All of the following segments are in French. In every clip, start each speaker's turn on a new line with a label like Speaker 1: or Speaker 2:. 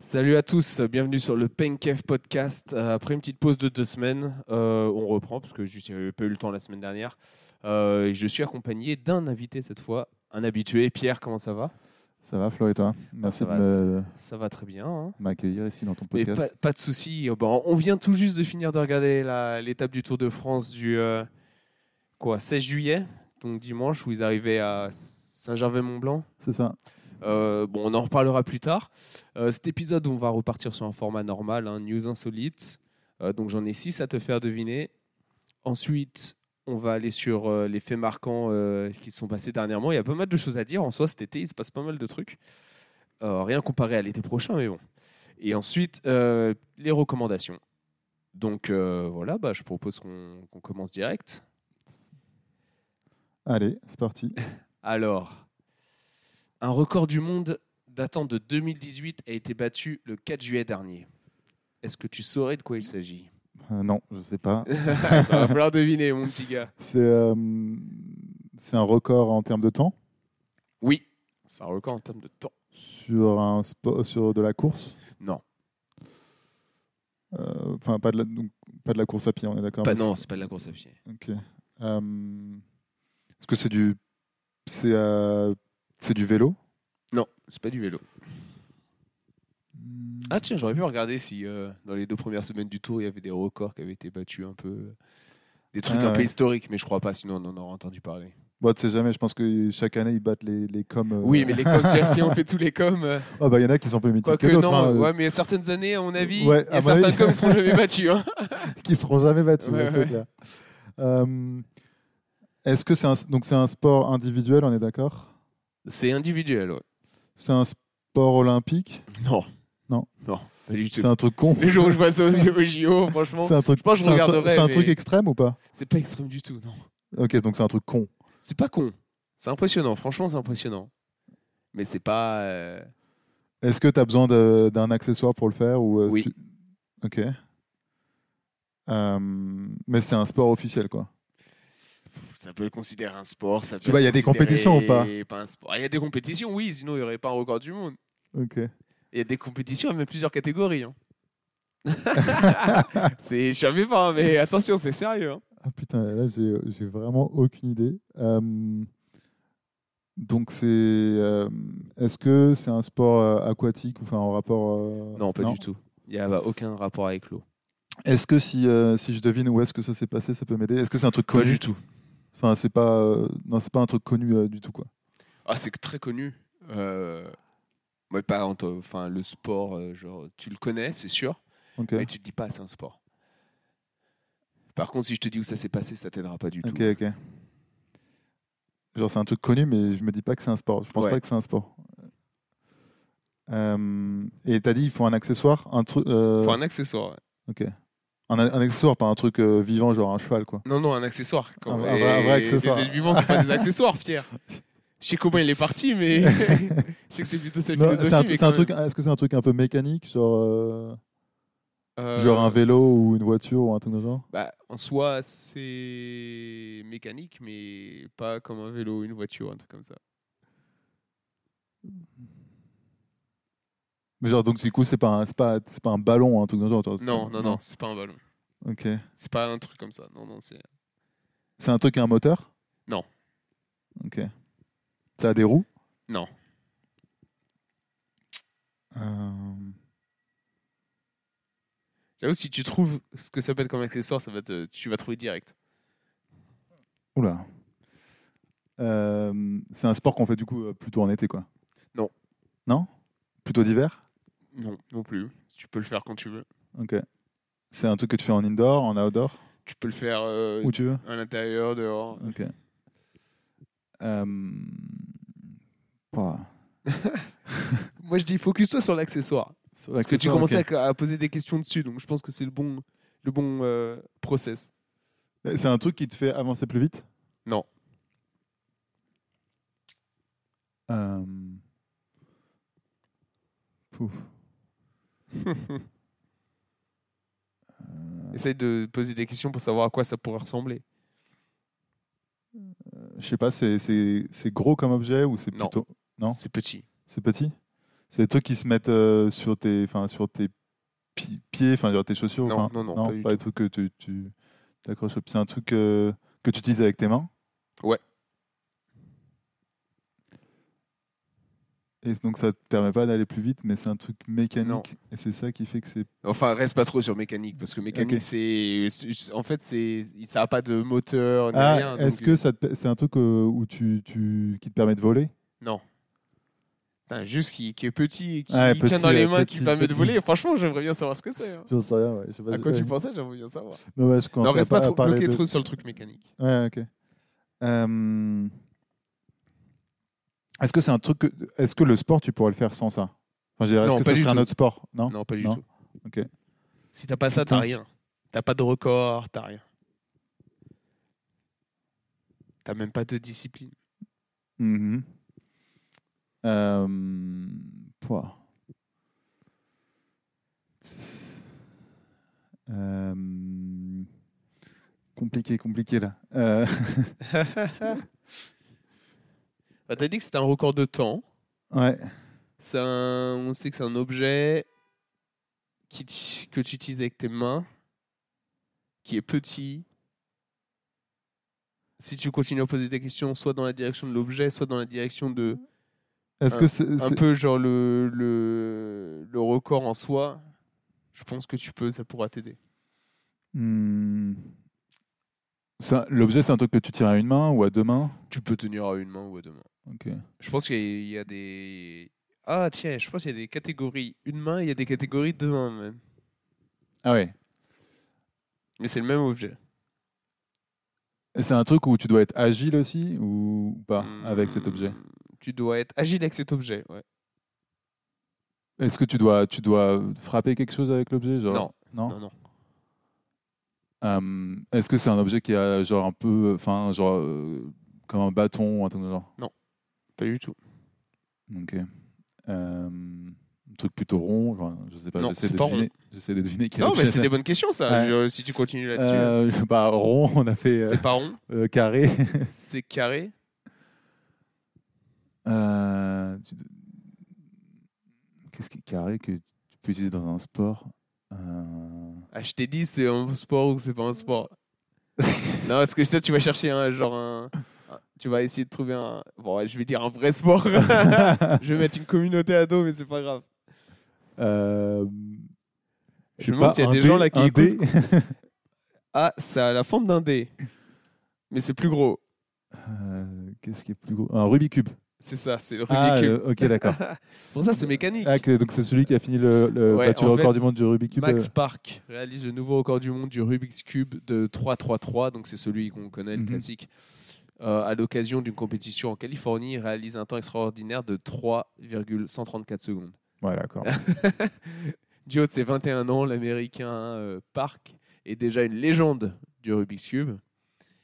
Speaker 1: Salut à tous, bienvenue sur le Penkef Podcast. Euh, Après une petite pause de deux semaines, euh, on reprend parce que je n'avais pas eu le temps la semaine dernière. Euh, et je suis accompagné d'un invité cette fois, un habitué. Pierre, comment ça va
Speaker 2: Ça va Flo et toi Merci
Speaker 1: ça va.
Speaker 2: de me-
Speaker 1: Ça va très bien. hein.
Speaker 2: m'accueillir ici dans ton
Speaker 1: Mais
Speaker 2: podcast.
Speaker 1: pas, pas de souci. Euh, bon, on vient tout juste de finir de regarder la- l'étape du Tour de France du euh, quoi, 16 juillet, donc dimanche, où ils arrivaient à Saint-Gervais-Mont-Blanc.
Speaker 2: C'est ça.
Speaker 1: Euh, bon, on en reparlera plus tard. Euh, cet épisode, on va repartir sur un format normal, hein, news insolite. Euh, donc j'en ai six à te faire deviner. Ensuite, on va aller sur euh, les faits marquants euh, qui se sont passés dernièrement. Il y a pas mal de choses à dire. En soi, cet été, il se passe pas mal de trucs. Euh, rien comparé à l'été prochain, mais bon. Et ensuite, euh, les recommandations. Donc euh, voilà, bah, je propose qu'on qu'on commence direct.
Speaker 2: Allez, c'est parti.
Speaker 1: Alors, un record du monde datant de 2018 a été battu le 4 juillet dernier. Est-ce que tu saurais de quoi il s'agit
Speaker 2: Euh, non, je sais pas.
Speaker 1: Il va falloir deviner, mon petit gars.
Speaker 2: C'est euh, c'est un record en termes de temps
Speaker 1: Oui, c'est un record en termes de temps.
Speaker 2: sur un spo- sur de la course.
Speaker 1: Non,
Speaker 2: Euh, Enfin, pas de la donc, pas de la course à pied, on est d'accord.
Speaker 1: pas,
Speaker 2: mais
Speaker 1: non, c'est pas de la course à pied.
Speaker 2: c'est- ok. Euh, Est-ce que c'est du c'est euh, c'est du vélo
Speaker 1: Non, c'est pas du vélo. Ah tiens, j'aurais pu regarder si euh, dans les deux premières semaines du tour, il y avait des records qui avaient été battus un peu. euh, Des trucs
Speaker 2: Ah
Speaker 1: un peu
Speaker 2: ouais.
Speaker 1: historiques, mais je crois pas, sinon on en aurait entendu parler.
Speaker 2: Bon, tu sais jamais. Je pense que chaque année ils battent les les coms. euh,
Speaker 1: Oui, mais les coms, si on fait tous les coms, euh,
Speaker 2: Oh bah il y en a qui sont plus mythiques
Speaker 1: Quoique
Speaker 2: que d'autres.
Speaker 1: non,
Speaker 2: hein, euh,
Speaker 1: ouais, mais certaines années, à mon avis, il
Speaker 2: Ouais,
Speaker 1: y a
Speaker 2: à mon
Speaker 1: certains
Speaker 2: avis.
Speaker 1: coms ne seront jamais battus. hein.
Speaker 2: qui seront jamais battus,
Speaker 1: Ouais,
Speaker 2: ouais, c'est
Speaker 1: ouais.
Speaker 2: clair. Euh, Est-ce que c'est un, donc c'est un sport individuel, on est d'accord
Speaker 1: C'est individuel, ouais.
Speaker 2: C'est un sport olympique
Speaker 1: Non.
Speaker 2: Non.
Speaker 1: Non. Pas du tout.
Speaker 2: C'est un truc con
Speaker 1: Les jours où je vois ça au JO, franchement,
Speaker 2: C'est un truc.
Speaker 1: Je pense que je
Speaker 2: c'est un truc-
Speaker 1: regarderai,
Speaker 2: C'est un
Speaker 1: mais-
Speaker 2: truc extrême ou pas
Speaker 1: c'est pas extrême du tout, non.
Speaker 2: Ok, donc c'est un truc con.
Speaker 1: C'est pas con. C'est impressionnant, franchement, c'est impressionnant. Mais c'est pas. euh,
Speaker 2: Est-ce que tu as besoin de- d'un accessoire pour le faire ou euh,
Speaker 1: Oui.
Speaker 2: tu- Ok. Euh, mais c'est un sport officiel, quoi.
Speaker 1: Ça peut le considérer un sport. Ça peut
Speaker 2: sais pas,
Speaker 1: être
Speaker 2: il y a des
Speaker 1: considéré
Speaker 2: compétitions ou pas
Speaker 1: un sport. Ah, Il y a des compétitions, oui, sinon il n'y aurait pas un record du monde.
Speaker 2: Ok.
Speaker 1: Il y a des compétitions, il y a même plusieurs catégories. hein. c'est, je savais pas, mais attention, c'est sérieux. hein.
Speaker 2: Ah putain, là j'ai j'ai vraiment aucune idée. Euh, donc c'est, euh, est-ce que c'est un sport euh, aquatique ou enfin en rapport euh,
Speaker 1: Non, pas du tout. Il n'y a bah, aucun rapport avec l'eau.
Speaker 2: Est-ce que si, euh, si je devine où est-ce que ça s'est passé, ça peut m'aider Est-ce que c'est un truc
Speaker 1: Pas
Speaker 2: connu
Speaker 1: du tout.
Speaker 2: Enfin c'est pas, euh, non c'est pas un truc connu euh, du tout quoi.
Speaker 1: Ah, c'est très connu. Euh, ouais, pas en to- enfin, le sport, euh, genre, tu le connais, c'est sûr,
Speaker 2: Ok.
Speaker 1: mais tu te dis pas, c'est un sport. Par contre, si je te dis où ça s'est passé, ça t'aidera pas du tout.
Speaker 2: Ok ok. Genre c'est un truc connu mais je me dis pas que c'est un sport. Je pense
Speaker 1: Ouais.
Speaker 2: pas que c'est un sport. Euh, et t'as dit il faut un accessoire, un truc. euh,
Speaker 1: Faut un accessoire. ouais.
Speaker 2: Ok. Un, un accessoire, pas un truc euh, vivant, genre un cheval, quoi.
Speaker 1: Non, non, un accessoire. Quand
Speaker 2: Un- un vrai- un vrai
Speaker 1: Et
Speaker 2: accessoire.
Speaker 1: Les êtres vivants, c'est pas des accessoires, Pierre. Je sais comment il est parti, mais je sais que c'est plutôt sa
Speaker 2: Non,
Speaker 1: philosophie.
Speaker 2: c'est un,
Speaker 1: mais
Speaker 2: c'est un
Speaker 1: quand
Speaker 2: truc.
Speaker 1: même.
Speaker 2: Est-ce que c'est un truc un peu mécanique, genre, euh,
Speaker 1: Euh,
Speaker 2: genre un vélo ou une voiture ou un truc de genre
Speaker 1: bah, en soi, c'est mécanique, mais pas comme un vélo, une voiture, un truc comme ça.
Speaker 2: Mais genre donc du coup c'est pas un, c'est pas, c'est pas un ballon, un truc de genre. genre, c'est-
Speaker 1: Non, non, non, c'est pas un ballon.
Speaker 2: Ok.
Speaker 1: C'est pas un truc comme ça. Non, non, c'est.
Speaker 2: C'est un truc à un moteur
Speaker 1: Non.
Speaker 2: Ok. Ça a des roues
Speaker 1: Non.
Speaker 2: Euh,
Speaker 1: J'avoue, si tu trouves ce que ça peut être comme accessoire, ça va te... tu vas trouver direct.
Speaker 2: Oula. Euh, c'est un sport qu'on fait du coup euh, plutôt en été, quoi.
Speaker 1: Non.
Speaker 2: Non Plutôt d'hiver
Speaker 1: Non, non plus. Tu peux le faire quand tu veux.
Speaker 2: Ok. C'est un truc que tu fais en indoor, en outdoor,
Speaker 1: Tu peux le faire euh,
Speaker 2: où tu veux.
Speaker 1: à l'intérieur, dehors.
Speaker 2: Ok. Euh, ouah.
Speaker 1: Moi, je dis, focus-toi sur l'accessoire.
Speaker 2: Sur
Speaker 1: Parce que tu
Speaker 2: l'accessoire,
Speaker 1: commençais
Speaker 2: ok.
Speaker 1: à, à poser des questions dessus, donc je pense que c'est le bon, le bon euh, process.
Speaker 2: Euh, C'est un truc qui te fait avancer plus vite
Speaker 1: Non.
Speaker 2: Euh, pouf. Euh.
Speaker 1: Essaye de poser des questions pour savoir à quoi ça pourrait ressembler.
Speaker 2: Je sais pas, c'est- c'est c'est gros comme objet ou c'est
Speaker 1: Non.
Speaker 2: plutôt. Non.
Speaker 1: C'est petit.
Speaker 2: C'est petit C'est des trucs qui se mettent euh, sur tes, enfin sur tes pi- pieds, enfin sur tes chaussures.
Speaker 1: Non,
Speaker 2: enfin,
Speaker 1: non, non, pas du
Speaker 2: pas des trucs que tu, tu t'accroches. au- C'est un truc euh, que tu utilises avec tes mains.
Speaker 1: Ouais.
Speaker 2: Et donc ça te permet pas d'aller plus vite, mais c'est un truc mécanique. Et c'est ça qui fait que c'est.
Speaker 1: Enfin, reste pas trop sur mécanique, parce que mécanique,
Speaker 2: Ok.
Speaker 1: c'est, c'est- En fait, c'est, ça n'a pas de moteur, ni
Speaker 2: Ah,
Speaker 1: rien.
Speaker 2: est-ce
Speaker 1: donc,
Speaker 2: que ça te- c'est un truc euh, où tu, tu qui te permet de voler
Speaker 1: Putain, juste qui, qui est petit, et qui
Speaker 2: Ouais,
Speaker 1: tient
Speaker 2: petit,
Speaker 1: dans les
Speaker 2: ouais,
Speaker 1: mains,
Speaker 2: petit,
Speaker 1: qui permet de
Speaker 2: petit.
Speaker 1: voler. Franchement, j'aimerais bien savoir ce que c'est. hein.
Speaker 2: J'en sais rien. Ouais. Je sais pas,
Speaker 1: À quoi
Speaker 2: ouais.
Speaker 1: tu pensais, j'aimerais bien savoir.
Speaker 2: Non, ouais, je
Speaker 1: Non,
Speaker 2: commencerai
Speaker 1: reste pas
Speaker 2: à
Speaker 1: trop
Speaker 2: parler
Speaker 1: bloqué
Speaker 2: de-
Speaker 1: trop sur le truc mécanique.
Speaker 2: Ouais, ok. Euh, Est-ce que c'est un truc que... Est-ce que le sport, tu pourrais le faire sans ça Enfin, je dirais,
Speaker 1: Non,
Speaker 2: Est-ce que
Speaker 1: pas
Speaker 2: ça
Speaker 1: du
Speaker 2: serait un
Speaker 1: tout.
Speaker 2: autre sport Non,
Speaker 1: Non, pas du tout.
Speaker 2: Ok.
Speaker 1: Si t'as pas ça, t'as
Speaker 2: Putain.
Speaker 1: rien. T'as pas de record, t'as rien. T'as même pas de discipline.
Speaker 2: Mhm. Euh, pouah. Euh, Compliqué, compliqué là. Euh,
Speaker 1: Bah, t'as dit que c'était un record de temps.
Speaker 2: ouais.
Speaker 1: C'est un- On sait que c'est un objet qui t- que tu utilises avec tes mains, qui est petit. Si tu continues à poser des questions, soit dans la direction de l'objet, soit dans la direction de
Speaker 2: Est-ce que c'est
Speaker 1: un
Speaker 2: c'est-
Speaker 1: peu genre le, le, le record en soi, je pense que tu peux, ça pourra t'aider.
Speaker 2: Hmm. C'est un- l'objet, c'est un truc que tu tires à une main ou à deux mains
Speaker 1: Tu peux tenir à une main ou à deux mains.
Speaker 2: Ok.
Speaker 1: Je pense qu'il y a- il y a des. Ah tiens, je pense qu'il y a des catégories une main, il y a des catégories deux mains même.
Speaker 2: Ah ouais.
Speaker 1: Mais c'est le même objet.
Speaker 2: Et C'est un truc où tu dois être agile aussi ou pas avec cet
Speaker 1: Hmm,
Speaker 2: objet
Speaker 1: Tu dois être agile avec cet objet, ouais.
Speaker 2: Est-ce que tu dois, tu dois frapper quelque chose avec l'objet genre
Speaker 1: Non.
Speaker 2: Non.
Speaker 1: Non, non.
Speaker 2: Euh, Est-ce que c'est un objet qui a genre un peu, enfin genre euh, comme un bâton ou un truc de genre
Speaker 1: Pas du tout.
Speaker 2: Ok. Euh, un truc plutôt rond. genre, je sais pas.
Speaker 1: Non,
Speaker 2: j'essaie
Speaker 1: c'est
Speaker 2: de
Speaker 1: pas
Speaker 2: deviner- J'essaie de deviner quel
Speaker 1: Non,
Speaker 2: objet
Speaker 1: mais c'est des bonnes questions, ça.
Speaker 2: Ouais.
Speaker 1: Je- si tu continues là-dessus,
Speaker 2: Euh, bah, rond, on a fait euh,
Speaker 1: c'est pas rond,
Speaker 2: euh, carré.
Speaker 1: c'est carré.
Speaker 2: Euh, tu- Qu'est-ce qui est carré que tu peux utiliser dans un sport Euh,
Speaker 1: Ah, je t'ai dit, c'est un sport ou c'est pas un sport. non, parce que ça, tu vas chercher un genre un. un- Tu vas essayer de trouver un. Bon, ouais, je vais dire un vrai sport. je vais mettre une communauté à dos, mais c'est pas grave.
Speaker 2: euh,
Speaker 1: Je
Speaker 2: sais
Speaker 1: me demande
Speaker 2: pas,
Speaker 1: s'il y a
Speaker 2: un
Speaker 1: des
Speaker 2: dé-
Speaker 1: gens là qui
Speaker 2: un dé
Speaker 1: écoutent. Ah, ça a la forme d'un dé. Mais c'est plus gros.
Speaker 2: Euh, Qu'est-ce qui est plus gros Un Rubik's Cube.
Speaker 1: C'est ça, c'est le Rubik's
Speaker 2: Ah,
Speaker 1: Cube.
Speaker 2: euh, ok, d'accord.
Speaker 1: Pour ça, c'est mécanique.
Speaker 2: Ah, que- donc c'est celui qui a fini le, le
Speaker 1: Ouais,
Speaker 2: battu
Speaker 1: en
Speaker 2: record
Speaker 1: fait,
Speaker 2: du monde du Rubik's Cube. euh.
Speaker 1: Max Park réalise le nouveau record du monde du Rubik's Cube de 3-3-3, donc c'est celui qu'on connaît, le
Speaker 2: Mhm.
Speaker 1: classique. Euh, à l'occasion d'une compétition en Californie, il réalise un temps extraordinaire de 3,134 secondes.
Speaker 2: euh, Ouais, d'accord.
Speaker 1: Du haut de ses 21 ans, l'Américain euh, Park est déjà une légende du Rubik's Cube.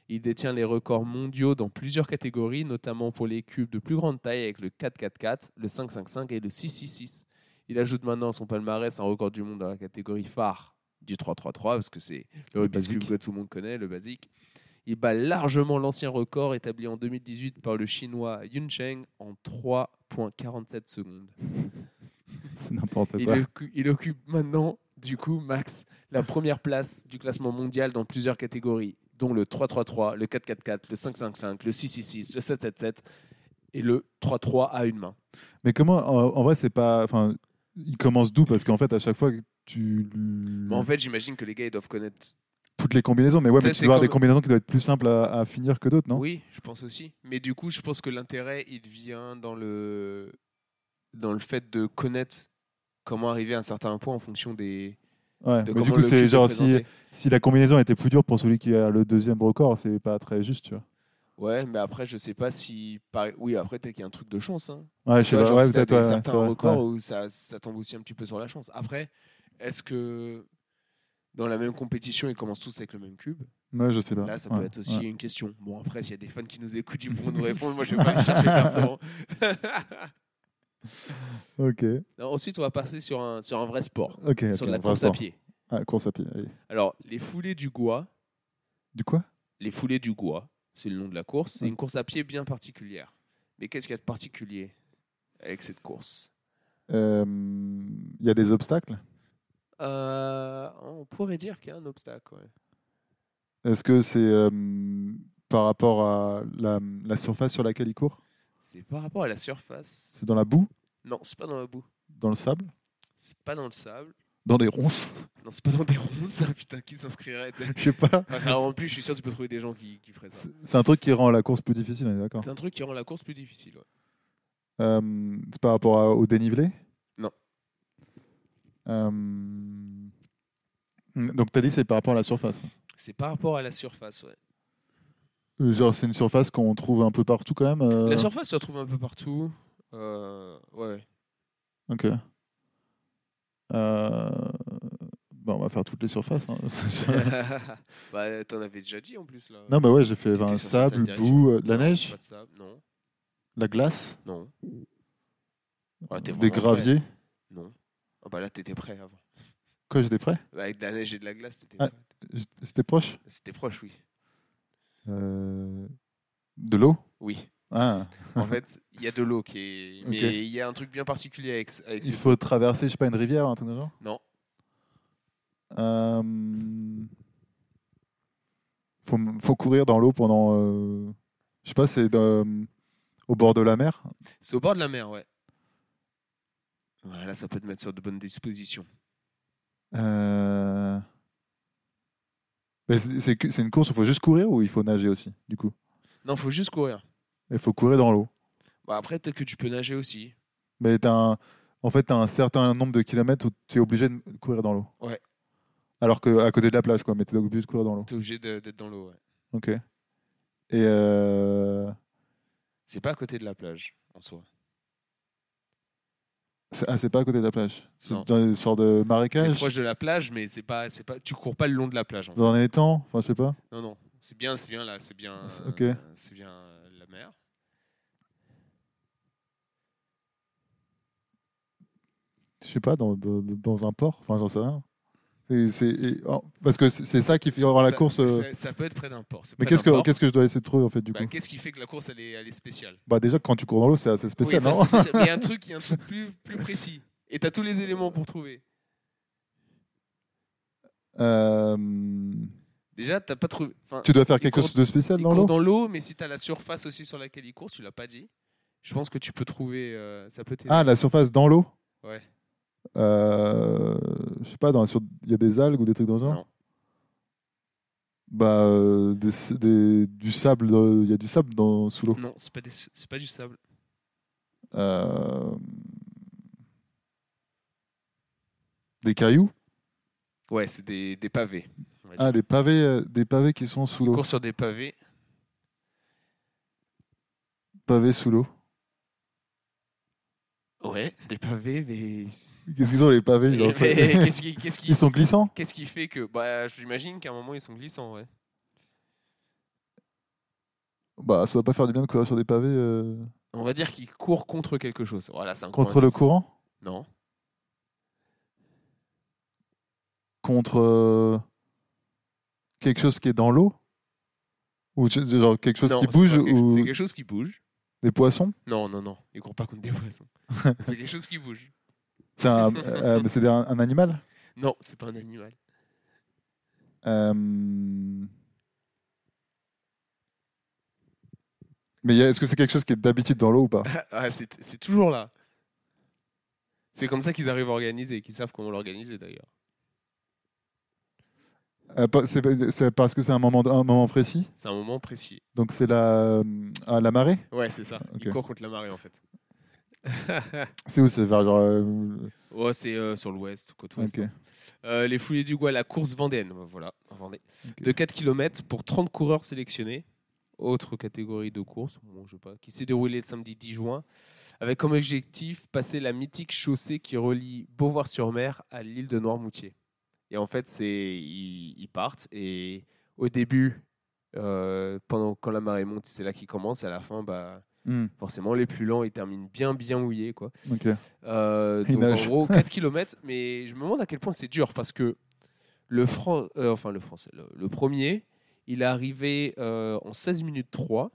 Speaker 1: Il détient les records mondiaux dans plusieurs catégories, notamment pour les cubes de plus grande taille avec le 444, le 555 et le 666. Il ajoute maintenant à son palmarès un record du monde dans la catégorie phare du 333, parce que c'est le Rubik's
Speaker 2: basique.
Speaker 1: Cube que tout le monde connaît, le basique. Il bat largement l'ancien record établi en 2018 par le chinois Yun Cheng en 3,47 secondes.
Speaker 2: c'est n'importe
Speaker 1: Il,
Speaker 2: quoi.
Speaker 1: occu- il occupe maintenant, du coup, Max, la première place du classement mondial dans plusieurs catégories, dont le 3-3-3, le 4-4-4, le 5-5-5, le 6-6-6, le 7-7-7 et le 3-3 à une main.
Speaker 2: Mais comment, en, en vrai, c'est pas. Enfin, il commence d'où Parce qu'en fait, à chaque fois que tu.
Speaker 1: Mais
Speaker 2: Mm.
Speaker 1: en fait, j'imagine que les gars, ils doivent connaître.
Speaker 2: Toutes les combinaisons, mais ouais,
Speaker 1: Ça,
Speaker 2: mais tu
Speaker 1: c'est
Speaker 2: dois avoir
Speaker 1: comme-
Speaker 2: des combinaisons qui doivent être plus simples à, à finir que d'autres, non
Speaker 1: oui, je pense aussi. Mais du coup, je pense que l'intérêt, il vient dans le... dans le fait de connaître comment arriver à un certain point en fonction des.
Speaker 2: Ouais,
Speaker 1: De
Speaker 2: mais
Speaker 1: comment
Speaker 2: du coup,
Speaker 1: le
Speaker 2: c'est
Speaker 1: cube
Speaker 2: genre
Speaker 1: est
Speaker 2: si,
Speaker 1: présenté.
Speaker 2: si la combinaison était plus dure pour celui qui a le deuxième record, c'est pas très juste, tu vois.
Speaker 1: Ouais, mais après, je sais pas si. par- Oui, après, peut-être qu'il y a un truc de chance. hein.
Speaker 2: Ouais,
Speaker 1: Tu
Speaker 2: je sais
Speaker 1: vois,
Speaker 2: pas,
Speaker 1: genre,
Speaker 2: ouais,
Speaker 1: si t'as
Speaker 2: peut-être,
Speaker 1: des
Speaker 2: ouais,
Speaker 1: certains
Speaker 2: c'est vrai,
Speaker 1: records
Speaker 2: ouais.
Speaker 1: où ça, ça tombe aussi un petit peu sur la chance. Après, est-ce que dans la même compétition, ils commencent tous avec le même cube
Speaker 2: Ouais, je sais pas.
Speaker 1: Là, ça peut
Speaker 2: Ouais,
Speaker 1: être aussi
Speaker 2: ouais.
Speaker 1: une question. Bon, après, s'il y a des fans qui nous écoutent, ils pourront nous répondre. Moi, je vais pas aller chercher personnellement.
Speaker 2: Ok,
Speaker 1: Non, ensuite, on va passer sur un, sur un vrai sport,
Speaker 2: ok. ok,
Speaker 1: sur la
Speaker 2: on va
Speaker 1: course à
Speaker 2: voir.
Speaker 1: pied.
Speaker 2: Ah, course à pied. allez.
Speaker 1: Alors, les foulées du Gois,
Speaker 2: Du quoi
Speaker 1: les foulées du Gois, c'est le nom de la course. C'est
Speaker 2: Ouais.
Speaker 1: une course à pied bien particulière. Mais qu'est-ce qu'il y a de particulier avec cette course
Speaker 2: euh, il y a des obstacles
Speaker 1: Euh, on pourrait dire qu'il y a un obstacle. ouais.
Speaker 2: Est-ce que c'est euh, par rapport à la, la surface sur laquelle il court
Speaker 1: C'est par rapport à la surface.
Speaker 2: C'est dans la boue,
Speaker 1: Non, c'est pas dans la boue.
Speaker 2: dans le sable,
Speaker 1: C'est pas dans le sable.
Speaker 2: dans les ronces
Speaker 1: Non, c'est pas dans des ronces. Putain, qui s'inscrirait tu sais
Speaker 2: Je sais pas.
Speaker 1: Enfin, ça, En plus, je suis sûr que tu peux trouver des gens qui, qui feraient ça.
Speaker 2: C'est- C'est un truc qui rend la course plus difficile, on est d'accord.
Speaker 1: C'est un truc qui rend la course plus difficile. ouais.
Speaker 2: Euh, c'est par rapport à- au dénivelé
Speaker 1: Non.
Speaker 2: Euh, Donc tu as dit c'est par rapport à la surface.
Speaker 1: C'est par rapport à la surface. ouais.
Speaker 2: Euh, Genre c'est une surface qu'on trouve un peu partout quand même. euh,
Speaker 1: La surface se retrouve un peu partout. Euh, ouais.
Speaker 2: Ok. Euh, bah, on va faire toutes les surfaces. hein.
Speaker 1: bah, t'en avais déjà dit en plus là.
Speaker 2: non, bah ouais, j'ai fait
Speaker 1: T'étais
Speaker 2: ben,
Speaker 1: sur certaines
Speaker 2: sable,
Speaker 1: directions.
Speaker 2: boue, euh, de la
Speaker 1: Non,
Speaker 2: neige,
Speaker 1: Pas de sable, non.
Speaker 2: la glace,
Speaker 1: Non. Ah, t'es
Speaker 2: des
Speaker 1: vraiment prêt.
Speaker 2: graviers.
Speaker 1: Non. Ah bah là, t'étais prêt avant.
Speaker 2: Quoi, j'étais prêt
Speaker 1: Bah, Avec de la neige et de la glace, t'étais
Speaker 2: Ah.
Speaker 1: prêt.
Speaker 2: J- C'était proche
Speaker 1: C'était proche, oui.
Speaker 2: Euh, De l'eau
Speaker 1: Oui.
Speaker 2: Ah,
Speaker 1: En fait, il y a de l'eau qui est. Mais il
Speaker 2: Ok.
Speaker 1: y a un truc bien particulier avec, avec
Speaker 2: Il
Speaker 1: cette.
Speaker 2: faut traverser, je sais pas, une rivière, un truc de genre
Speaker 1: Non.
Speaker 2: Euh, Faut, m- faut courir dans l'eau pendant. euh, Je sais pas, c'est de- au bord de la mer
Speaker 1: C'est au bord de la mer, ouais. Voilà, ça peut te mettre sur de bonnes dispositions.
Speaker 2: Euh, ben, c'est- C'est que- c'est une course où il faut juste courir ou il faut nager aussi, du coup
Speaker 1: Non, faut juste courir.
Speaker 2: Il faut courir dans l'eau.
Speaker 1: Bah, après, peut-être que tu peux nager aussi.
Speaker 2: Mais t'as un- en fait, tu as un certain nombre de kilomètres où tu es obligé de courir dans l'eau.
Speaker 1: Ouais.
Speaker 2: Alors qu'à côté de la plage, quoi, mais tu es obligé de courir dans l'eau.
Speaker 1: T'es obligé de- d'être dans l'eau, ouais.
Speaker 2: Ok. Et euh,
Speaker 1: C'est pas à côté de la plage, en soi.
Speaker 2: c'est ah, c'est pas à côté de la plage. C'est
Speaker 1: Non.
Speaker 2: dans une sorte de
Speaker 1: C'est
Speaker 2: marécage,
Speaker 1: proche de la plage, mais c'est pas, c'est pas. Tu cours pas le long de la plage, en fait.
Speaker 2: dans les étangs, enfin je sais pas.
Speaker 1: Non, non. C'est bien, c'est bien là, c'est bien.
Speaker 2: Ah, C'est- ok.
Speaker 1: euh, C'est bien euh, la mer.
Speaker 2: Je sais pas, dans, dans, dans un port, enfin j'en sais rien. Et c'est- et- oh, parce que c'est c'est ça qui fait la
Speaker 1: Ça-
Speaker 2: course. euh,
Speaker 1: Ça, ça peut être près d'un port. c'est
Speaker 2: Mais
Speaker 1: près
Speaker 2: qu'est-ce
Speaker 1: d'un
Speaker 2: que,
Speaker 1: port.
Speaker 2: qu'est-ce que je dois essayer de trouver en fait du
Speaker 1: Bah,
Speaker 2: coup
Speaker 1: qu'est-ce qui fait que la course elle est, elle est spéciale
Speaker 2: Bah déjà quand tu cours dans l'eau c'est assez
Speaker 1: Oui,
Speaker 2: spécial,
Speaker 1: ça,
Speaker 2: non
Speaker 1: c'est spécial. Mais il y a un truc, il y a un truc plus, plus précis. Et t'as tous les éléments pour trouver.
Speaker 2: Euh,
Speaker 1: Déjà, t'as pas trouvé. Enfin,
Speaker 2: Tu dois faire
Speaker 1: Il
Speaker 2: quelque
Speaker 1: court-
Speaker 2: chose de spécial
Speaker 1: il
Speaker 2: dans
Speaker 1: court
Speaker 2: l'eau
Speaker 1: dans l'eau, mais si t'as la surface aussi sur laquelle il court, tu l'as pas dit. Je pense que tu peux trouver. euh, ça peut t'aider.
Speaker 2: Ah la surface dans l'eau
Speaker 1: Ouais.
Speaker 2: Euh, Je sais pas, dans la sur- il y a des algues ou des trucs dans le genre
Speaker 1: Non.
Speaker 2: Bah euh, des- des- du sable, euh, il y a du sable dans, sous l'eau.
Speaker 1: Non, c'est pas, des- c'est pas du sable.
Speaker 2: Euh, Des cailloux
Speaker 1: Ouais, c'est des, des pavés. on va dire.
Speaker 2: Ah des pavés, euh, des pavés qui sont sous
Speaker 1: Il
Speaker 2: l'eau.
Speaker 1: court sur des pavés.
Speaker 2: Pavés sous l'eau.
Speaker 1: Ouais, des pavés, mais.
Speaker 2: Qu'est-ce qu'ils ont les pavés
Speaker 1: mais-
Speaker 2: genre,
Speaker 1: mais
Speaker 2: ça-
Speaker 1: Qu'est-ce qui, qu'est-ce qui,
Speaker 2: Ils sont glissants
Speaker 1: qu'est-ce qui fait que. Bah, j'imagine qu'à un moment ils sont glissants, ouais.
Speaker 2: Bah ça va pas faire du bien de courir sur des pavés euh,
Speaker 1: On va dire qu'il court contre quelque chose. Voilà, c'est un gros
Speaker 2: contre le
Speaker 1: indice.
Speaker 2: courant.
Speaker 1: Non.
Speaker 2: contre euh, quelque chose qui est dans l'eau ou tu- genre quelque chose
Speaker 1: Non,
Speaker 2: qui
Speaker 1: c'est
Speaker 2: bouge
Speaker 1: pas quelque-
Speaker 2: ou
Speaker 1: C'est quelque chose qui bouge.
Speaker 2: des poissons
Speaker 1: Non, non, non. Il court pas contre des poissons. c'est quelque chose qui bouge.
Speaker 2: c'est un, euh, mais c'est des- un, un animal
Speaker 1: Non, c'est pas un animal.
Speaker 2: Euh, mais y a- est-ce que c'est quelque chose qui est d'habitude dans l'eau ou pas
Speaker 1: Ah, c'est c'est toujours là. C'est comme ça qu'ils arrivent à organiser, qu'ils savent comment l'organiser d'ailleurs.
Speaker 2: Euh, pas- c'est pas- c'est parce que c'est un moment un moment précis
Speaker 1: C'est un moment précis.
Speaker 2: donc c'est la euh, à la marée
Speaker 1: Ouais, c'est ça. Il
Speaker 2: Ok.
Speaker 1: court contre la marée en fait.
Speaker 2: c'est où c'est vers genre euh,
Speaker 1: Oh, c'est euh, sur l'ouest, côte ouest.
Speaker 2: ok.
Speaker 1: Euh, les foulées du Gois, la course vendéenne, voilà, en Vendée.
Speaker 2: Ok.
Speaker 1: de 4 km pour 30 coureurs sélectionnés. Autre catégorie de course, bon, je sais pas, qui s'est déroulée samedi 10 juin, avec comme objectif passer la mythique chaussée qui relie Beauvoir-sur-Mer à l'île de Noirmoutier. Et en fait, c'est ils, ils partent et au début, euh, pendant quand la marée monte, c'est là qu'ils commencent. À la fin, bah
Speaker 2: Hmm,
Speaker 1: forcément, les plus lents, ils terminent bien, bien mouillés, quoi.
Speaker 2: ok.
Speaker 1: Euh,
Speaker 2: Il
Speaker 1: donc en
Speaker 2: nage.
Speaker 1: gros 4 km, mais je me demande à quel point c'est dur parce que le Fran- euh, enfin le français, le, le premier, il est arrivé euh, en 16 minutes 3.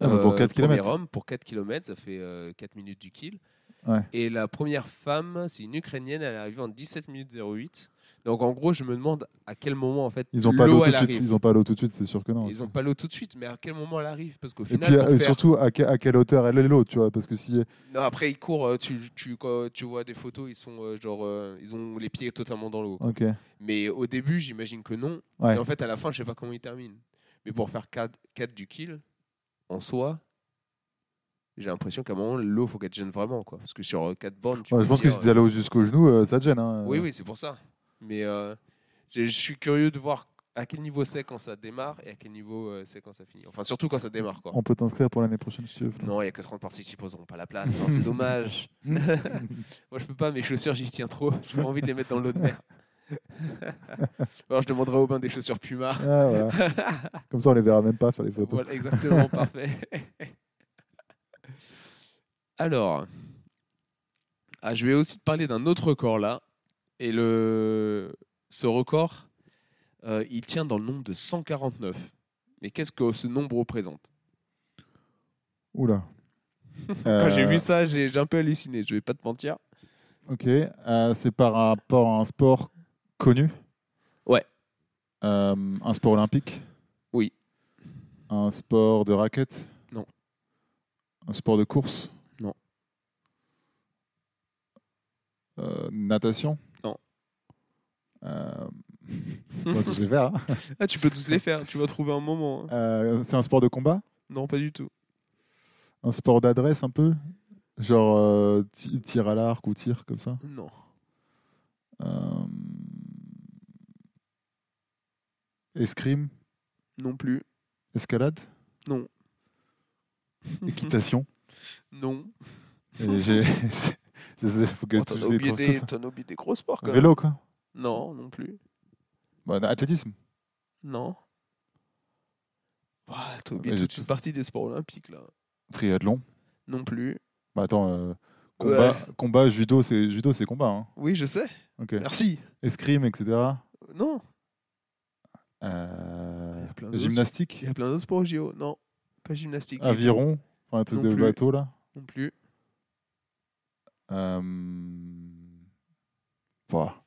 Speaker 2: Ah, mais pour 4
Speaker 1: premier
Speaker 2: kilomètres.
Speaker 1: homme, pour 4 km, ça fait euh, 4 euh, minutes du kill.
Speaker 2: Ouais.
Speaker 1: Et la première femme, c'est une Ukrainienne, elle est arrivée en 17 minutes 08. Donc en gros, je me demande à quel moment en fait
Speaker 2: Ils n'ont pas l'eau tout
Speaker 1: elle
Speaker 2: de suite.
Speaker 1: arrive.
Speaker 2: Ils ont pas l'eau tout de suite, c'est sûr que non.
Speaker 1: Ils ont pas l'eau tout de suite, mais à quel moment elle arrive Parce qu'au
Speaker 2: Et
Speaker 1: final,
Speaker 2: puis
Speaker 1: pour
Speaker 2: euh,
Speaker 1: faire-
Speaker 2: surtout, à, que- à quelle hauteur elle est l'eau, tu vois Parce que si
Speaker 1: Non, après ils courent, euh, tu, tu, quand tu vois des photos, ils sont euh, genre, euh, ils ont les pieds totalement dans l'eau. quoi.
Speaker 2: Ok.
Speaker 1: Mais au début, j'imagine que non.
Speaker 2: Ouais.
Speaker 1: Et en fait, à la fin, je sais pas comment ils terminent. Mais pour faire 4, du kill, en soi, j'ai l'impression qu'à un moment, l'eau, faut qu'elle te gêne vraiment. Quoi. Parce que sur 4 bornes, tu
Speaker 2: Ouais,
Speaker 1: peux
Speaker 2: je pense que
Speaker 1: dire,
Speaker 2: si t'es allé au- jusqu'au genou, euh, ça te gêne. hein.
Speaker 1: Oui, oui, c'est pour ça. Mais euh, je je suis curieux de voir à quel niveau c'est quand ça démarre et à quel niveau euh, c'est quand ça finit. Enfin, surtout quand ça démarre. Quoi.
Speaker 2: On peut t'inscrire pour l'année prochaine si tu veux.
Speaker 1: Non, il n'y a que 30 participants qui n'auront pas la place. hein, c'est dommage. Moi, je peux pas, mes chaussures, j'y tiens trop. J'ai pas envie de les mettre dans l'eau de mer. Alors, je demanderai au bain des chaussures Puma.
Speaker 2: Ah, voilà. Comme ça, on les verra même pas sur les photos.
Speaker 1: Voilà, exactement, parfait. Alors, ah, je vais aussi te parler d'un autre record là. Et le, ce record, euh, il tient dans le nombre de 149. Mais qu'est-ce que ce nombre représente
Speaker 2: Oula.
Speaker 1: Quand j'ai
Speaker 2: Euh,
Speaker 1: vu ça, j'ai j'ai un peu halluciné, je vais pas te mentir.
Speaker 2: Ok, euh, c'est par rapport à un sport connu
Speaker 1: Ouais.
Speaker 2: Euh, un sport olympique
Speaker 1: Oui.
Speaker 2: Un sport de raquette
Speaker 1: Non.
Speaker 2: Un sport de course
Speaker 1: Non.
Speaker 2: Euh, natation
Speaker 1: Non.
Speaker 2: Euh, bon, tous les verts, hein.
Speaker 1: Ah, tu peux tous les faire, tu vas trouver un moment. hein.
Speaker 2: Euh, c'est un sport de combat
Speaker 1: Non, pas du tout.
Speaker 2: Un sport d'adresse un peu Genre euh, ti- tir à l'arc ou tir comme ça
Speaker 1: Non.
Speaker 2: Euh, Escrime,
Speaker 1: Non plus.
Speaker 2: escalade,
Speaker 1: Non.
Speaker 2: équitation.
Speaker 1: Non.
Speaker 2: Et j'ai- j'ai- j'ai- faut que
Speaker 1: Oh,
Speaker 2: je
Speaker 1: T'en
Speaker 2: les
Speaker 1: as oublié,
Speaker 2: trouve
Speaker 1: des-
Speaker 2: tous.
Speaker 1: t'en as oublié des gros sports quand même.
Speaker 2: Vélo, quoi.
Speaker 1: Non, non plus.
Speaker 2: Bah, athlétisme.
Speaker 1: Non. Ah, T'as oublié
Speaker 2: Mais j'ai
Speaker 1: toute
Speaker 2: tout-
Speaker 1: une partie des sports olympiques là.
Speaker 2: Triathlon.
Speaker 1: Non plus.
Speaker 2: Bah, attends, euh, combat, combat, judo, c'est judo, c'est combat. hein.
Speaker 1: Oui, je sais.
Speaker 2: Ok.
Speaker 1: Merci.
Speaker 2: Escrime, etc.
Speaker 1: Non.
Speaker 2: Euh,
Speaker 1: Il y a plein d'autres.
Speaker 2: gymnastique,
Speaker 1: Il y a plein d'autres sports au JO. Non. Pas gymnastique. du
Speaker 2: aviron, enfin, un truc
Speaker 1: Non
Speaker 2: de
Speaker 1: plus.
Speaker 2: bateau là.
Speaker 1: tout. Non plus.
Speaker 2: Euh... Pouah.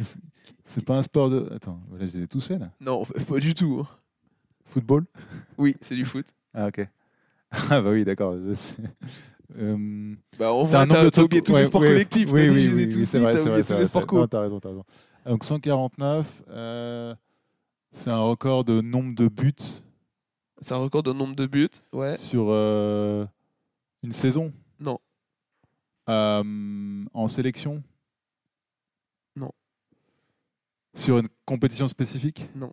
Speaker 2: C'est- c'est pas un sport de. Attends, là, je les ai tous faits là.
Speaker 1: Non, pas du tout. hein.
Speaker 2: Football
Speaker 1: Oui, c'est du foot.
Speaker 2: Ah, ok. Ah, bah oui, d'accord. je sais. Euh,
Speaker 1: Bah, en
Speaker 2: c'est
Speaker 1: vrai,
Speaker 2: un nombre
Speaker 1: t'as
Speaker 2: de
Speaker 1: t'as oublié
Speaker 2: trucs-
Speaker 1: tous
Speaker 2: ouais,
Speaker 1: les sports
Speaker 2: ouais,
Speaker 1: collectifs.
Speaker 2: oui,
Speaker 1: t'as
Speaker 2: oui,
Speaker 1: dit, je
Speaker 2: oui,
Speaker 1: les ai
Speaker 2: oui,
Speaker 1: tous
Speaker 2: c'est
Speaker 1: dit,
Speaker 2: vrai,
Speaker 1: t'as
Speaker 2: c'est
Speaker 1: oublié
Speaker 2: vrai,
Speaker 1: tous les
Speaker 2: c'est
Speaker 1: sports
Speaker 2: vrai.
Speaker 1: co.
Speaker 2: Non, t'as raison, t'as raison. Donc 149, euh, c'est un record de nombre de buts
Speaker 1: C'est un record de nombre de buts. Ouais.
Speaker 2: sur euh, une saison
Speaker 1: Non.
Speaker 2: Euh, en sélection
Speaker 1: Non.
Speaker 2: Sur une compétition spécifique
Speaker 1: Non.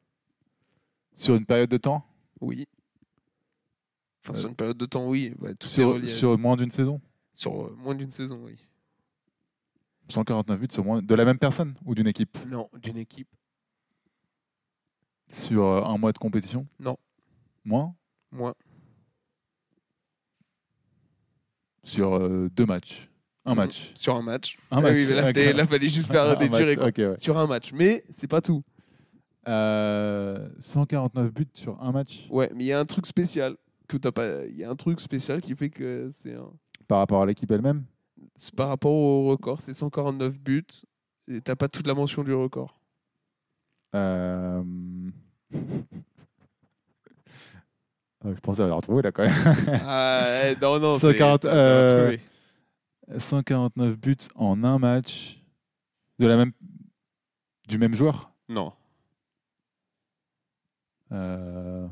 Speaker 2: Sur une période de temps
Speaker 1: Oui. Enfin,
Speaker 2: Euh,
Speaker 1: sur une période de temps, oui. Ouais, tout est relié.
Speaker 2: sur,
Speaker 1: à-
Speaker 2: sur moins d'une saison
Speaker 1: sur, euh, moins d'une saison, oui.
Speaker 2: 149 buts sur moins de la même personne ou d'une équipe
Speaker 1: Non, d'une équipe.
Speaker 2: Sur euh, un mois de compétition
Speaker 1: Non.
Speaker 2: Moins
Speaker 1: Moins.
Speaker 2: Sur euh, deux matchs Un
Speaker 1: Mm.
Speaker 2: match
Speaker 1: Sur un match.
Speaker 2: Un
Speaker 1: Ah
Speaker 2: match
Speaker 1: oui, mais là,
Speaker 2: ok.
Speaker 1: c'était- là, fallait juste
Speaker 2: Un
Speaker 1: faire des
Speaker 2: match,
Speaker 1: durées. quoi.
Speaker 2: ok, ouais.
Speaker 1: Sur un match. Mais c'est pas tout.
Speaker 2: Euh, 149 buts sur un match
Speaker 1: Ouais, mais il y a un truc spécial que t'as pas. Il y a un truc spécial qui fait que c'est un.
Speaker 2: par rapport à l'équipe elle-même
Speaker 1: c'est par rapport au record, c'est 149 buts. Et t'as pas toute la mention du record.
Speaker 2: Euh, Ah, Je pensais avoir trouvé là quand même.
Speaker 1: ah, eh, non, non, c'est.
Speaker 2: 140,
Speaker 1: t'as- t'as
Speaker 2: euh,
Speaker 1: trouvé.
Speaker 2: 149 buts en un match de la même du même joueur.
Speaker 1: Non.
Speaker 2: Euh,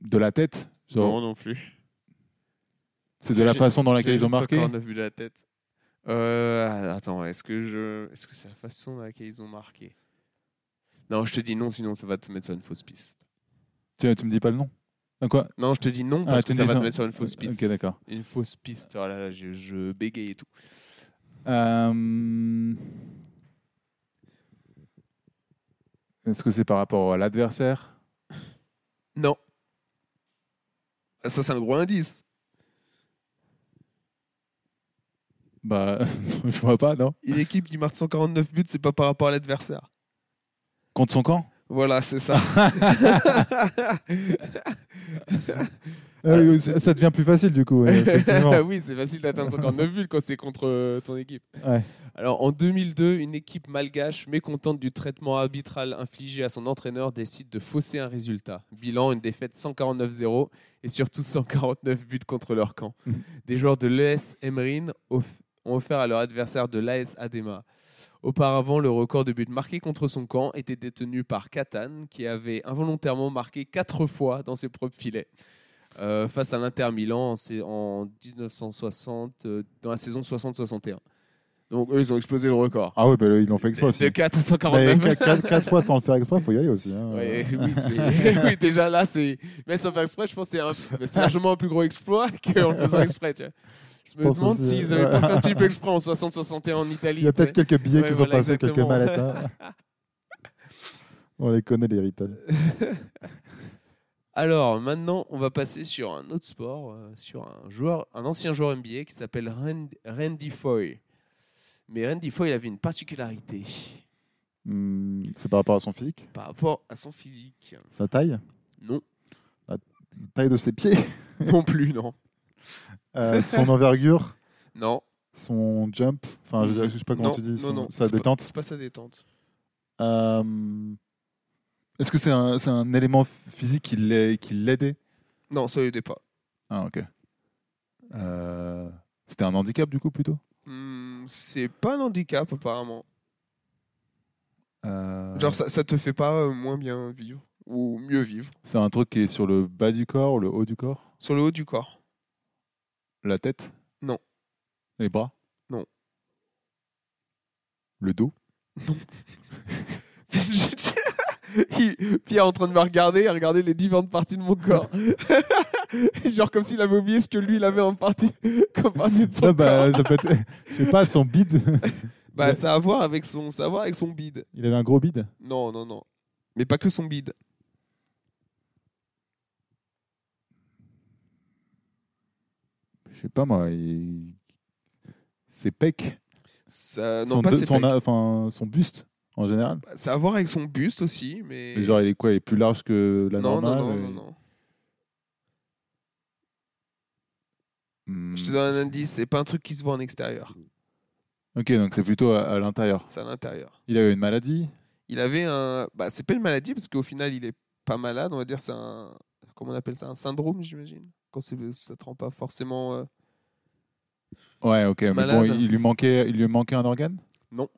Speaker 2: De la tête, genre,
Speaker 1: Non, non plus.
Speaker 2: c'est de la
Speaker 1: J'ai-
Speaker 2: façon dans laquelle
Speaker 1: J'ai
Speaker 2: ils ont
Speaker 1: juste
Speaker 2: marqué.
Speaker 1: 149 buts à la tête. Euh, attends, est-ce que je. Est-ce que c'est la façon dans laquelle ils ont marqué Non, je te dis non, sinon ça va te mettre sur une fausse piste.
Speaker 2: Tu, tu me dis pas le nom. Ah, quoi
Speaker 1: Non, je te dis non
Speaker 2: Ah,
Speaker 1: parce
Speaker 2: tu
Speaker 1: que
Speaker 2: me
Speaker 1: ça
Speaker 2: dis
Speaker 1: va te
Speaker 2: non.
Speaker 1: mettre sur une fausse piste.
Speaker 2: Ok, d'accord.
Speaker 1: Une fausse piste. Oh là là, je, je bégaye et tout.
Speaker 2: Euh, Est-ce que c'est par rapport à l'adversaire
Speaker 1: Non. Ah, Ça, c'est un gros indice.
Speaker 2: Bah, je vois pas, non.
Speaker 1: Une équipe qui marque 149 buts, c'est pas par rapport à l'adversaire.
Speaker 2: Contre son camp
Speaker 1: Voilà, c'est ça.
Speaker 2: Ah
Speaker 1: Voilà,
Speaker 2: oui,
Speaker 1: c'est-
Speaker 2: ça ça devient plus facile du coup, ouais, effectivement.
Speaker 1: oui, c'est facile d'atteindre 59 buts quand c'est contre euh, ton équipe.
Speaker 2: Ouais.
Speaker 1: Alors en 2002, une équipe malgache mécontente du traitement arbitral infligé à son entraîneur décide de fausser un résultat. Bilan une défaite 149-0 et surtout 149 buts contre leur camp.
Speaker 2: Mhm.
Speaker 1: Des joueurs de l'ES Emerin off- ont offert à leur adversaire de l'AS Adema. Auparavant, le record de buts marqués contre son camp était détenu par Catane, qui avait involontairement marqué quatre fois dans ses propres filets. Euh, face à l'Inter Milan c'est en 1960, euh, dans la saison 60-61. Donc eux, ils ont explosé le record.
Speaker 2: Ah oui, bah, ils l'ont fait exprès
Speaker 1: De, de
Speaker 2: aussi.
Speaker 1: 4 à
Speaker 2: Mais
Speaker 1: 149.
Speaker 2: 4 fois sans le faire exprès, faut y aller aussi. hein.
Speaker 1: Ouais, oui, c'est- oui, déjà là, c'est. Mais sans faire exprès, je pense que c'est un- c'est largement un plus gros exploit qu'en le faisant exprès. tu vois. Je me
Speaker 2: pense
Speaker 1: demande
Speaker 2: aussi,
Speaker 1: s'ils
Speaker 2: ouais.
Speaker 1: n'avaient pas fait un petit peu exprès en 60-61 en Italie.
Speaker 2: Il y a
Speaker 1: tu sais.
Speaker 2: peut-être quelques billets
Speaker 1: Ouais,
Speaker 2: qui
Speaker 1: voilà,
Speaker 2: sont passés, quelques
Speaker 1: exactement.
Speaker 2: mallettes. hein. On les connaît, les Rital.
Speaker 1: Alors maintenant, on va passer sur un autre sport, euh, sur un joueur, un ancien joueur NBA qui s'appelle Rand- Randy Foy. Mais Randy Foy, il avait une particularité
Speaker 2: Hmm, c'est par rapport à son physique,
Speaker 1: par rapport à son physique.
Speaker 2: sa taille,
Speaker 1: Non,
Speaker 2: la taille de ses pieds,
Speaker 1: non plus, non,
Speaker 2: euh, son envergure,
Speaker 1: non.
Speaker 2: son jump. Enfin, je, je sais pas comment
Speaker 1: Non,
Speaker 2: tu dis,
Speaker 1: non,
Speaker 2: son-
Speaker 1: non,
Speaker 2: sa
Speaker 1: c'est pas-
Speaker 2: détente.
Speaker 1: C'est pas sa détente.
Speaker 2: Euh, Est-ce que c'est un, c'est un élément physique qui l'a- qui l'aidait
Speaker 1: Non, ça l'aidait pas.
Speaker 2: Ah, ok. Euh, C'était un handicap, du coup, plutôt
Speaker 1: Hmm, c'est pas un handicap apparemment.
Speaker 2: Euh,
Speaker 1: Genre ça, ça te fait pas euh, moins bien vivre ou mieux vivre
Speaker 2: C'est un truc qui est sur le bas du corps, le haut du corps,
Speaker 1: sur le haut du corps.
Speaker 2: la tête
Speaker 1: Non.
Speaker 2: Les bras
Speaker 1: Non.
Speaker 2: Le dos
Speaker 1: Il- Pierre est en train de me regarder et regarder les différentes parties de mon corps. Genre comme s'il avait oublié ce que lui il avait en partie comme partie de son
Speaker 2: Ah bah,
Speaker 1: corps.
Speaker 2: ça peut être- je sais pas, son bide.
Speaker 1: Bah ça a à voir avec son ça a à voir avec son bide.
Speaker 2: Il avait un gros bide.
Speaker 1: Non non non. Mais pas que son bide.
Speaker 2: Je sais pas, moi. il- Ses pecs.
Speaker 1: Ça, Euh, non
Speaker 2: son,
Speaker 1: pas
Speaker 2: de-
Speaker 1: ses
Speaker 2: son,
Speaker 1: pecs.
Speaker 2: a- enfin, son buste, en général.
Speaker 1: Ça a à voir avec son buste aussi mais
Speaker 2: Mais Genre, il est quoi Il est plus large que la
Speaker 1: non, non
Speaker 2: normale
Speaker 1: non
Speaker 2: et-
Speaker 1: non non.
Speaker 2: Hmm.
Speaker 1: Je te donne un indice, c'est pas un truc qui se voit en extérieur,
Speaker 2: Ok, donc c'est plutôt à, à l'intérieur.
Speaker 1: c'est à l'intérieur.
Speaker 2: Il avait une maladie
Speaker 1: Il avait un bah c'est pas une maladie parce qu'au final il est pas malade, on va dire c'est un comment on appelle ça un syndrome j'imagine. Quand c'est- ça te rend pas forcément euh,
Speaker 2: Ouais, ok. Mais bon,
Speaker 1: Malade.
Speaker 2: il lui manquait, il lui manquait un organe
Speaker 1: Non.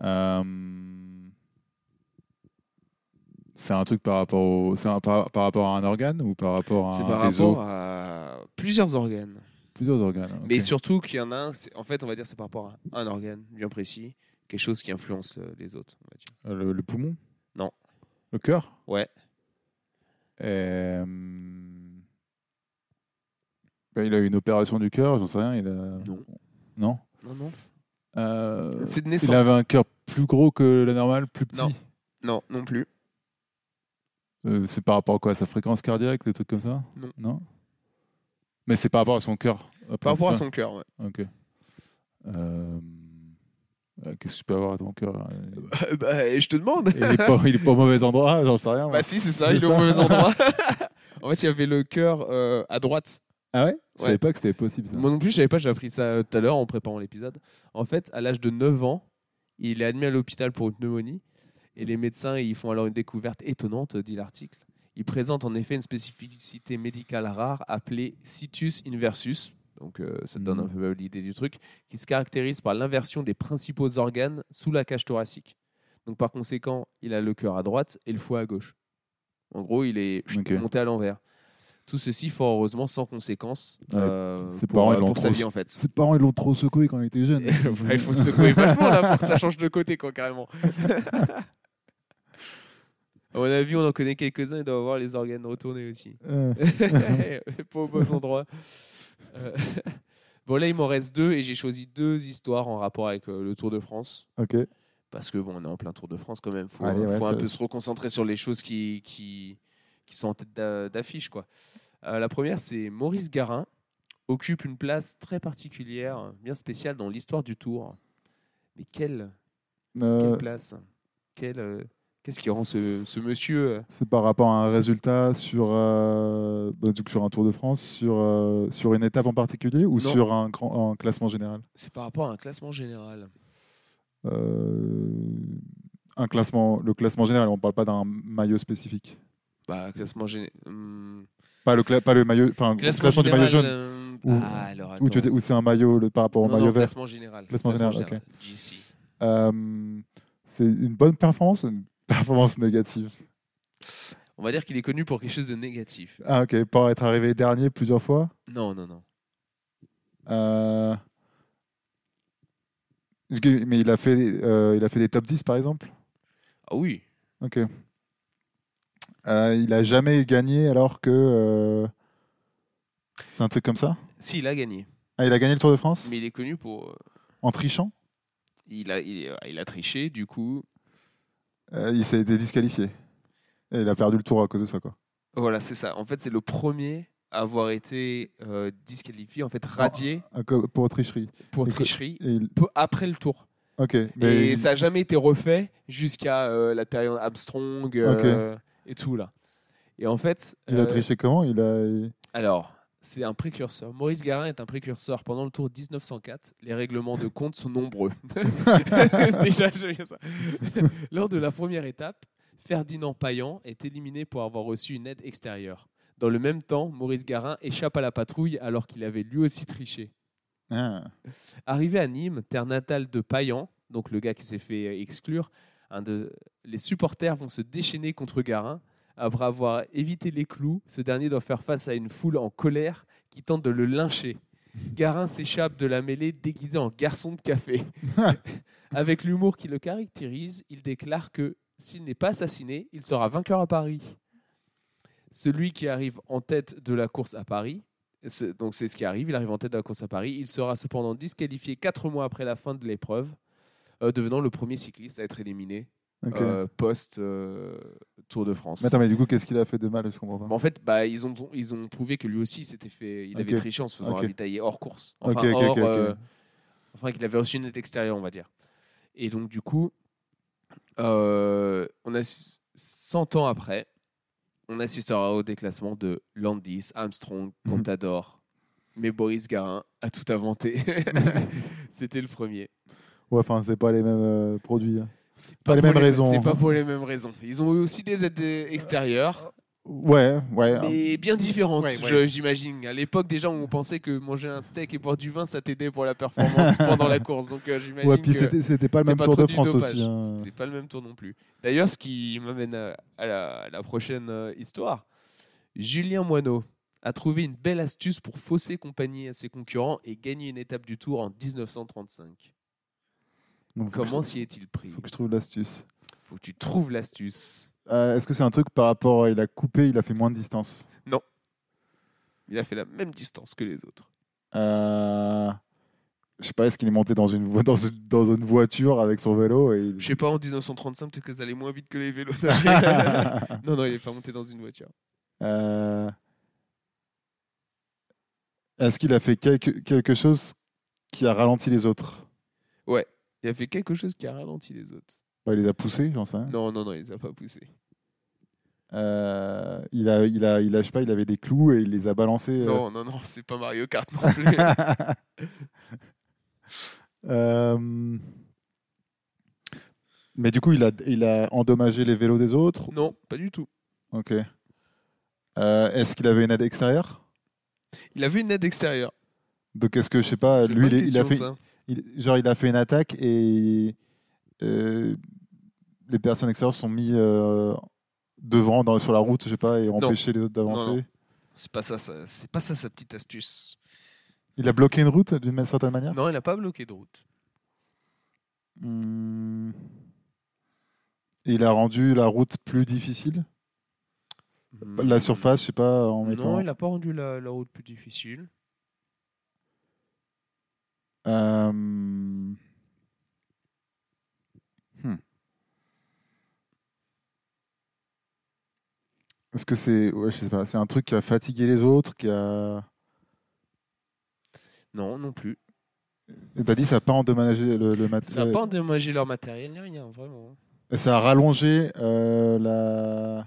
Speaker 2: Euh, C'est un truc par rapport au, c'est un- par, par rapport à un organe ou par rapport à
Speaker 1: C'est
Speaker 2: un-
Speaker 1: par
Speaker 2: des
Speaker 1: rapport
Speaker 2: Ah, os
Speaker 1: à plusieurs organes.
Speaker 2: Plusieurs organes. ok.
Speaker 1: Mais surtout qu'il y en a un, c'est- en fait, on va dire c'est par rapport à un organe bien précis, quelque chose qui influence euh, les autres. on va dire.
Speaker 2: Euh, Le, le poumon
Speaker 1: Non.
Speaker 2: Le cœur
Speaker 1: Ouais.
Speaker 2: Euh, ben, il a eu une opération du cœur, j'en sais rien. Il a...
Speaker 1: Non.
Speaker 2: Non.
Speaker 1: Non, non.
Speaker 2: Euh,
Speaker 1: C'est de
Speaker 2: Il
Speaker 1: naissance.
Speaker 2: avait un cœur plus gros que la normale, plus petit.
Speaker 1: Non. Non, non plus.
Speaker 2: Euh, c'est par rapport à quoi à Sa fréquence cardiaque, des trucs comme ça
Speaker 1: Non.
Speaker 2: Mais c'est par rapport à son cœur. euh,
Speaker 1: Par rapport à
Speaker 2: principal.
Speaker 1: son cœur. ouais.
Speaker 2: Ok. Euh, euh, Qu'est-ce que tu peux avoir à ton cœur hein
Speaker 1: Bah, bah, je te demande.
Speaker 2: il, est pas, il est pas au mauvais endroit, hein, j'en sais rien. moi.
Speaker 1: Bah si, c'est ça,
Speaker 2: C'est
Speaker 1: il est au
Speaker 2: ça.
Speaker 1: mauvais endroit. en fait, il y avait le cœur euh, à droite.
Speaker 2: ah ouais Je savais
Speaker 1: Ouais.
Speaker 2: pas que c'était possible ça.
Speaker 1: Moi non plus, je savais pas, j'ai appris ça euh, tout à l'heure en préparant l'épisode. En fait, à l'âge de 9 ans, il est admis à l'hôpital pour une pneumonie. Et les médecins, ils font alors une découverte étonnante, dit l'article. Il présente en effet une spécificité médicale rare appelée situs inversus. Donc euh, ça te donne un
Speaker 2: Mhm.
Speaker 1: peu l'idée du truc, qui se caractérise par l'inversion des principaux organes sous la cage thoracique. Donc par conséquent, il a le cœur à droite et le foie à gauche. En gros, il est
Speaker 2: Ok.
Speaker 1: monté à l'envers. Tout ceci, fort heureusement, sans conséquence
Speaker 2: Ouais,
Speaker 1: euh,
Speaker 2: ses
Speaker 1: pour,
Speaker 2: parents,
Speaker 1: euh,
Speaker 2: ils l'ont
Speaker 1: pour sa
Speaker 2: trop-
Speaker 1: vie en fait.
Speaker 2: Ses parents, ils l'ont trop secoué quand il était jeune.
Speaker 1: Ouais, il faut se secouer vachement là pour que ça change de côté quoi, carrément. à mon avis, on en connaît quelques-uns, il doit avoir les organes retournés aussi.
Speaker 2: Euh,
Speaker 1: Pas au bon endroit. Euh, bon là, il m'en reste deux et j'ai choisi deux histoires en rapport avec euh, le Tour de France.
Speaker 2: ok. Euh,
Speaker 1: Parce que bon, on est en plein Tour de France quand même. Faut,
Speaker 2: Allez, ouais,
Speaker 1: faut un
Speaker 2: ça-
Speaker 1: peu se reconcentrer sur les choses qui, qui, qui sont en tête d'a- d'affiche. quoi. Euh, la première, c'est Maurice Garin occupe une place très particulière, bien spéciale dans l'histoire du Tour. Mais quelle, quelle
Speaker 2: Euh,
Speaker 1: place Quelle, euh, Qu'est-ce qui rend ce, ce monsieur euh,
Speaker 2: C'est par rapport à un résultat sur, euh, bah, donc sur un Tour de France, sur, euh, sur une étape en particulier ou
Speaker 1: Non.
Speaker 2: sur un, grand, un classement général
Speaker 1: C'est par rapport à un classement général.
Speaker 2: Euh, un classement, Le classement général, on ne parle pas d'un maillot spécifique.
Speaker 1: Bah, classement général. hum,
Speaker 2: Pas le, cla- pas le maillot, enfin, classement, classement du maillot jaune.
Speaker 1: euh,
Speaker 2: Ou-
Speaker 1: ah, alors attends.
Speaker 2: Ou tu- ou c'est un maillot le- par rapport au
Speaker 1: Non,
Speaker 2: maillot
Speaker 1: non,
Speaker 2: vert.
Speaker 1: classement général.
Speaker 2: Classement général,
Speaker 1: GC.
Speaker 2: Euh, c'est une bonne performance ou une performance négative
Speaker 1: On va dire qu'il est connu pour quelque chose de négatif.
Speaker 2: Ah, ok, pour être arrivé dernier plusieurs fois.
Speaker 1: Non, non, non.
Speaker 2: Euh, ok, Mais il a, fait, euh, il a fait des top 10 par exemple
Speaker 1: Ah oui.
Speaker 2: Ok. Euh, il a jamais gagné alors que. euh, C'est un truc comme ça
Speaker 1: Si, il a gagné.
Speaker 2: Ah, il a gagné le Tour de France
Speaker 1: Mais il est connu pour. euh,
Speaker 2: En trichant
Speaker 1: Il a, il, euh, il a triché, du coup.
Speaker 2: Euh, Il s'est désqualifié. Et il a perdu le tour à cause de ça, quoi.
Speaker 1: Voilà, c'est ça. En fait, c'est le premier à avoir été euh, disqualifié, en fait radié
Speaker 2: À co- Pour tricherie.
Speaker 1: pour
Speaker 2: Et que-
Speaker 1: tricherie
Speaker 2: Et il-
Speaker 1: peu après le tour.
Speaker 2: Ok. Mais
Speaker 1: Et ça n'a jamais été refait jusqu'à euh, la période Armstrong euh, et tout là. Et en fait,
Speaker 2: il a
Speaker 1: euh,
Speaker 2: triché comment il a... il-
Speaker 1: alors, c'est un précurseur. Maurice Garin est un précurseur. Pendant le tour 1904, les règlements de compte sont nombreux. Déjà, j'aime bien ça. Lors de la première étape, Ferdinand Payan est éliminé pour avoir reçu une aide extérieure. Dans le même temps, Maurice Garin échappe à la patrouille alors qu'il avait lui aussi triché.
Speaker 2: Ah.
Speaker 1: Arrivé à Nîmes, terre natale de Payan, donc le gars qui s'est fait euh, exclure, un de... les supporters vont se déchaîner contre Garin. Après avoir évité les clous, ce dernier doit faire face à une foule en colère qui tente de le lyncher. Garin s'échappe de la mêlée déguisé en garçon de café. Avec l'humour qui le caractérise, il déclare que s'il n'est pas assassiné, il sera vainqueur à Paris. Celui qui arrive en tête de la course à Paris c'est- Donc c'est ce qui arrive, il arrive en tête de la course à Paris. Il sera cependant disqualifié quatre mois après la fin de l'épreuve, euh, devenant le premier cycliste à être éliminé
Speaker 2: Ok.
Speaker 1: euh, post euh, Tour de France.
Speaker 2: Mais attends, mais du coup, qu'est-ce qu'il a fait de mal Je comprends pas.
Speaker 1: Mais en fait, bah, ils, ont, ils ont prouvé que lui aussi il s'était fait, il avait
Speaker 2: Ok.
Speaker 1: triché en se faisant
Speaker 2: Ok.
Speaker 1: ravitailler hors course. Enfin,
Speaker 2: Ok, ok,
Speaker 1: hors,
Speaker 2: ok, ok.
Speaker 1: euh, enfin qu'il avait reçu une aide extérieure, on va dire. Et donc du coup, euh, on a 100 ans après, on assistera au déclassement de Landis, Armstrong,
Speaker 2: Mhm.
Speaker 1: Contador. Mais Boris Garin a tout inventé. C'était le premier.
Speaker 2: Ouais, enfin, c'est pas les mêmes euh, produits. hein.
Speaker 1: C'est
Speaker 2: Pas les
Speaker 1: pour
Speaker 2: mêmes raisons. hein.
Speaker 1: C'est pas pour les mêmes raisons. Ils ont eu aussi des aides euh, extérieures,
Speaker 2: Ouais, ouais. hein.
Speaker 1: mais bien différentes,
Speaker 2: Ouais, ouais.
Speaker 1: je- j'imagine. À l'époque, déjà, on pensait que manger un steak et boire du vin, ça t'aidait pour la performance pendant la course. Donc, euh, j'imagine
Speaker 2: Ouais, puis
Speaker 1: que-
Speaker 2: c'était c'était pas le
Speaker 1: C'était
Speaker 2: même Tour
Speaker 1: trop
Speaker 2: de
Speaker 1: du
Speaker 2: France
Speaker 1: dopage.
Speaker 2: aussi. hein.
Speaker 1: C'était pas le même tour non plus. D'ailleurs, ce qui m'amène à, à la, à la prochaine euh, histoire. Julien Moineau a trouvé une belle astuce pour fausser compagnie à ses concurrents et gagner une étape du tour en 1935.
Speaker 2: Donc, faut que je-
Speaker 1: Comment s'y est-il pris
Speaker 2: Faut que je trouve l'astuce.
Speaker 1: Faut que tu trouves l'astuce.
Speaker 2: Euh, Est-ce que c'est un truc par rapport à il a coupé, il a fait moins de distance
Speaker 1: Il a fait la même distance que les autres.
Speaker 2: Euh, Je sais pas, est-ce qu'il est monté dans une, vo- dans une, dans une voiture avec son vélo et il-
Speaker 1: Je sais pas, en 1935, peut-être qu'elles allaient moins vite que les vélos. Non, je rigole. non, non, il est pas monté dans une voiture.
Speaker 2: Euh, Est-ce qu'il a fait quelque, quelque chose qui a ralenti les autres
Speaker 1: Il a fait quelque chose qui a ralenti les autres.
Speaker 2: Bah, Il les a poussés, j'en sais rien.
Speaker 1: Non, non, non, il les a pas poussés.
Speaker 2: Euh, il, a, il, a, il a- je sais pas, il avait des clous et il les a balancés. euh.
Speaker 1: Non, non, non, c'est pas Mario Kart non plus.
Speaker 2: Euh, Mais du coup, il a, il a endommagé les vélos des autres
Speaker 1: non, pas du tout.
Speaker 2: Ok. Euh, est-ce qu'il avait une aide extérieure
Speaker 1: Il avait une aide extérieure.
Speaker 2: Donc est-ce que je sais pas,
Speaker 1: C'est une
Speaker 2: Ah, lui
Speaker 1: bonne
Speaker 2: il, il a fait,
Speaker 1: question, ça.
Speaker 2: il- genre il a fait une attaque et euh, les personnes extérieures sont mis euh, devant dans- sur la route, je sais pas, et ont
Speaker 1: Non.
Speaker 2: empêché les autres d'avancer.
Speaker 1: Non, non. C'est pas ça, ça- c'est pas ça sa petite astuce.
Speaker 2: Il a bloqué une route d'une même- certaine manière.
Speaker 1: Non, il n'a pas bloqué de route.
Speaker 2: Hmm. Il a rendu la route plus difficile, la surface, je sais pas, en mettant.
Speaker 1: Hmm. Non, il n'a pas rendu la, la route plus difficile.
Speaker 2: Euh, hmm. Est-ce que c'est ouais, je sais pas, c'est un truc qui a fatigué les autres, qui a
Speaker 1: Non, non plus.
Speaker 2: Et T'as dit ça n'a pas endommagé le, le mat-
Speaker 1: Ça n'a
Speaker 2: euh,
Speaker 1: pas endommagé leur matériel ni rien, vraiment.
Speaker 2: Ça a rallongé euh, la...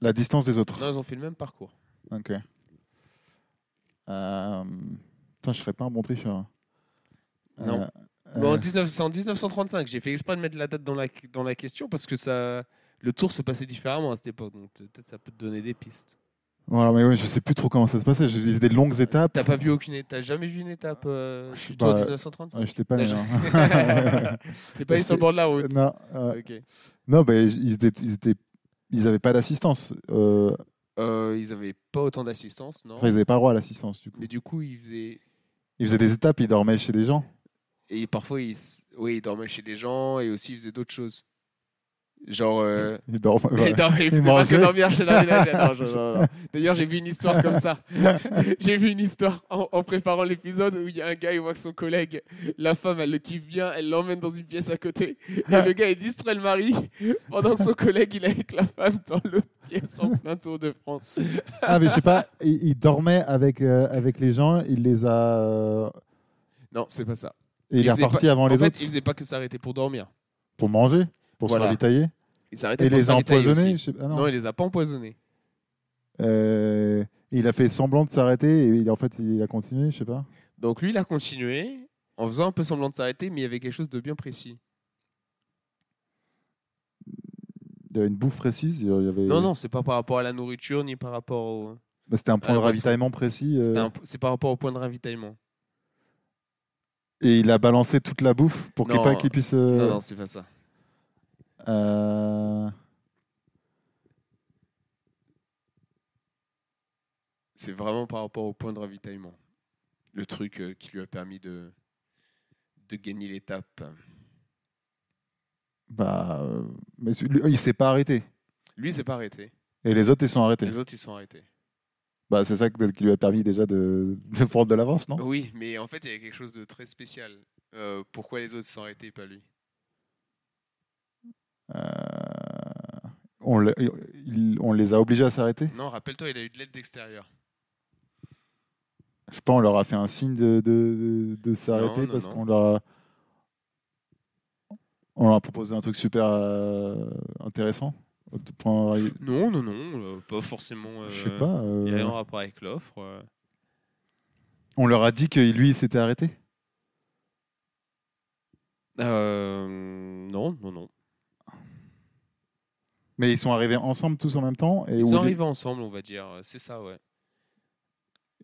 Speaker 2: la distance des autres.
Speaker 1: Non, ils ont fait le même parcours.
Speaker 2: Ok. Euh, Putain, je serais pas un bon tricheur.
Speaker 1: Non.
Speaker 2: Euh,
Speaker 1: Bon, en
Speaker 2: euh,
Speaker 1: 19 c'est en 1935. J'ai fait exprès de mettre la date dans la, dans la question parce que ça, le tour se passait différemment à cette époque. Donc peut-être ça peut te donner des pistes.
Speaker 2: Voilà, mais ouais, je sais plus trop comment ça se passait. Je faisais des longues étapes.
Speaker 1: T'as pas vu aucune étape, t'as jamais vu une étape euh,
Speaker 2: Je sais
Speaker 1: du tour
Speaker 2: pas.
Speaker 1: 1935
Speaker 2: Ouais, J'étais pas né.
Speaker 1: Déjà.
Speaker 2: hein.
Speaker 1: C'est pas eu sur le bord de la route.
Speaker 2: non, euh,
Speaker 1: Ok.
Speaker 2: non bah, ils étaient, ils étaient- ils avaient pas d'assistance. Euh,
Speaker 1: Euh, ils avaient pas autant d'assistance, non
Speaker 2: enfin, ils avaient pas droit à l'assistance du coup.
Speaker 1: Mais du coup, ils faisaient.
Speaker 2: Ils faisaient des étapes, ils dormaient chez des gens.
Speaker 1: Et parfois, ils, s- oui, ils dormaient chez des gens et aussi ils faisaient d'autres choses. Genre. euh,
Speaker 2: Ils dormaient.
Speaker 1: Mais
Speaker 2: voilà.
Speaker 1: non, mais c'est pas
Speaker 2: mangeaient.
Speaker 1: que dormir chez la ménagère. Non, je- non, non. D'ailleurs, j'ai vu une histoire comme ça. j'ai vu une histoire en, en préparant l'épisode où il y a un gars, il voit que son collègue, la femme, elle le kiffe bien, elle l'emmène dans une pièce à côté. Et le gars, il distrait le mari pendant que son collègue, il est avec la femme dans l'autre pièce en plein Tour de France.
Speaker 2: Ah, mais je sais pas, il, il dormait avec, euh, avec les gens, il les a. euh,
Speaker 1: Non, c'est pas ça.
Speaker 2: et il,
Speaker 1: Il
Speaker 2: est
Speaker 1: faisait
Speaker 2: reparti avant
Speaker 1: En
Speaker 2: les
Speaker 1: fait,
Speaker 2: autres
Speaker 1: il faisait pas que s'arrêter pour dormir.
Speaker 2: pour manger, pour
Speaker 1: Voilà.
Speaker 2: se ravitailler.
Speaker 1: Il s'arrêtait
Speaker 2: Et
Speaker 1: pour
Speaker 2: les a
Speaker 1: s'arrêter
Speaker 2: empoisonnés.
Speaker 1: aussi.
Speaker 2: je sais pas, ah non.
Speaker 1: Non, il les a pas empoisonnés.
Speaker 2: Euh, il a fait semblant de s'arrêter et il- en fait il a continué, je sais pas.
Speaker 1: Donc lui, il a continué en faisant un peu semblant de s'arrêter, mais il y avait quelque chose de bien précis.
Speaker 2: Il y avait une bouffe précise. Il y avait...
Speaker 1: Non, non, c'est pas par rapport à la nourriture ni par rapport au.
Speaker 2: Bah, C'était un point
Speaker 1: Ah,
Speaker 2: de
Speaker 1: ouais,
Speaker 2: ravitaillement précis. euh,
Speaker 1: C'était un- C'est par rapport au point de ravitaillement.
Speaker 2: Et il a balancé toute la bouffe pour qu'il
Speaker 1: Non,
Speaker 2: pas qu'il puisse. euh,
Speaker 1: Non, non, c'est pas ça.
Speaker 2: euh,
Speaker 1: C'est vraiment par rapport au point de ravitaillement. Le truc euh, qui lui a permis de, de gagner l'étape.
Speaker 2: Bah, euh, mais celui- lui, il s'est pas arrêté.
Speaker 1: Lui, il s'est pas arrêté.
Speaker 2: Et les autres ils sont arrêtés.
Speaker 1: Les autres, ils sont arrêtés.
Speaker 2: Bah, c'est ça que- qui lui a permis déjà de, de prendre de l'avance, non
Speaker 1: Oui, mais en fait, il y avait quelque chose de très spécial. Euh, pourquoi les autres se sont arrêtés et pas lui
Speaker 2: Euh, on, l'a- il- on les a obligés à s'arrêter.
Speaker 1: Non, rappelle-toi, il a eu de l'aide d'extérieur.
Speaker 2: Je sais pas, on leur a fait un signe de, de, de- de s'arrêter
Speaker 1: Non, non,
Speaker 2: parce
Speaker 1: non.
Speaker 2: qu'on leur a... On leur a proposé un truc super euh, intéressant. Au tout point-
Speaker 1: Non, non, non, euh, pas forcément.
Speaker 2: Ah, je
Speaker 1: euh,
Speaker 2: sais pas. euh,
Speaker 1: Il y a un rapport avec l'offre. euh.
Speaker 2: on leur a dit que lui, il s'était arrêté.
Speaker 1: Euh, non, non, non.
Speaker 2: Mais ils sont arrivés ensemble tous en même temps. Et,
Speaker 1: Ils sont
Speaker 2: où les-
Speaker 1: arrivés ensemble, on va dire. C'est ça, ouais.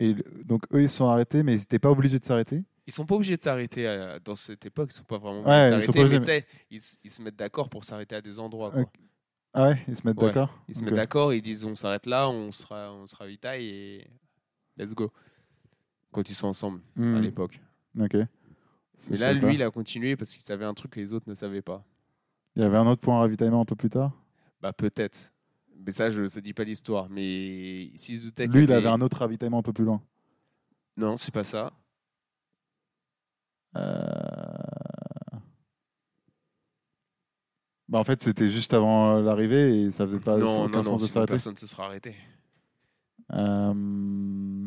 Speaker 2: et donc eux, ils se sont arrêtés, mais ils n'étaient pas obligés de s'arrêter.
Speaker 1: Ils sont pas obligés de s'arrêter à- dans cette époque, ils sont pas vraiment
Speaker 2: Ouais,
Speaker 1: obligés de
Speaker 2: ils
Speaker 1: s'arrêter,
Speaker 2: sont pas
Speaker 1: mais
Speaker 2: obligés,
Speaker 1: tu sais, ils, s- ils se mettent d'accord pour s'arrêter à des endroits. quoi.
Speaker 2: Ok. Ah ouais, ils se mettent
Speaker 1: Ouais,
Speaker 2: d'accord.
Speaker 1: Ils se
Speaker 2: Ok.
Speaker 1: mettent d'accord, ils disent on s'arrête là, on sera, on sera ravitaille et let's go. Quand ils sont ensemble à
Speaker 2: Hmm,
Speaker 1: l'époque.
Speaker 2: ok.
Speaker 1: Mais
Speaker 2: Je
Speaker 1: là,
Speaker 2: sais pas.
Speaker 1: lui, il a continué parce qu'il savait un truc que les autres ne savaient pas.
Speaker 2: il y avait un autre point ravitaillement un peu plus tard.
Speaker 1: Bah peut-être. Mais ça, je, ça dit pas l'histoire. Mais s'ils se doutaient qu'il
Speaker 2: Lui, il
Speaker 1: y
Speaker 2: avait un autre ravitaillement un peu plus loin.
Speaker 1: Non, c'est pas ça.
Speaker 2: Euh, Bah en fait, c'était juste avant euh, l'arrivée et ça faisait pas
Speaker 1: non,
Speaker 2: aucun
Speaker 1: non, non,
Speaker 2: sens de
Speaker 1: sinon
Speaker 2: s'arrêter.
Speaker 1: personne ne se sera arrêté.
Speaker 2: Euh,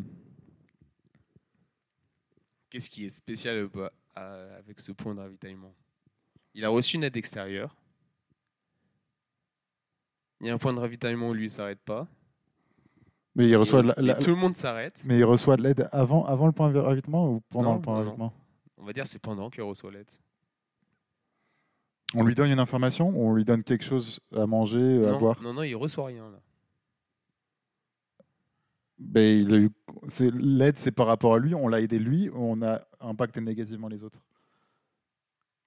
Speaker 1: Qu'est-ce qui est spécial bah, à- avec ce point de ravitaillement Il a reçu une aide extérieure. Il y a un point de ravitaillement où lui ne s'arrête pas.
Speaker 2: Mais il reçoit,
Speaker 1: Et-
Speaker 2: la-
Speaker 1: et
Speaker 2: la-
Speaker 1: tout le monde s'arrête.
Speaker 2: mais il reçoit de l'aide avant, avant le point de ravitaillement ou pendant
Speaker 1: Non,
Speaker 2: le point
Speaker 1: non,
Speaker 2: de
Speaker 1: non.
Speaker 2: ravitaillement
Speaker 1: On va dire c'est pendant qu'il reçoit l'aide.
Speaker 2: On lui donne une information, on lui donne quelque chose à manger, euh, à
Speaker 1: Non,
Speaker 2: boire.
Speaker 1: non, non, il reçoit rien. Là.
Speaker 2: Mais Ben, il a eu- c'est- l'aide, c'est par rapport à lui, on l'a aidé lui, on a impacté négativement les autres.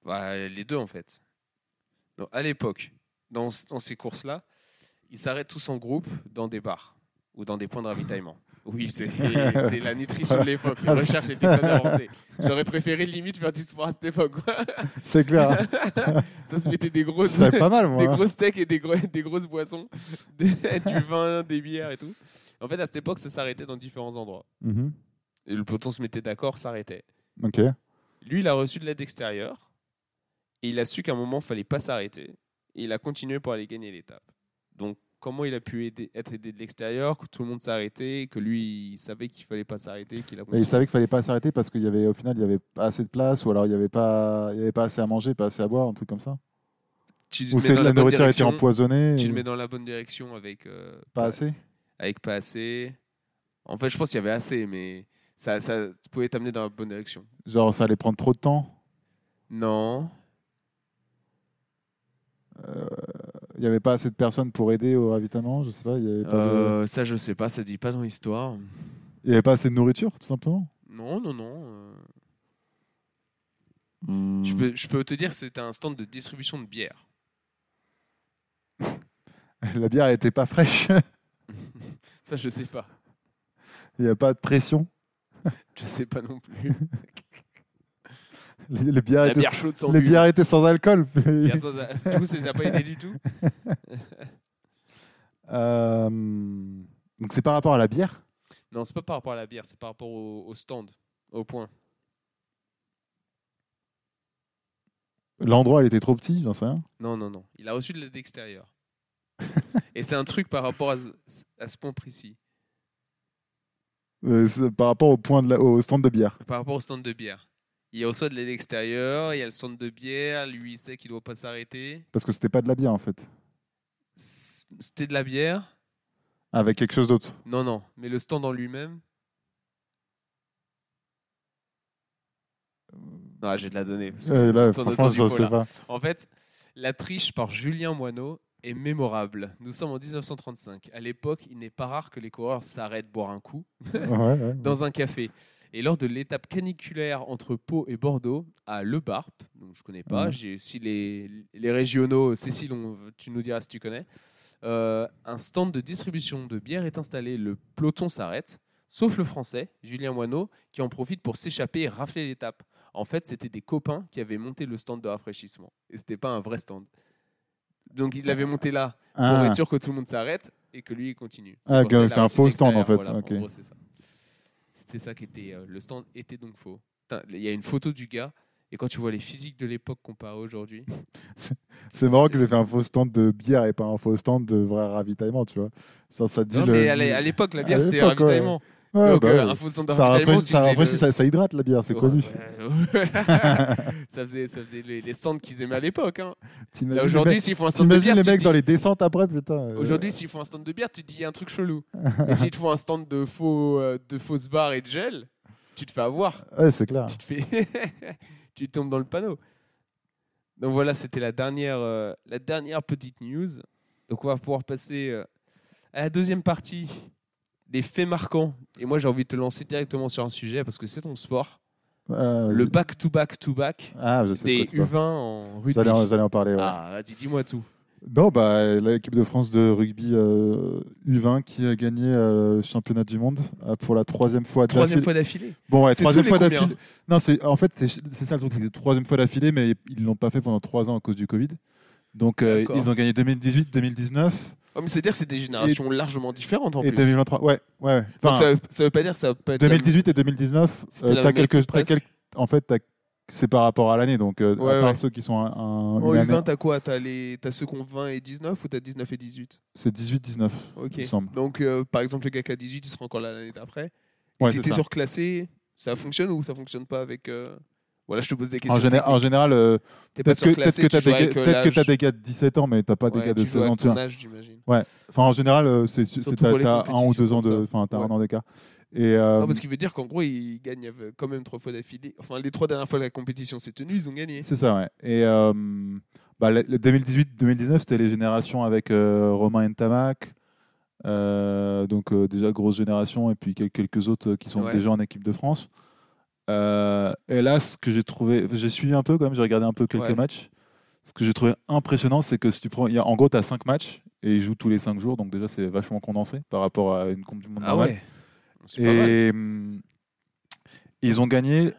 Speaker 1: Bah, les deux en fait. Donc, à l'époque, dans, c- dans ces courses-là, ils s'arrêtent tous en groupe dans des bars ou dans des points de ravitaillement. Oui, c'est c'est la nutrition de l'époque. Les recherches étaient très avancées. J'aurais préféré limite faire du sport à cette époque. quoi.
Speaker 2: C'est clair,
Speaker 1: Ça se mettait des grosses,
Speaker 2: c'est pas mal moi.
Speaker 1: des
Speaker 2: hein.
Speaker 1: gros steaks et des, gros- des grosses boissons, des- du vin, des bières et tout. En fait, à cette époque, ça s'arrêtait dans différents endroits.
Speaker 2: Mhm.
Speaker 1: Et le peloton se mettait d'accord, s'arrêtait.
Speaker 2: Ok.
Speaker 1: Lui, il a reçu de l'aide extérieure et il a su qu'à un moment, il fallait pas s'arrêter. Et il a continué pour aller gagner l'étape. Donc, comment il a pu aider- être aidé de l'extérieur, que tout le monde s'arrêtait, que lui, il savait qu'il fallait pas s'arrêter, qu'il a
Speaker 2: Et il
Speaker 1: continué.
Speaker 2: savait qu'il fallait pas s'arrêter parce qu'il y avait au final il y avait pas assez de place ou alors il y avait pas il y avait pas assez à manger, pas assez à boire, un truc comme ça.
Speaker 1: tu le
Speaker 2: Ou
Speaker 1: mets
Speaker 2: c'est
Speaker 1: dans
Speaker 2: la
Speaker 1: bonne
Speaker 2: nourriture a été
Speaker 1: direction,
Speaker 2: empoisonnée
Speaker 1: Tu
Speaker 2: et
Speaker 1: le mets dans la bonne direction avec. euh,
Speaker 2: Pas assez
Speaker 1: Avec pas assez. En fait, je pense qu'il y avait assez, mais ça, ça pouvait t'amener dans la bonne direction.
Speaker 2: Genre, ça allait prendre trop de temps
Speaker 1: Non.
Speaker 2: Il n'y avait pas assez de personnes pour aider au ravitaillement Je sais pas. Il n'y avait, pas de-
Speaker 1: Euh, Ça, je sais pas. Ça dit pas dans l'histoire.
Speaker 2: il y avait pas assez de nourriture, tout simplement
Speaker 1: Non, non, non. euh,
Speaker 2: Hmm.
Speaker 1: Je, peux, je peux te dire, c'était un stand de distribution de bière.
Speaker 2: La bière n'était pas fraîche.
Speaker 1: Ça, je sais pas.
Speaker 2: Il n'y a pas de pression.
Speaker 1: Je sais pas non plus.
Speaker 2: Les, les bières,
Speaker 1: La
Speaker 2: étaient,
Speaker 1: bière chaude sans
Speaker 2: Ah, les
Speaker 1: but.
Speaker 2: bières étaient sans alcool.
Speaker 1: Bière sans- Du coup, ça les a pas aidé du tout.
Speaker 2: Euh, Donc c'est par rapport à la bière.
Speaker 1: Non, c'est pas par rapport à la bière, c'est par rapport au, au stand, au point.
Speaker 2: L'endroit, il était trop petit, j'en sais rien.
Speaker 1: Non, non, non. Il a reçu de l'aide extérieure. Et c'est un truc par rapport à ce, à ce point précis,
Speaker 2: Euh, c'est par rapport au point de la- au stand de bière.
Speaker 1: par rapport au stand de bière. Il reçoit de l'aide extérieure, il y a le stand de bière, lui il sait qu'il doit pas s'arrêter.
Speaker 2: Parce que c'était pas de la bière en fait.
Speaker 1: C- C'était de la bière
Speaker 2: Avec quelque chose d'autre.
Speaker 1: Non, non. Mais le stand en lui-même Non, j'ai de la donnée. parce que
Speaker 2: Euh, là,
Speaker 1: autour de
Speaker 2: franchement,
Speaker 1: toi,
Speaker 2: je
Speaker 1: du coup,
Speaker 2: sais
Speaker 1: là.
Speaker 2: pas.
Speaker 1: En fait, la triche par Julien Moineau est mémorable. Nous sommes en 1935. À l'époque, il n'est pas rare que les coureurs s'arrêtent boire un coup
Speaker 2: Ouais, ouais.
Speaker 1: dans un café. Et lors de l'étape caniculaire entre Pau et Bordeaux, à Le Barp, donc je connais pas,
Speaker 2: Ouais.
Speaker 1: j'ai aussi les, les régionaux, Cécile, on- tu nous diras si tu connais, euh, un stand de distribution de bière est installé, le peloton s'arrête, sauf le français, Julien Moineau, qui en profite pour s'échapper et rafler l'étape. En fait, c'était des copains qui avaient monté le stand de rafraîchissement, et c'était pas un vrai stand. Donc il l'avait monté là pour
Speaker 2: Ah,
Speaker 1: être sûr que tout le monde s'arrête et que lui il continue. C'est
Speaker 2: Ah,
Speaker 1: pour ça qu'il a
Speaker 2: c'était un
Speaker 1: reçu
Speaker 2: faux stand, en
Speaker 1: l'extérieur,
Speaker 2: fait.
Speaker 1: voilà,
Speaker 2: Ok.
Speaker 1: gros, c'est ça. C'était ça qui était euh, le stand était donc faux. Putain, Il y a une photo du gars et quand tu vois les physiques de l'époque comparées aujourd'hui,
Speaker 2: c'est marrant
Speaker 1: c'est-
Speaker 2: qu'ils aient fait un faux stand de bière et pas un faux stand de vrai ravitaillement, tu vois. Genre, ça te dit
Speaker 1: non,
Speaker 2: le-
Speaker 1: mais à l'é- à l'époque la
Speaker 2: à
Speaker 1: bière c'était
Speaker 2: l'époque, ouais.
Speaker 1: ravitaillement.
Speaker 2: Ouais,
Speaker 1: donc
Speaker 2: bah
Speaker 1: euh,
Speaker 2: ouais.
Speaker 1: un faux stand de
Speaker 2: ça
Speaker 1: ravitaillement,
Speaker 2: rafraîchit,
Speaker 1: tu
Speaker 2: ça,
Speaker 1: faisais
Speaker 2: rafraîchit,
Speaker 1: le-
Speaker 2: ça- ça hydrate la bière, c'est
Speaker 1: Ouais,
Speaker 2: connu.
Speaker 1: ouais. ça faisait ça faisait les, les stands qu'ils aimaient à l'époque. hein. Là,
Speaker 2: T'imagines les
Speaker 1: aujourd'hui
Speaker 2: mecs-
Speaker 1: s'ils font un stand de
Speaker 2: T'imagines
Speaker 1: bière,
Speaker 2: les
Speaker 1: tu te
Speaker 2: mecs
Speaker 1: dis-
Speaker 2: dans les descentes après, putain. euh,
Speaker 1: Aujourd'hui, s'ils font un stand de bière, tu te dis il y a un truc chelou. Mais s'ils te font un stand de faux euh, de fausses barres et de gel, tu te fais avoir.
Speaker 2: Ouais, c'est clair.
Speaker 1: Tu te fais tu tombes dans le panneau. Donc voilà, c'était la dernière euh, la dernière petite news. Donc on va pouvoir passer euh, à la deuxième partie les faits marquants. Et moi, j'ai envie de te lancer directement sur un sujet parce que c'est ton sport,
Speaker 2: Ah, vas-y.
Speaker 1: le back to back to back
Speaker 2: Ah, je sais de
Speaker 1: des
Speaker 2: quoi tu parles.
Speaker 1: U20 en rugby.
Speaker 2: J'allais en, j'allais en parler. ouais.
Speaker 1: Ah, vas-y, dis-moi tout.
Speaker 2: Non, bah, l'équipe de France de rugby euh, U20 qui a gagné euh, le championnat du monde euh, pour la troisième fois.
Speaker 1: Troisième
Speaker 2: d'affilée.
Speaker 1: fois d'affilée.
Speaker 2: Bon, ouais,
Speaker 1: C'est
Speaker 2: troisième
Speaker 1: tous les hein.
Speaker 2: fois
Speaker 1: combien
Speaker 2: d'affilée. Non, c'est en fait c'est c'est ça le truc, c'est que troisième fois d'affilée, mais ils l'ont pas fait pendant trois ans à cause du Covid. Donc euh,
Speaker 1: D'accord.
Speaker 2: ils ont gagné 2018, 2019
Speaker 1: Oh, mais c'est-à-dire que c'est des générations largement différentes en
Speaker 2: et
Speaker 1: plus.
Speaker 2: 2023. Ouais, ouais. ouais. Enfin,
Speaker 1: Donc ça, veut- ça veut pas dire que ça va pas être la-
Speaker 2: 2018 et 2019.
Speaker 1: C'était
Speaker 2: euh,
Speaker 1: la
Speaker 2: t'as
Speaker 1: même
Speaker 2: quelques,
Speaker 1: équipe,
Speaker 2: t'as
Speaker 1: presque.
Speaker 2: quelques- en fait, t'as- c'est par rapport à l'année, donc euh,
Speaker 1: Ouais,
Speaker 2: à part
Speaker 1: ouais. Oh,
Speaker 2: ceux qui sont un, un-
Speaker 1: En
Speaker 2: une année-
Speaker 1: U20, t'as quoi T'as les... t'as ceux qui ont 20 et 19 ou t'as 19 et 18
Speaker 2: c'est 18-19.
Speaker 1: Ok.
Speaker 2: Il me semble.
Speaker 1: Donc, euh, par exemple, le gars qui a 18, il sera encore là l'année d'après. Et
Speaker 2: Ouais,
Speaker 1: si
Speaker 2: c'est
Speaker 1: t'es
Speaker 2: ça.
Speaker 1: surclassé, ça fonctionne ou ça fonctionne pas avec. euh, Voilà, je te pose des questions.
Speaker 2: En, géné- en général, euh,
Speaker 1: T'es pas
Speaker 2: Peut-être que, peut-être
Speaker 1: surclassé,
Speaker 2: que t'as
Speaker 1: tu joues
Speaker 2: des,
Speaker 1: avec, euh,
Speaker 2: peut-être que t'as
Speaker 1: l'âge.
Speaker 2: des gars de 17 ans, mais t'as pas des
Speaker 1: Ouais,
Speaker 2: gars de
Speaker 1: tu joues
Speaker 2: 16 ans.
Speaker 1: avec
Speaker 2: tu vois.
Speaker 1: ton âge, j'imagine.
Speaker 2: Enfin, en général, euh, c'est, c'est-
Speaker 1: Surtout
Speaker 2: t'as,
Speaker 1: pour les
Speaker 2: t'as un ou deux
Speaker 1: compétitions
Speaker 2: ans de,
Speaker 1: comme
Speaker 2: enfin, t'as
Speaker 1: Ouais.
Speaker 2: un an d'écart. Et euh,
Speaker 1: Non, parce qu'il veut dire qu'en gros, ils gagnent euh, quand même trois fois d'affilée. Enfin, les trois dernières fois que la compétition s'est tenue, ils ont gagné.
Speaker 2: c'est ça, ouais. Et euh, bah, le 2018-2019, c'était les générations avec euh, Romain Ntamak. Euh, donc euh, déjà grosse génération et puis quel- quelques autres euh, qui sont
Speaker 1: Ouais.
Speaker 2: déjà en équipe de France. Euh, et là, ce que j'ai trouvé, j'ai suivi un peu quand même, j'ai regardé un peu quelques
Speaker 1: Ouais.
Speaker 2: matchs. Ce que j'ai trouvé impressionnant, c'est que si tu prends, il y a- en gros, tu as 5 matchs et ils jouent tous les 5 jours, donc déjà c'est vachement condensé par rapport à une Coupe du
Speaker 1: Ah
Speaker 2: Monde. normale.
Speaker 1: C'est pas mal.
Speaker 2: Et hum, ils ont gagné,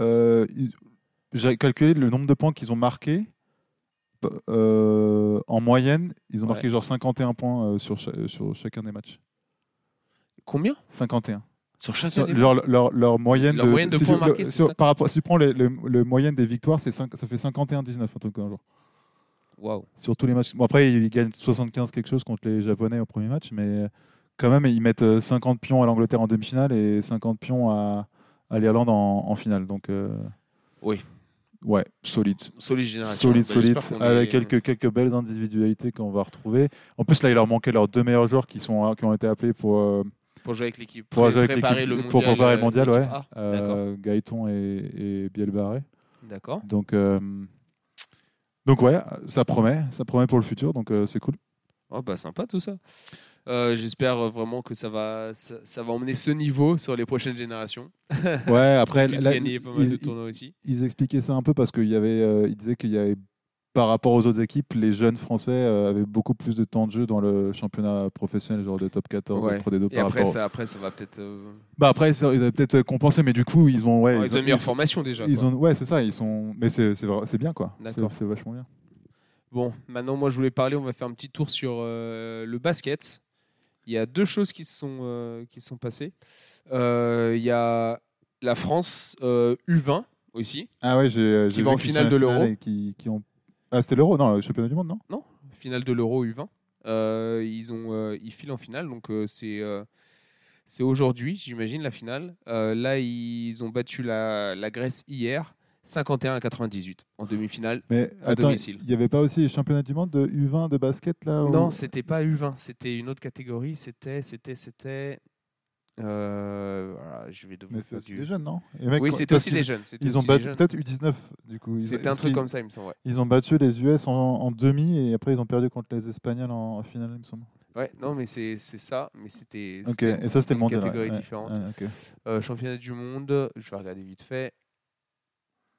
Speaker 2: euh, ils- j'ai calculé le nombre de points qu'ils ont marqués. P- euh, en moyenne, ils ont
Speaker 1: Ouais.
Speaker 2: marqué genre 51 points euh, sur, cha- euh, sur chacun des matchs.
Speaker 1: Combien
Speaker 2: 51.
Speaker 1: Sur chaque
Speaker 2: Sur- genre leur, leur moyenne
Speaker 1: Leur
Speaker 2: de,
Speaker 1: moyenne de
Speaker 2: si
Speaker 1: points
Speaker 2: tu-
Speaker 1: marqués,
Speaker 2: le-
Speaker 1: c'est
Speaker 2: sur-
Speaker 1: ça
Speaker 2: par rapport, Si tu prends le, le- le moyenne des victoires, c'est cinq- ça fait 51-19 un truc dans le genre.
Speaker 1: Waouh.
Speaker 2: Sur tous les matchs. Bon, après, ils gagnent 75 quelque chose contre les Japonais au premier match, mais quand même, ils mettent euh, 50 pions à l'Angleterre en demi-finale et 50 pions à, à l'Irlande en, en finale. Donc, euh,
Speaker 1: Oui.
Speaker 2: Ouais, solide.
Speaker 1: Solide génération.
Speaker 2: Solide,
Speaker 1: Bah,
Speaker 2: solide,
Speaker 1: j'espère qu'on
Speaker 2: avec
Speaker 1: est-
Speaker 2: quelques, quelques belles individualités qu'on va retrouver. En plus, là, il leur manquait leurs deux meilleurs joueurs qui, sont, qui ont été appelés pour, euh,
Speaker 1: pour jouer avec l'équipe,
Speaker 2: pour
Speaker 1: pré-
Speaker 2: jouer avec
Speaker 1: préparer
Speaker 2: l'équipe-
Speaker 1: le mondial.
Speaker 2: pour préparer le
Speaker 1: euh,
Speaker 2: mondial, ouais.
Speaker 1: l'équipe A. D'accord.
Speaker 2: Euh, Gaëton et, et Bielbarré.
Speaker 1: D'accord.
Speaker 2: Donc, euh, donc ouais, ça promet, ça promet pour le futur, donc euh, c'est cool.
Speaker 1: Oh bah sympa tout ça. Euh, J'espère euh, vraiment que ça va, ça, ça va emmener ce niveau sur les prochaines générations.
Speaker 2: Ouais, après,
Speaker 1: Plus
Speaker 2: là,
Speaker 1: gagner pas mal
Speaker 2: ils,
Speaker 1: de tournois aussi.
Speaker 2: ils- ils expliquaient ça un peu parce qu'ils euh, ils disaient qu'il y avait, par rapport aux autres équipes, les jeunes Français euh, avaient beaucoup plus de temps de jeu dans le championnat professionnel, genre de top 14,
Speaker 1: Ouais.
Speaker 2: de Pro D2
Speaker 1: Et
Speaker 2: par
Speaker 1: après
Speaker 2: rapport.
Speaker 1: ça, après ça va peut-être. euh,
Speaker 2: Bah après, ils avaient peut-être compensé, mais du coup, ils ont. Ouais,
Speaker 1: ouais, ils ont une meilleure
Speaker 2: ils-
Speaker 1: formation déjà.
Speaker 2: ils
Speaker 1: quoi.
Speaker 2: ont- ouais, c'est ça, ils sont. Mais c'est c'est vrai- c'est bien, quoi. C'est-
Speaker 1: D'accord.
Speaker 2: C'est vachement bien.
Speaker 1: Bon, maintenant, moi, je voulais parler. On va faire un petit tour sur euh, le basket. Il y a deux choses qui se sont, euh, qui se sont passées. Euh, il y a la France euh, U20 aussi,
Speaker 2: Ah ouais, j'ai. euh,
Speaker 1: Qui
Speaker 2: j'ai
Speaker 1: va
Speaker 2: vu
Speaker 1: en
Speaker 2: qu'ils
Speaker 1: finale
Speaker 2: sont en
Speaker 1: de l'Euro.
Speaker 2: et Qui, qui ont... Ah, c'était l'Euro, non, le championnat du monde, non
Speaker 1: finale de l'Euro U20. Euh, ils, ont, euh, ils filent en finale, donc euh, c'est euh, c'est aujourd'hui, j'imagine, la finale. Euh, là, ils ont battu la, la Grèce hier, 51 à 98, en demi-finale.
Speaker 2: Mais
Speaker 1: À
Speaker 2: attends,
Speaker 1: domicile.
Speaker 2: il n'y avait pas aussi les championnats du monde de U20 de basket, là au-
Speaker 1: Non, c'était pas U20, c'était une autre catégorie. C'était, c'était, c'était. euh, voilà, je vais devoir
Speaker 2: Mais c'est
Speaker 1: faire
Speaker 2: aussi
Speaker 1: du-
Speaker 2: des jeunes, non Les mecs,
Speaker 1: Oui,
Speaker 2: quoi,
Speaker 1: c'était
Speaker 2: parce
Speaker 1: aussi
Speaker 2: qu'ils-
Speaker 1: des jeunes. c'était
Speaker 2: Ils ont
Speaker 1: aussi des
Speaker 2: battu
Speaker 1: jeunes.
Speaker 2: peut-être U19, du coup. Ils-
Speaker 1: C'était un
Speaker 2: parce
Speaker 1: truc
Speaker 2: qu'ils-
Speaker 1: comme ça, il me semble. ouais.
Speaker 2: Ils ont battu les US en, en demi et après ils ont perdu contre les Espagnols en, en finale, il me semble.
Speaker 1: Ouais, non, mais c'est c'est ça. Mais c'était.
Speaker 2: Ok,
Speaker 1: c'était
Speaker 2: et ça c'était le
Speaker 1: une
Speaker 2: mondial. ouais,
Speaker 1: catégorie
Speaker 2: ouais,
Speaker 1: différente.
Speaker 2: ouais, ok.
Speaker 1: Euh, championnat du monde, je vais regarder vite fait.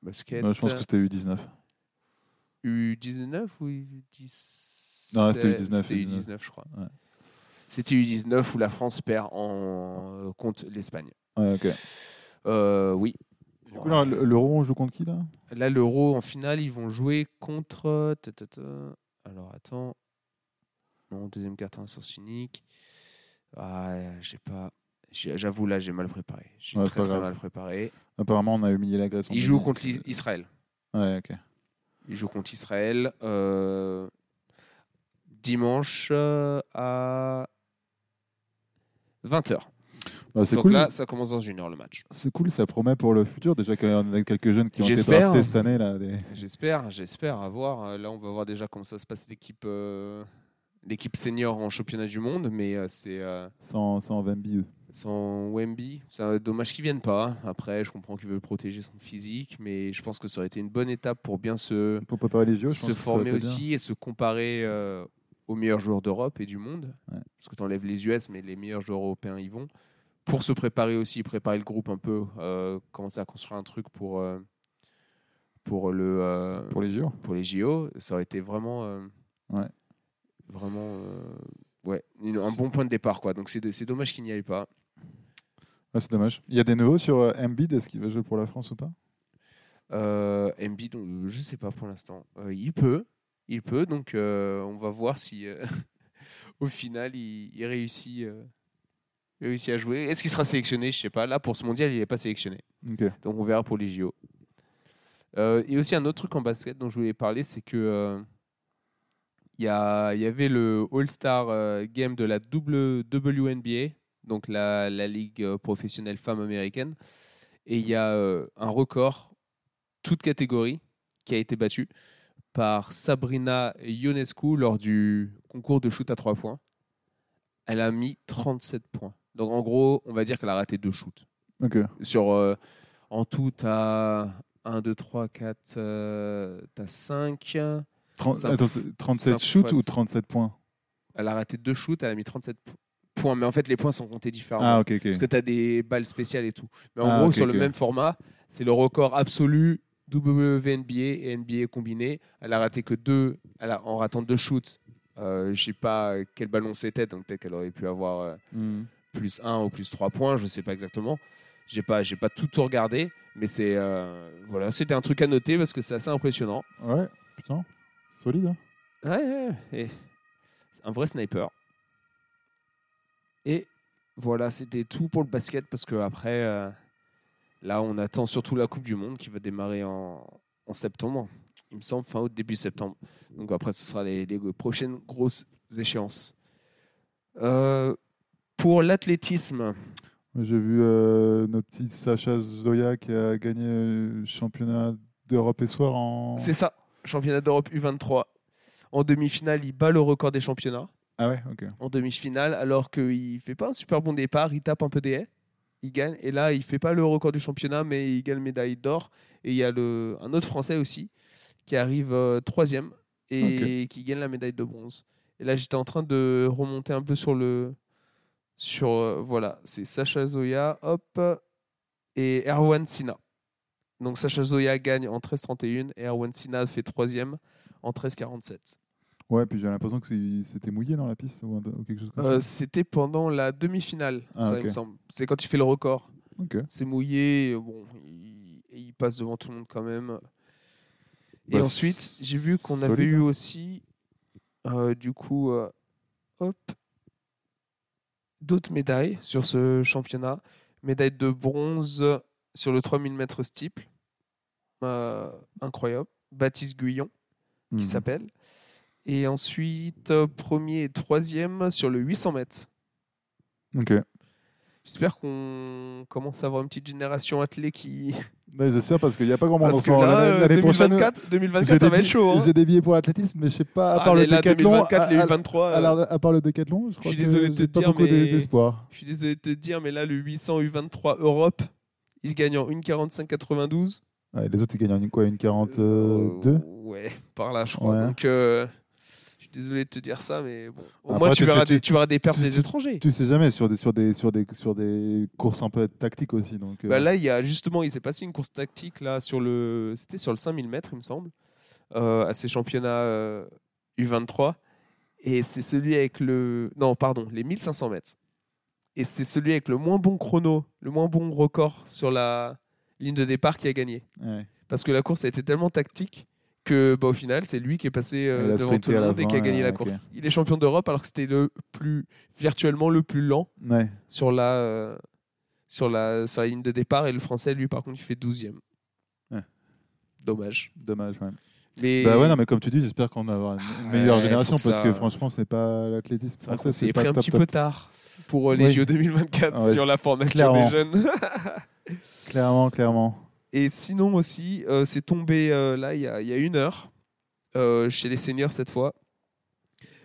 Speaker 1: Basket.
Speaker 2: Non, je pense que c'était U19.
Speaker 1: U19 ou U17
Speaker 2: Non, c'était U19,
Speaker 1: C'était
Speaker 2: U19.
Speaker 1: U19, je crois.
Speaker 2: Ouais.
Speaker 1: C'était U19 où la France perd en euh, contre l'Espagne.
Speaker 2: Ouais, ok.
Speaker 1: Euh, oui.
Speaker 2: Du coup, là, le- l'Euro, on joue contre qui là
Speaker 1: Là, l'euro, en finale, ils vont jouer contre. ta, ta, ta. Alors, attends. Non, deuxième carton à sens unique. Ah, j'ai pas. j'ai- J'avoue, là, j'ai mal préparé. J'ai
Speaker 2: Ouais, c'est
Speaker 1: très,
Speaker 2: pas
Speaker 1: très
Speaker 2: grave.
Speaker 1: mal préparé.
Speaker 2: Apparemment, on a humilié la Grèce. en
Speaker 1: Ils jouent
Speaker 2: demi.
Speaker 1: contre l'Is- Israël.
Speaker 2: Ouais, ok.
Speaker 1: Ils jouent contre Israël. euh, dimanche euh, à 20h.
Speaker 2: Bah, c'est
Speaker 1: Donc
Speaker 2: cool.
Speaker 1: là, ça commence dans une heure le match.
Speaker 2: C'est cool, ça promet pour le futur. Déjà qu'on a quelques jeunes qui ont été
Speaker 1: J'espère.
Speaker 2: draftés cette année. Là, des-
Speaker 1: J'espère, j'espère à voir. Là, on va voir déjà comment ça se passe l'équipe euh, l'équipe senior en championnat du monde, mais euh, c'est euh,
Speaker 2: sans, sans Wemby. euh,
Speaker 1: sans Wemby. C'est un dommage qu'ils viennent pas. hein. Après, je comprends qu'il veut protéger son physique, mais je pense que ça aurait été une bonne étape pour bien se,
Speaker 2: Pour préparer les JO, je pense
Speaker 1: se
Speaker 2: que ça aurait
Speaker 1: former
Speaker 2: été bien.
Speaker 1: aussi et se comparer euh, aux meilleurs joueurs d'Europe et du monde.
Speaker 2: Ouais.
Speaker 1: Parce que tu enlèves les US, mais les meilleurs joueurs européens y vont. Pour se préparer aussi, préparer le groupe un peu, euh, commencer à construire un truc pour, euh, pour le. euh,
Speaker 2: Pour les JO.
Speaker 1: pour les JO, ça aurait été vraiment, euh,
Speaker 2: Ouais.
Speaker 1: vraiment, euh, ouais, une- un bon point de départ quoi. Donc c'est de- c'est dommage qu'il n'y ait pas.
Speaker 2: Ouais, Ah, c'est dommage. Il y a des nouveaux sur euh, Embiid. Est-ce qu'il va jouer pour la France ou pas
Speaker 1: Euh, Embiid, on- je sais pas pour l'instant. Euh, il peut, il peut. Donc euh, on va voir si euh, au final il, il réussit. euh, il réussit à jouer. Est-ce qu'il sera sélectionné Je sais pas. Là, pour ce mondial, il n'est pas sélectionné.
Speaker 2: Ok.
Speaker 1: Donc on verra pour les JO. Euh, et aussi un autre truc en basket dont je voulais parler, c'est que euh, il y, a- il y avait le All-Star euh, Game de la double WNBA, donc la, la ligue euh, professionnelle femme américaine, et il y a euh, un record, toute catégorie, qui a été battu par Sabrina Ionescu lors du concours de shoot à 3 points. Elle a mis 37 points. Donc en gros, on va dire qu'elle a raté deux shoots
Speaker 2: Ok.
Speaker 1: sur euh, en tout t'as 1 2 3 4 euh, t'as 5
Speaker 2: Tren-
Speaker 1: Ça-
Speaker 2: attends, c'est 37
Speaker 1: ça
Speaker 2: shoots
Speaker 1: fasse-
Speaker 2: ou 37 points
Speaker 1: elle a raté deux shoots elle a mis 37 p- points mais en fait les points sont comptés différemment
Speaker 2: Ah, ok, ok.
Speaker 1: parce que t'as des balles spéciales et tout mais en
Speaker 2: Ah,
Speaker 1: gros
Speaker 2: ok,
Speaker 1: sur
Speaker 2: ok.
Speaker 1: le même format c'est le record absolu WNBA et NBA combiné elle a raté que deux elle a- en ratant deux shoots euh, je sais pas quel ballon c'était donc peut-être qu'elle aurait pu avoir euh,
Speaker 2: Hmm.
Speaker 1: plus 1 ou plus 3 points, je sais pas exactement. J'ai pas j'ai pas tout tout regardé, mais c'est euh, voilà, c'était un truc à noter parce que c'est assez impressionnant.
Speaker 2: Ouais, putain. Solide. hein.
Speaker 1: Ouais, ouais, ouais. Et c'est un vrai sniper. Et voilà, c'était tout pour le basket parce que après euh, là, on attend surtout la Coupe du monde qui va démarrer en, en septembre. Il me semble fin août début septembre. Donc après ce sera les, les prochaines grosses échéances. Euh, pour l'athlétisme,
Speaker 2: J'ai vu euh, notre petit Sacha Zoya qui a gagné euh, le championnat d'Europe et Soir en.
Speaker 1: C'est ça, championnat d'Europe U23. En demi-finale, il bat le record des championnats.
Speaker 2: Ah ouais, ok.
Speaker 1: En demi-finale, alors qu'il fait pas un super bon départ, il tape un peu des haies, il gagne. Et là, il fait pas le record du championnat, mais il gagne médaille d'or. Et il y a le, un autre Français aussi qui arrive euh, troisième et qui gagne la médaille de bronze. Et là, j'étais en train de remonter un peu sur le. Sur, euh, voilà, c'est Sacha Zoya, hop, et Erwan Sina. Donc Sacha Zoya gagne en 13-31 et Erwan Sina fait troisième en 13-47.
Speaker 2: Ouais, puis j'ai l'impression que c'est- c'était mouillé dans la piste ou, un- ou quelque chose comme
Speaker 1: Euh,
Speaker 2: ça.
Speaker 1: C'était pendant la demi-finale,
Speaker 2: Ah,
Speaker 1: ça
Speaker 2: ok.
Speaker 1: il me semble. C'est quand il fait le record.
Speaker 2: Ok.
Speaker 1: C'est mouillé, euh, bon, il, il passe devant tout le monde quand même. Et
Speaker 2: Bah,
Speaker 1: ensuite,
Speaker 2: c'est-
Speaker 1: j'ai vu qu'on
Speaker 2: solide,
Speaker 1: avait eu
Speaker 2: hein.
Speaker 1: aussi, euh, du coup, euh, hop, d'autres médailles sur ce championnat. Médaille de bronze sur le 3000 mètres steeple. Euh, incroyable. Baptiste Guyon
Speaker 2: Mhm.
Speaker 1: qui s'appelle. Et ensuite, euh, premier et troisième sur le 800 mètres.
Speaker 2: Ok.
Speaker 1: J'espère qu'on commence à avoir une petite génération attelée qui.
Speaker 2: Ouais, J'espère parce qu'il n'y a pas grand monde en
Speaker 1: Parce
Speaker 2: ce
Speaker 1: que
Speaker 2: moment.
Speaker 1: là,
Speaker 2: L'année-
Speaker 1: euh,
Speaker 2: L'année prochaine, euh,
Speaker 1: 2024,
Speaker 2: j'ai
Speaker 1: 2024 ça
Speaker 2: des,
Speaker 1: va être
Speaker 2: bi-
Speaker 1: chaud. hein.
Speaker 2: j'ai des billets pour l'athlétisme, mais je sais pas, à
Speaker 1: Ah,
Speaker 2: part
Speaker 1: mais
Speaker 2: le
Speaker 1: là,
Speaker 2: décathlon,
Speaker 1: 2024,
Speaker 2: à-
Speaker 1: les euh,
Speaker 2: à-
Speaker 1: 23.
Speaker 2: à la- à part le décathlon, je crois
Speaker 1: suis
Speaker 2: que
Speaker 1: désolé de te
Speaker 2: j'ai pas
Speaker 1: dire,
Speaker 2: beaucoup d'e-
Speaker 1: mais-
Speaker 2: d'espoir.
Speaker 1: Je suis désolé de te dire, mais là, le 800 U23 Europe, il se gagne en 1,45,92.
Speaker 2: Ouais, les autres, ils gagnent en une, quoi, une 42
Speaker 1: Euh, Ouais, par là, je crois.
Speaker 2: Ouais.
Speaker 1: Donc, euh, je suis désolé de te dire ça, mais bon. Au
Speaker 2: Après,
Speaker 1: moins, tu
Speaker 2: tu sais,
Speaker 1: verras,
Speaker 2: tu-
Speaker 1: des, tu verras des pertes
Speaker 2: tu-
Speaker 1: des
Speaker 2: tu-
Speaker 1: étrangers.
Speaker 2: Tu sais jamais sur des, sur des, sur des, sur des courses un peu tactiques aussi. Donc, euh,
Speaker 1: Bah là, il y a justement, il s'est passé une course tactique là sur le, c'était sur le 5000 mètres, il me semble, euh, à ces championnats euh, U23, et c'est celui avec le, non, pardon, les 1500 mètres, et c'est celui avec le moins bon chrono, le moins bon record sur la ligne de départ qui a gagné,
Speaker 2: ouais.
Speaker 1: parce que la course a été tellement tactique que, bah, au final, c'est lui qui est passé euh,
Speaker 2: Il a
Speaker 1: devant
Speaker 2: sprinté
Speaker 1: tout le
Speaker 2: à la
Speaker 1: monde et qui a
Speaker 2: fin,
Speaker 1: gagné
Speaker 2: euh,
Speaker 1: la
Speaker 2: ok.
Speaker 1: course. Il est champion d'Europe alors que c'était le plus, virtuellement le plus lent
Speaker 2: Ouais.
Speaker 1: sur la, euh, sur la, sur la ligne de départ. Et le français, lui, par contre, il fait 12e.
Speaker 2: Ouais.
Speaker 1: Dommage.
Speaker 2: dommage. ouais.
Speaker 1: Mais
Speaker 2: Bah ouais, non, mais comme tu dis, j'espère qu'on va avoir une, une
Speaker 1: Ah,
Speaker 2: meilleure
Speaker 1: ouais,
Speaker 2: génération
Speaker 1: faut que
Speaker 2: parce que
Speaker 1: ça-
Speaker 2: franchement, c'est pas l'athlétisme
Speaker 1: c'est vrai
Speaker 2: français.
Speaker 1: qu'on s'est
Speaker 2: C'est pas
Speaker 1: pris un
Speaker 2: top,
Speaker 1: petit
Speaker 2: top.
Speaker 1: peu tard pour euh, les
Speaker 2: Oui. Ah
Speaker 1: JO 2024
Speaker 2: Ouais,
Speaker 1: sur la formation
Speaker 2: clairement.
Speaker 1: des jeunes.
Speaker 2: Clairement, clairement.
Speaker 1: Et sinon aussi, euh, c'est tombé euh, là il y, a- il y a une heure, euh, chez les seniors cette fois.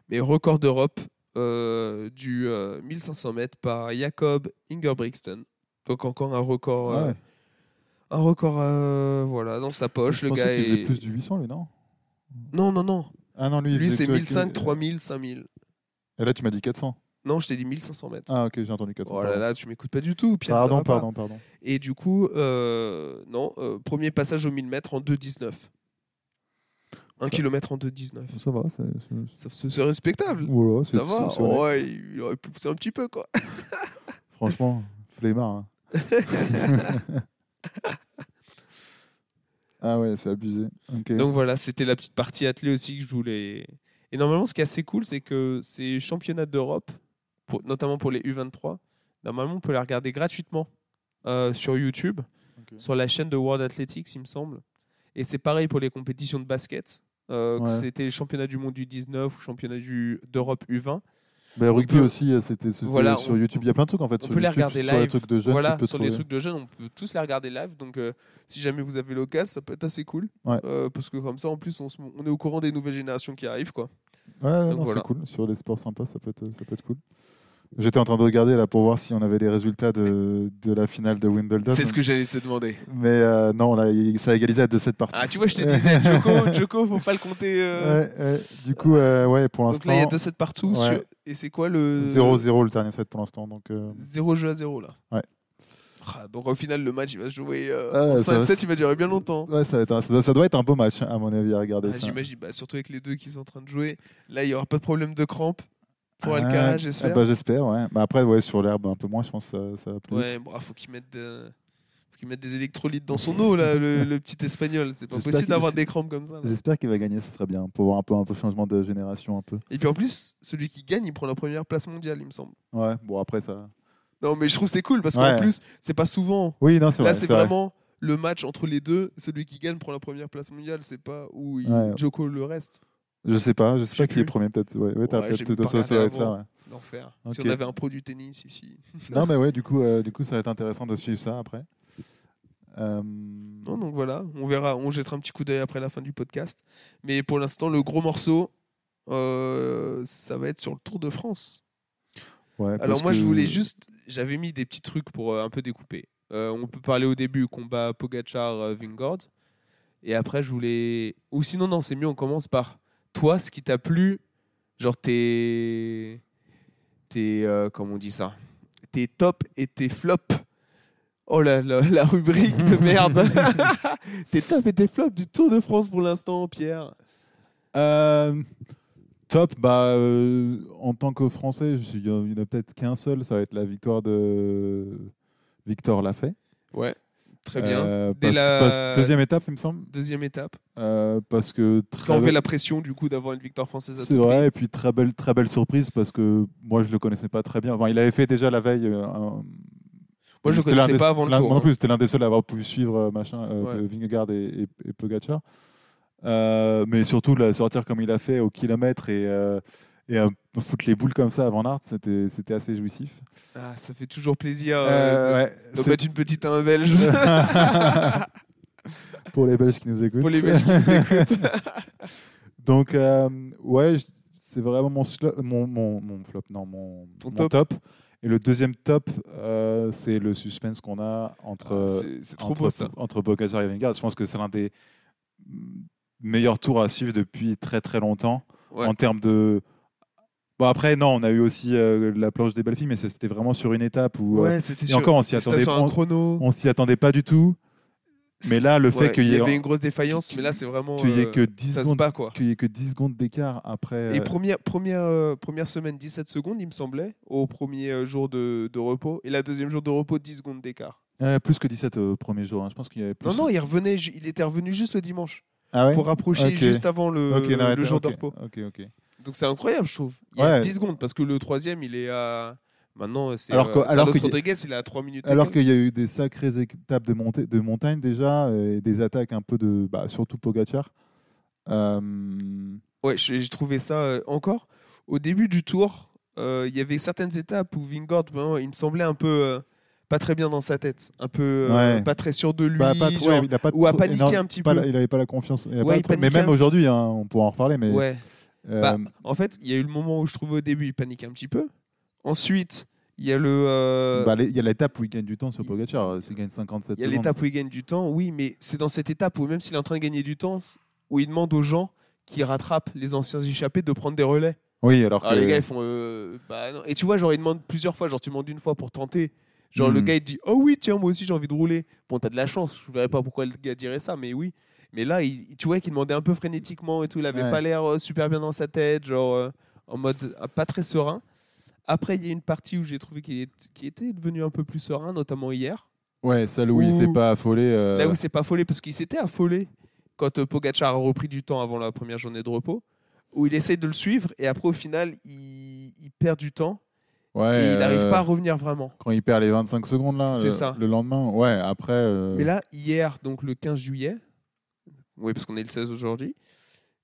Speaker 1: Mais record d'Europe euh, du euh, 1500 mètres par Jacob Ingebrigtsen. Donc encore un record, euh,
Speaker 2: Ah Ouais.
Speaker 1: un record euh, voilà, dans sa poche.
Speaker 2: Je
Speaker 1: le
Speaker 2: pensais
Speaker 1: gars
Speaker 2: qu'il faisait
Speaker 1: est-
Speaker 2: plus du 800, lui, non
Speaker 1: Non, non, non.
Speaker 2: Ah non, lui, il
Speaker 1: Lui,
Speaker 2: faisait
Speaker 1: c'est
Speaker 2: que-
Speaker 1: 1005,
Speaker 2: que-
Speaker 1: 3000, 5000.
Speaker 2: Et là, tu m'as dit 400.
Speaker 1: Non, je t'ai dit 1500 mètres.
Speaker 2: Ah, ok, j'ai entendu 400.
Speaker 1: oh là
Speaker 2: pardon.
Speaker 1: là, tu m'écoutes pas du tout, Pierre. ça
Speaker 2: pardon,
Speaker 1: va pas.
Speaker 2: pardon, pardon.
Speaker 1: Et du coup, euh, non, euh, premier passage aux 1000 mètres en 2,19. 1
Speaker 2: Ça-
Speaker 1: km en 2,19.
Speaker 2: Ça va, c'est- c'est-
Speaker 1: Ça- C'est c'est respectable.
Speaker 2: Voilà, c'est-
Speaker 1: Ça va. oh
Speaker 2: c'est- c'est honnête.
Speaker 1: Ouais, il aurait pu pousser un petit peu, quoi.
Speaker 2: Franchement, flemmard. hein. ah ouais, c'est abusé. Ok.
Speaker 1: Donc voilà, c'était la petite partie athlée aussi que je voulais. Et normalement, ce qui est assez cool, c'est que ces championnats d'Europe, pour- notamment pour les U23, normalement, on peut les regarder gratuitement euh, sur YouTube,
Speaker 2: Ok.
Speaker 1: sur la chaîne de World Athletics, il me semble. Et c'est pareil pour les compétitions de basket. euh, que
Speaker 2: Ouais.
Speaker 1: C'était les championnats du monde U19 ou championnats du- d'Europe U20.
Speaker 2: Bah,
Speaker 1: on
Speaker 2: rugby
Speaker 1: peut-
Speaker 2: aussi, euh, c'était c'était
Speaker 1: Voilà,
Speaker 2: sur
Speaker 1: on-
Speaker 2: YouTube. Il y a plein de trucs en fait.
Speaker 1: on
Speaker 2: sur
Speaker 1: peut les
Speaker 2: YouTube,
Speaker 1: regarder
Speaker 2: Sur les
Speaker 1: live.
Speaker 2: trucs de jeunes,
Speaker 1: voilà,
Speaker 2: tu peux
Speaker 1: sur les
Speaker 2: trouver.
Speaker 1: trucs de jeunes, on peut tous les regarder live. Donc, euh, si jamais vous avez l'occasion, ça peut être assez cool.
Speaker 2: Ouais.
Speaker 1: Euh, parce que comme ça, en plus, on, se- on est au courant des nouvelles générations qui arrivent. Quoi.
Speaker 2: Ouais, ouais,
Speaker 1: Donc
Speaker 2: non,
Speaker 1: voilà.
Speaker 2: c'est cool. Sur les sports sympas, ça peut être, ça peut être cool. J'étais en train de regarder là pour voir si on avait les résultats de, de la finale de Wimbledon.
Speaker 1: C'est ce que j'allais te demander.
Speaker 2: Mais euh, non, là, il- ça a égalisé à 2-7 partout.
Speaker 1: Ah, tu vois, je te disais, Joko, Joko, faut pas le compter. euh.
Speaker 2: Ouais, ouais. du coup, euh, ouais, pour
Speaker 1: Donc là, il y a
Speaker 2: l'instant,
Speaker 1: 2 sets partout.
Speaker 2: Ouais.
Speaker 1: sur- Et c'est quoi le.
Speaker 2: 0-0 le dernier set pour l'instant. Donc, euh,
Speaker 1: 0 jeu à 0 là.
Speaker 2: Ouais.
Speaker 1: Ah, donc au final, le match il va se jouer euh,
Speaker 2: Ah,
Speaker 1: en
Speaker 2: ça
Speaker 1: 5
Speaker 2: va-
Speaker 1: sets, il va durer bien longtemps.
Speaker 2: ouais, ça, va être un- ça doit, ça doit être un beau match, hein, à mon avis, à regarder.
Speaker 1: Ah,
Speaker 2: ça.
Speaker 1: J'imagine, bah, surtout avec les deux qui sont en train de jouer. Là, il n'y aura pas de problème de crampe pour
Speaker 2: Ah,
Speaker 1: Alcaraz, j'espère.
Speaker 2: ah bah, j'espère, ouais. Bah, après, ouais, sur l'herbe, un peu moins, je pense que ça, ça va plus. vite.
Speaker 1: Ouais, bon, ah, faut qu'il mette, de- faut qu'il mette des électrolytes dans son eau, là, le, le petit espagnol. C'est pas
Speaker 2: J'espère
Speaker 1: possible
Speaker 2: qu'il-
Speaker 1: d'avoir des crampes comme ça. là.
Speaker 2: J'espère qu'il va gagner, ce serait bien, pour voir un peu un peu changement de génération, un peu.
Speaker 1: Et puis en plus, celui qui gagne, il prend la première place mondiale, il me semble.
Speaker 2: Ouais, bon, après, ça.
Speaker 1: Non, mais je trouve que c'est cool parce qu'en
Speaker 2: Ouais.
Speaker 1: plus, c'est pas souvent.
Speaker 2: Oui, non, c'est
Speaker 1: Là,
Speaker 2: vrai.
Speaker 1: c'est
Speaker 2: vrai.
Speaker 1: vraiment le match entre les deux. Celui qui gagne prend la première place mondiale. C'est pas où il
Speaker 2: Ouais.
Speaker 1: Joko le reste.
Speaker 2: Je sais pas, je
Speaker 1: Je
Speaker 2: sais
Speaker 1: sais
Speaker 2: pas qui est
Speaker 1: plus.
Speaker 2: premier, peut-être. Ouais, ouais, t'as
Speaker 1: Ouais, j'ai
Speaker 2: peut-être
Speaker 1: pas
Speaker 2: ça, ça va être
Speaker 1: regardé
Speaker 2: ça,
Speaker 1: avant.
Speaker 2: ouais.
Speaker 1: L'enfer. Si
Speaker 2: Ok.
Speaker 1: on avait un pro du tennis ici.
Speaker 2: Non, mais ouais, du coup, euh, du coup, ça va être intéressant de suivre ça après. Euh,
Speaker 1: Non, donc voilà, on verra, on jettera un petit coup d'œil après la fin du podcast. Mais pour l'instant, le gros morceau, euh, ça va être sur le Tour de France.
Speaker 2: ouais,
Speaker 1: Alors
Speaker 2: Ah, parce
Speaker 1: moi, je
Speaker 2: que-
Speaker 1: voulais juste, j'avais mis des petits trucs pour euh, un peu découper. Euh, on peut parler au début combat Pogachar-Vingord. Et après, je voulais... Ou sinon, non, c'est mieux, on commence par toi, ce qui t'a plu, genre tes... tes euh, comment on dit ça Tes tops et tes flops. Oh là là, la rubrique de merde Tes tops et tes flops du Tour de France pour l'instant, Pierre.
Speaker 2: Euh, top, bah, euh, en tant que Français, je suis- il y en a peut-être qu'un seul, ça va être la victoire de Victor Lafay.
Speaker 1: Ouais, très bien.
Speaker 2: Euh,
Speaker 1: Dès
Speaker 2: parce-
Speaker 1: la-
Speaker 2: parce- deuxième étape, il me semble.
Speaker 1: Deuxième étape.
Speaker 2: Euh, parce que
Speaker 1: Parce
Speaker 2: très
Speaker 1: qu'on fait
Speaker 2: be-
Speaker 1: la pression du coup d'avoir une victoire française à
Speaker 2: c'est
Speaker 1: tout prix.
Speaker 2: vrai, et puis très belle, très belle surprise parce que moi je le connaissais pas très bien. Enfin, il avait fait déjà la veille. euh, un-
Speaker 1: Moi, je le
Speaker 2: C'était l'un
Speaker 1: connaissais
Speaker 2: des-
Speaker 1: pas avant le
Speaker 2: l'un-
Speaker 1: tour.
Speaker 2: Moi non
Speaker 1: hein.
Speaker 2: plus, c'était l'un des seuls à avoir pu suivre euh, machin, euh,
Speaker 1: Ouais.
Speaker 2: de Vingegaard et, et, et Pogacar. Euh, mais surtout, la sortir comme il a fait au kilomètre et, euh, et à foutre les boules comme ça avant Nart, c'était c'était assez jouissif.
Speaker 1: Ah, ça fait toujours plaisir euh,
Speaker 2: Euh,
Speaker 1: de-
Speaker 2: ouais,
Speaker 1: de,
Speaker 2: c'est-
Speaker 1: mettre une petite à un belge
Speaker 2: pour les Belges qui nous écoutent.
Speaker 1: pour les Belges qui nous écoutent.
Speaker 2: Donc, euh, ouais, je- c'est vraiment mon, slo- mon, mon, mon flop, non, mon,
Speaker 1: Ton
Speaker 2: mon
Speaker 1: top.
Speaker 2: Et le deuxième top, euh, c'est le suspense qu'on a entre,
Speaker 1: Ah, c'est c'est trop
Speaker 2: entre,
Speaker 1: beau ça.
Speaker 2: entre Pogacar et Vingegaard. Je pense que c'est l'un des mm, meilleurs tours à suivre depuis très très longtemps
Speaker 1: Ouais.
Speaker 2: en termes de. Bon après non, on a eu aussi euh, la planche des belles filles, mais ça, c'était vraiment sur une étape où euh,
Speaker 1: Ouais, c'était
Speaker 2: et
Speaker 1: sûr.
Speaker 2: encore on s'y
Speaker 1: C'était
Speaker 2: attendait,
Speaker 1: sur un
Speaker 2: on,
Speaker 1: chrono.
Speaker 2: on s'y attendait pas du tout. Mais là, le fait
Speaker 1: Ouais,
Speaker 2: qu'il y
Speaker 1: il y
Speaker 2: ait-
Speaker 1: avait une grosse défaillance, mais là c'est vraiment.
Speaker 2: Qu'il y ait
Speaker 1: euh,
Speaker 2: que 10
Speaker 1: ça se
Speaker 2: secondes,
Speaker 1: bat quoi.
Speaker 2: qu'il y ait que 10 secondes d'écart après.
Speaker 1: Et
Speaker 2: euh,
Speaker 1: première, première, euh, première semaine, 17 secondes, il me semblait, au premier euh, jour de, de repos. Et la deuxième jour de repos, 10 secondes d'écart.
Speaker 2: Ouais, Euh, plus que 17 au premier jour. hein. Je pense qu'il y avait plus.
Speaker 1: Non, non, il revenait, ju- il était revenu juste le dimanche
Speaker 2: Ah ouais
Speaker 1: pour rapprocher
Speaker 2: Ok.
Speaker 1: juste avant le,
Speaker 2: Ok, non,
Speaker 1: le
Speaker 2: arrête,
Speaker 1: jour
Speaker 2: ok,
Speaker 1: de repos.
Speaker 2: ok, ok.
Speaker 1: Donc c'est incroyable, je trouve. Il y a
Speaker 2: Ouais.
Speaker 1: 10 secondes parce que le troisième, il est à. Maintenant, c'est.
Speaker 2: Alors que-
Speaker 1: euh,
Speaker 2: alors
Speaker 1: Carlos
Speaker 2: que-
Speaker 1: Rodriguez, il est à 3 minutes. et
Speaker 2: Alors
Speaker 1: quelques.
Speaker 2: qu'il y a eu des sacrées étapes de, montée, de montagne déjà, euh, et des attaques un peu de. Bah, surtout Euh, Pogachar.
Speaker 1: Ouais, j'ai j'ai trouvé ça euh, encore. Au début du tour, euh, il y avait certaines étapes où Vingord, ben, il me semblait un peu euh, pas très bien dans sa tête. Un peu euh,
Speaker 2: Ouais.
Speaker 1: pas très sûr de lui.
Speaker 2: bah, pas trop-
Speaker 1: genre,
Speaker 2: il a pas
Speaker 1: ou à
Speaker 2: trop-
Speaker 1: paniquer
Speaker 2: énorme-
Speaker 1: un petit
Speaker 2: pas
Speaker 1: peu.
Speaker 2: la- il n'avait pas la confiance. il a
Speaker 1: Ouais,
Speaker 2: pas
Speaker 1: il
Speaker 2: le truc. mais
Speaker 1: paniquait
Speaker 2: même
Speaker 1: un-
Speaker 2: aujourd'hui, hein, on pourra en reparler. Mais,
Speaker 1: Ouais.
Speaker 2: euh,
Speaker 1: Bah, En fait, il y a eu le moment où je trouvais au début, il paniquait un petit peu. Ensuite, il y a le. euh,
Speaker 2: bah, les- il y a l'étape où il gagne du temps sur
Speaker 1: il-
Speaker 2: Pogachar. Il gagne 57
Speaker 1: Il y a
Speaker 2: secondes.
Speaker 1: l'étape où il gagne du temps, oui, mais c'est dans cette étape où même s'il est en train de gagner du temps, où il demande aux gens qui rattrapent les anciens échappés de prendre des relais.
Speaker 2: Oui, alors que.
Speaker 1: Alors Ah, les gars, ils font... euh, bah non. Et tu vois, genre, ils demandent plusieurs fois, genre tu demandes une fois pour tenter. Genre le
Speaker 2: Mhm.
Speaker 1: gars, il dit, oh oui, tiens, moi aussi j'ai envie de rouler. Bon, t'as de la chance, je verrais pas pourquoi le gars dirait ça, mais oui. Mais là, il- tu vois qu'il demandait un peu frénétiquement et tout, il avait
Speaker 2: Ouais.
Speaker 1: pas l'air euh, super bien dans sa tête, genre euh, en mode euh, pas très serein. Après, il y a une partie où j'ai trouvé qu'il est- qu'il était devenu un peu plus serein, notamment hier.
Speaker 2: Ouais, celle où il
Speaker 1: Ouh.
Speaker 2: s'est pas affolé. euh,
Speaker 1: Là où c'est pas affolé, parce qu'il s'était affolé quand euh, Pogacar a repris du temps avant la première journée de repos, où il essaye de le suivre et après au final il, il perd du temps et
Speaker 2: ouais,
Speaker 1: il n'arrive
Speaker 2: euh,
Speaker 1: pas à revenir vraiment.
Speaker 2: Quand il perd les 25 secondes, là,
Speaker 1: C'est
Speaker 2: le,
Speaker 1: ça.
Speaker 2: le lendemain, ouais, après. euh,
Speaker 1: Mais là, hier, donc le 15 juillet, oui, parce qu'on est le 16 aujourd'hui,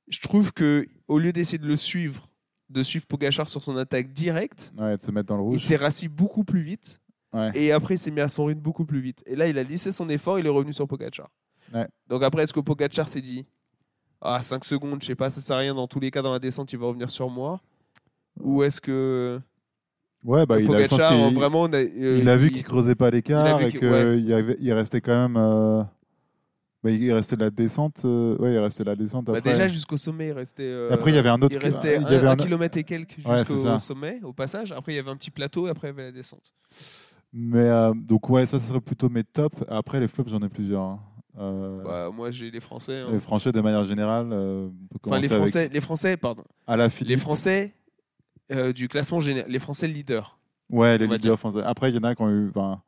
Speaker 1: je trouve que au lieu d'essayer de le suivre, de suivre Pogachar sur son attaque directe,
Speaker 2: ouais, de se mettre dans le
Speaker 1: il
Speaker 2: rouge.
Speaker 1: s'est rassis beaucoup plus vite
Speaker 2: Ouais.
Speaker 1: et après il s'est mis à son rythme beaucoup plus vite. Et là, il a lissé son effort, il est revenu sur Pogachar.
Speaker 2: Ouais.
Speaker 1: Donc après, est-ce que Pogachar s'est dit Ah, 5 secondes, je sais pas, ça sert à rien, dans tous les cas, dans la descente, il va revenir sur moi Ou est-ce que
Speaker 2: Ouais, bah, il a, je pense
Speaker 1: Euh, Pogacar,
Speaker 2: qu'il-
Speaker 1: vraiment. on a- euh,
Speaker 2: il a vu
Speaker 1: il-
Speaker 2: qu'il creusait pas l'écart
Speaker 1: il a
Speaker 2: et
Speaker 1: vu
Speaker 2: qu'il
Speaker 1: que- ouais.
Speaker 2: restait quand même. euh, bah, il restait de la descente. euh, ouais, il restait de la descente
Speaker 1: bah,
Speaker 2: après.
Speaker 1: déjà jusqu'au sommet, il restait. euh,
Speaker 2: Et après, il y avait un autre.
Speaker 1: il restait
Speaker 2: il y
Speaker 1: un,
Speaker 2: avait
Speaker 1: un
Speaker 2: un-
Speaker 1: kilomètre et quelques jusqu'au
Speaker 2: Ouais, c'est ça.
Speaker 1: sommet, au passage. Après, il y avait un petit plateau et après, il y avait la descente.
Speaker 2: Mais euh, donc, ouais, ça, ce serait plutôt mes tops. Après, les flops, j'en ai plusieurs. hein. Euh,
Speaker 1: Bah, moi, j'ai les Français. hein.
Speaker 2: Les Français, de manière générale, euh, on peut
Speaker 1: Enfin, les
Speaker 2: commencer avec
Speaker 1: Français, les Français, pardon.
Speaker 2: Alaphilippe.
Speaker 1: Les Français euh, du classement général. Les Français leaders.
Speaker 2: Ouais, les
Speaker 1: on va
Speaker 2: leaders français. Après, il y en a qui ont eu. ben,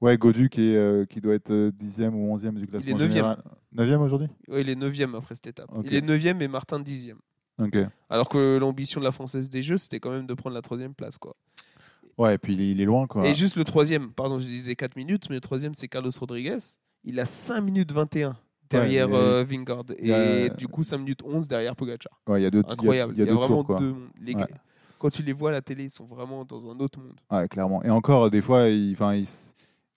Speaker 2: ouais, Godu qui, est, euh, qui doit être euh, 10e ou 11e du classement.
Speaker 1: neuvième.
Speaker 2: général. 9e aujourd'hui
Speaker 1: Ouais, il est 9 après cette étape.
Speaker 2: Ok.
Speaker 1: Il est 9 et Martin 10
Speaker 2: Ok.
Speaker 1: Alors que l'ambition de la Française des Jeux, c'était quand même de prendre la troisième place. Quoi.
Speaker 2: Ouais, et puis il est- il est loin, quoi.
Speaker 1: Et juste le troisième, pardon, je disais 4 minutes, mais le troisième, c'est Carlos Rodriguez. Il a 5 minutes 21 derrière
Speaker 2: il est-
Speaker 1: euh, Vingard.
Speaker 2: il y a-
Speaker 1: Et du coup, 5 minutes 11 derrière Pogacar.
Speaker 2: Ouais, il y a deux, il y a-
Speaker 1: Incroyable.
Speaker 2: Il y a, deux
Speaker 1: vraiment
Speaker 2: tours, quoi.
Speaker 1: deux mondes. Les gars,
Speaker 2: Ouais.
Speaker 1: Quand tu les vois à la télé, ils sont vraiment dans un autre monde.
Speaker 2: Ouais, clairement. Et encore, des fois, il, enfin, il s-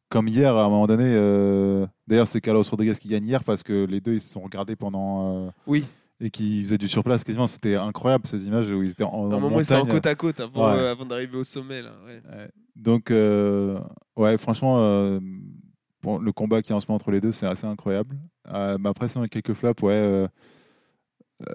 Speaker 2: comme hier, à un moment donné, euh, d'ailleurs, c'est Carlos Rodriguez qui gagne hier parce que les deux, ils se sont regardés pendant. euh,
Speaker 3: Oui.
Speaker 2: et qui faisaient du surplace quasiment. C'était incroyable ces images où ils étaient en, en
Speaker 3: À un moment, ils sont en
Speaker 2: montagne.
Speaker 3: côte à côte avant,
Speaker 2: Ouais.
Speaker 3: euh, avant d'arriver au sommet. Là, ouais.
Speaker 2: Donc, euh, ouais, franchement, euh, bon, le combat qui est en ce moment entre les deux, c'est assez incroyable. Euh, mais après, sinon, quelques flops, ouais. euh, euh,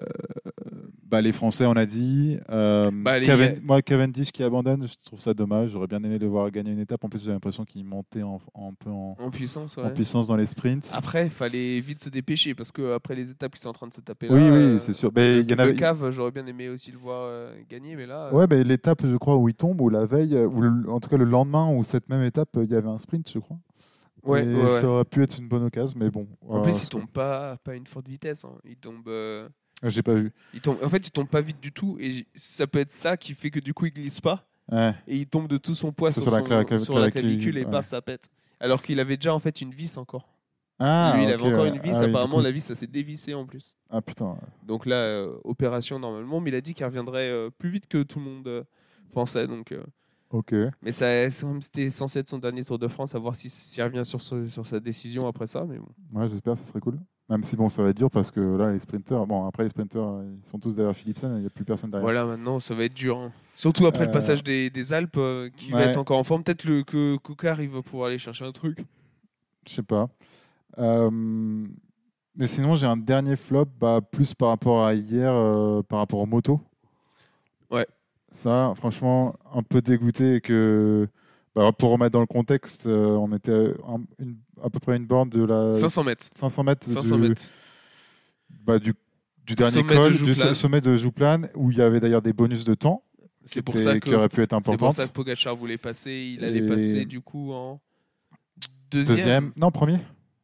Speaker 2: bah, les Français, on a dit. euh,
Speaker 1: Bah, les-
Speaker 2: Caven- moi, Cavendish qui abandonne, je trouve ça dommage. J'aurais bien aimé le voir gagner une étape. En plus, j'ai l'impression qu'il montait en- un peu en,
Speaker 1: En puissance,
Speaker 2: en
Speaker 1: ouais. Ah,
Speaker 2: puissance dans les sprints.
Speaker 1: Après, il fallait vite se dépêcher parce que après les étapes qu'ils sont en train de se taper là.
Speaker 2: oui,
Speaker 1: euh,
Speaker 2: oui, c'est sûr. Mais
Speaker 1: Le,
Speaker 2: il y en
Speaker 1: le
Speaker 2: avait-
Speaker 1: cave, j'aurais bien aimé aussi le voir euh, gagner, mais là. euh,
Speaker 2: Ouais, mais l'étape, je crois, où il tombe, ou la veille, euh, ou le- en tout cas le lendemain, ou cette même étape, euh, il y avait un sprint, je crois.
Speaker 1: ouais,
Speaker 2: Et
Speaker 1: ouais, ouais.
Speaker 2: Ça aurait pu être une bonne occasion, mais bon.
Speaker 1: En
Speaker 2: euh,
Speaker 1: plus, il tombe pas, pas à une forte vitesse. hein. Il tombe. euh,
Speaker 2: Ah, J'ai pas vu.
Speaker 1: il tombe. En fait, il tombe pas vite du tout, et j- ça peut être ça qui fait que du coup, il glisse pas
Speaker 2: Ouais,
Speaker 1: et il tombe de tout son poids
Speaker 2: C'est
Speaker 1: sur,
Speaker 2: sur la
Speaker 1: son-
Speaker 2: cla- cla-
Speaker 1: sur la
Speaker 2: clavicule,
Speaker 1: clavicule et
Speaker 2: ouais.
Speaker 1: paf, ça pète. Alors qu'il avait déjà en fait une vis encore.
Speaker 2: Ah,
Speaker 1: Lui, il
Speaker 2: ok,
Speaker 1: avait encore
Speaker 2: ouais.
Speaker 1: une vis.
Speaker 2: Ah oui, du
Speaker 1: apparemment,
Speaker 2: coup-
Speaker 1: la vis, ça s'est dévissé en plus.
Speaker 2: Ah putain.
Speaker 1: Donc là, euh, opération normalement, mais il a dit qu'il reviendrait euh, plus vite que tout le monde euh, pensait. Donc, euh,
Speaker 2: Ok.
Speaker 1: mais ça, ça- c'était censé être son dernier Tour de France, à voir si- s'il revient sur, ce- sur sa décision après ça. Mais bon.
Speaker 2: Ouais, j'espère que ça serait cool. Même si bon, ça va être dur parce que là, les sprinteurs. Bon, après, les sprinteurs, euh, ils sont tous derrière Philipsen, il n'y a plus personne derrière.
Speaker 1: Voilà, maintenant, ça va être dur. hein. Surtout après
Speaker 2: Euh,
Speaker 1: le passage des, des Alpes, euh, qui va
Speaker 2: ouais.
Speaker 1: être encore en forme. Peut-être le- que Cocar, il va pouvoir aller chercher un truc.
Speaker 2: Je sais pas. Euh, Et sinon, j'ai un dernier flop, bah, plus par rapport à hier, euh, par rapport aux motos.
Speaker 1: Ouais.
Speaker 2: Ça, franchement, un peu dégoûté que. bah, pour remettre dans le contexte, euh, on était à, un- une- à peu près une borne de la
Speaker 1: 500 mètres.
Speaker 2: 500 mètres,
Speaker 1: 500
Speaker 2: du,
Speaker 1: mètres.
Speaker 2: bah, du, du dernier
Speaker 1: Sommet de
Speaker 2: col, du
Speaker 1: Jouplane.
Speaker 2: so- sommet de Jouplane, où il y avait d'ailleurs des bonus de temps
Speaker 1: C'est pour
Speaker 2: qui
Speaker 1: ça
Speaker 2: étaient- qui
Speaker 1: que
Speaker 2: auraient pu être
Speaker 1: c'est pour
Speaker 2: importantes.
Speaker 1: ça que Pogacar voulait passer. Il allait
Speaker 2: Et-
Speaker 1: passer du coup en deuxième.
Speaker 2: Deuxième, non, premier.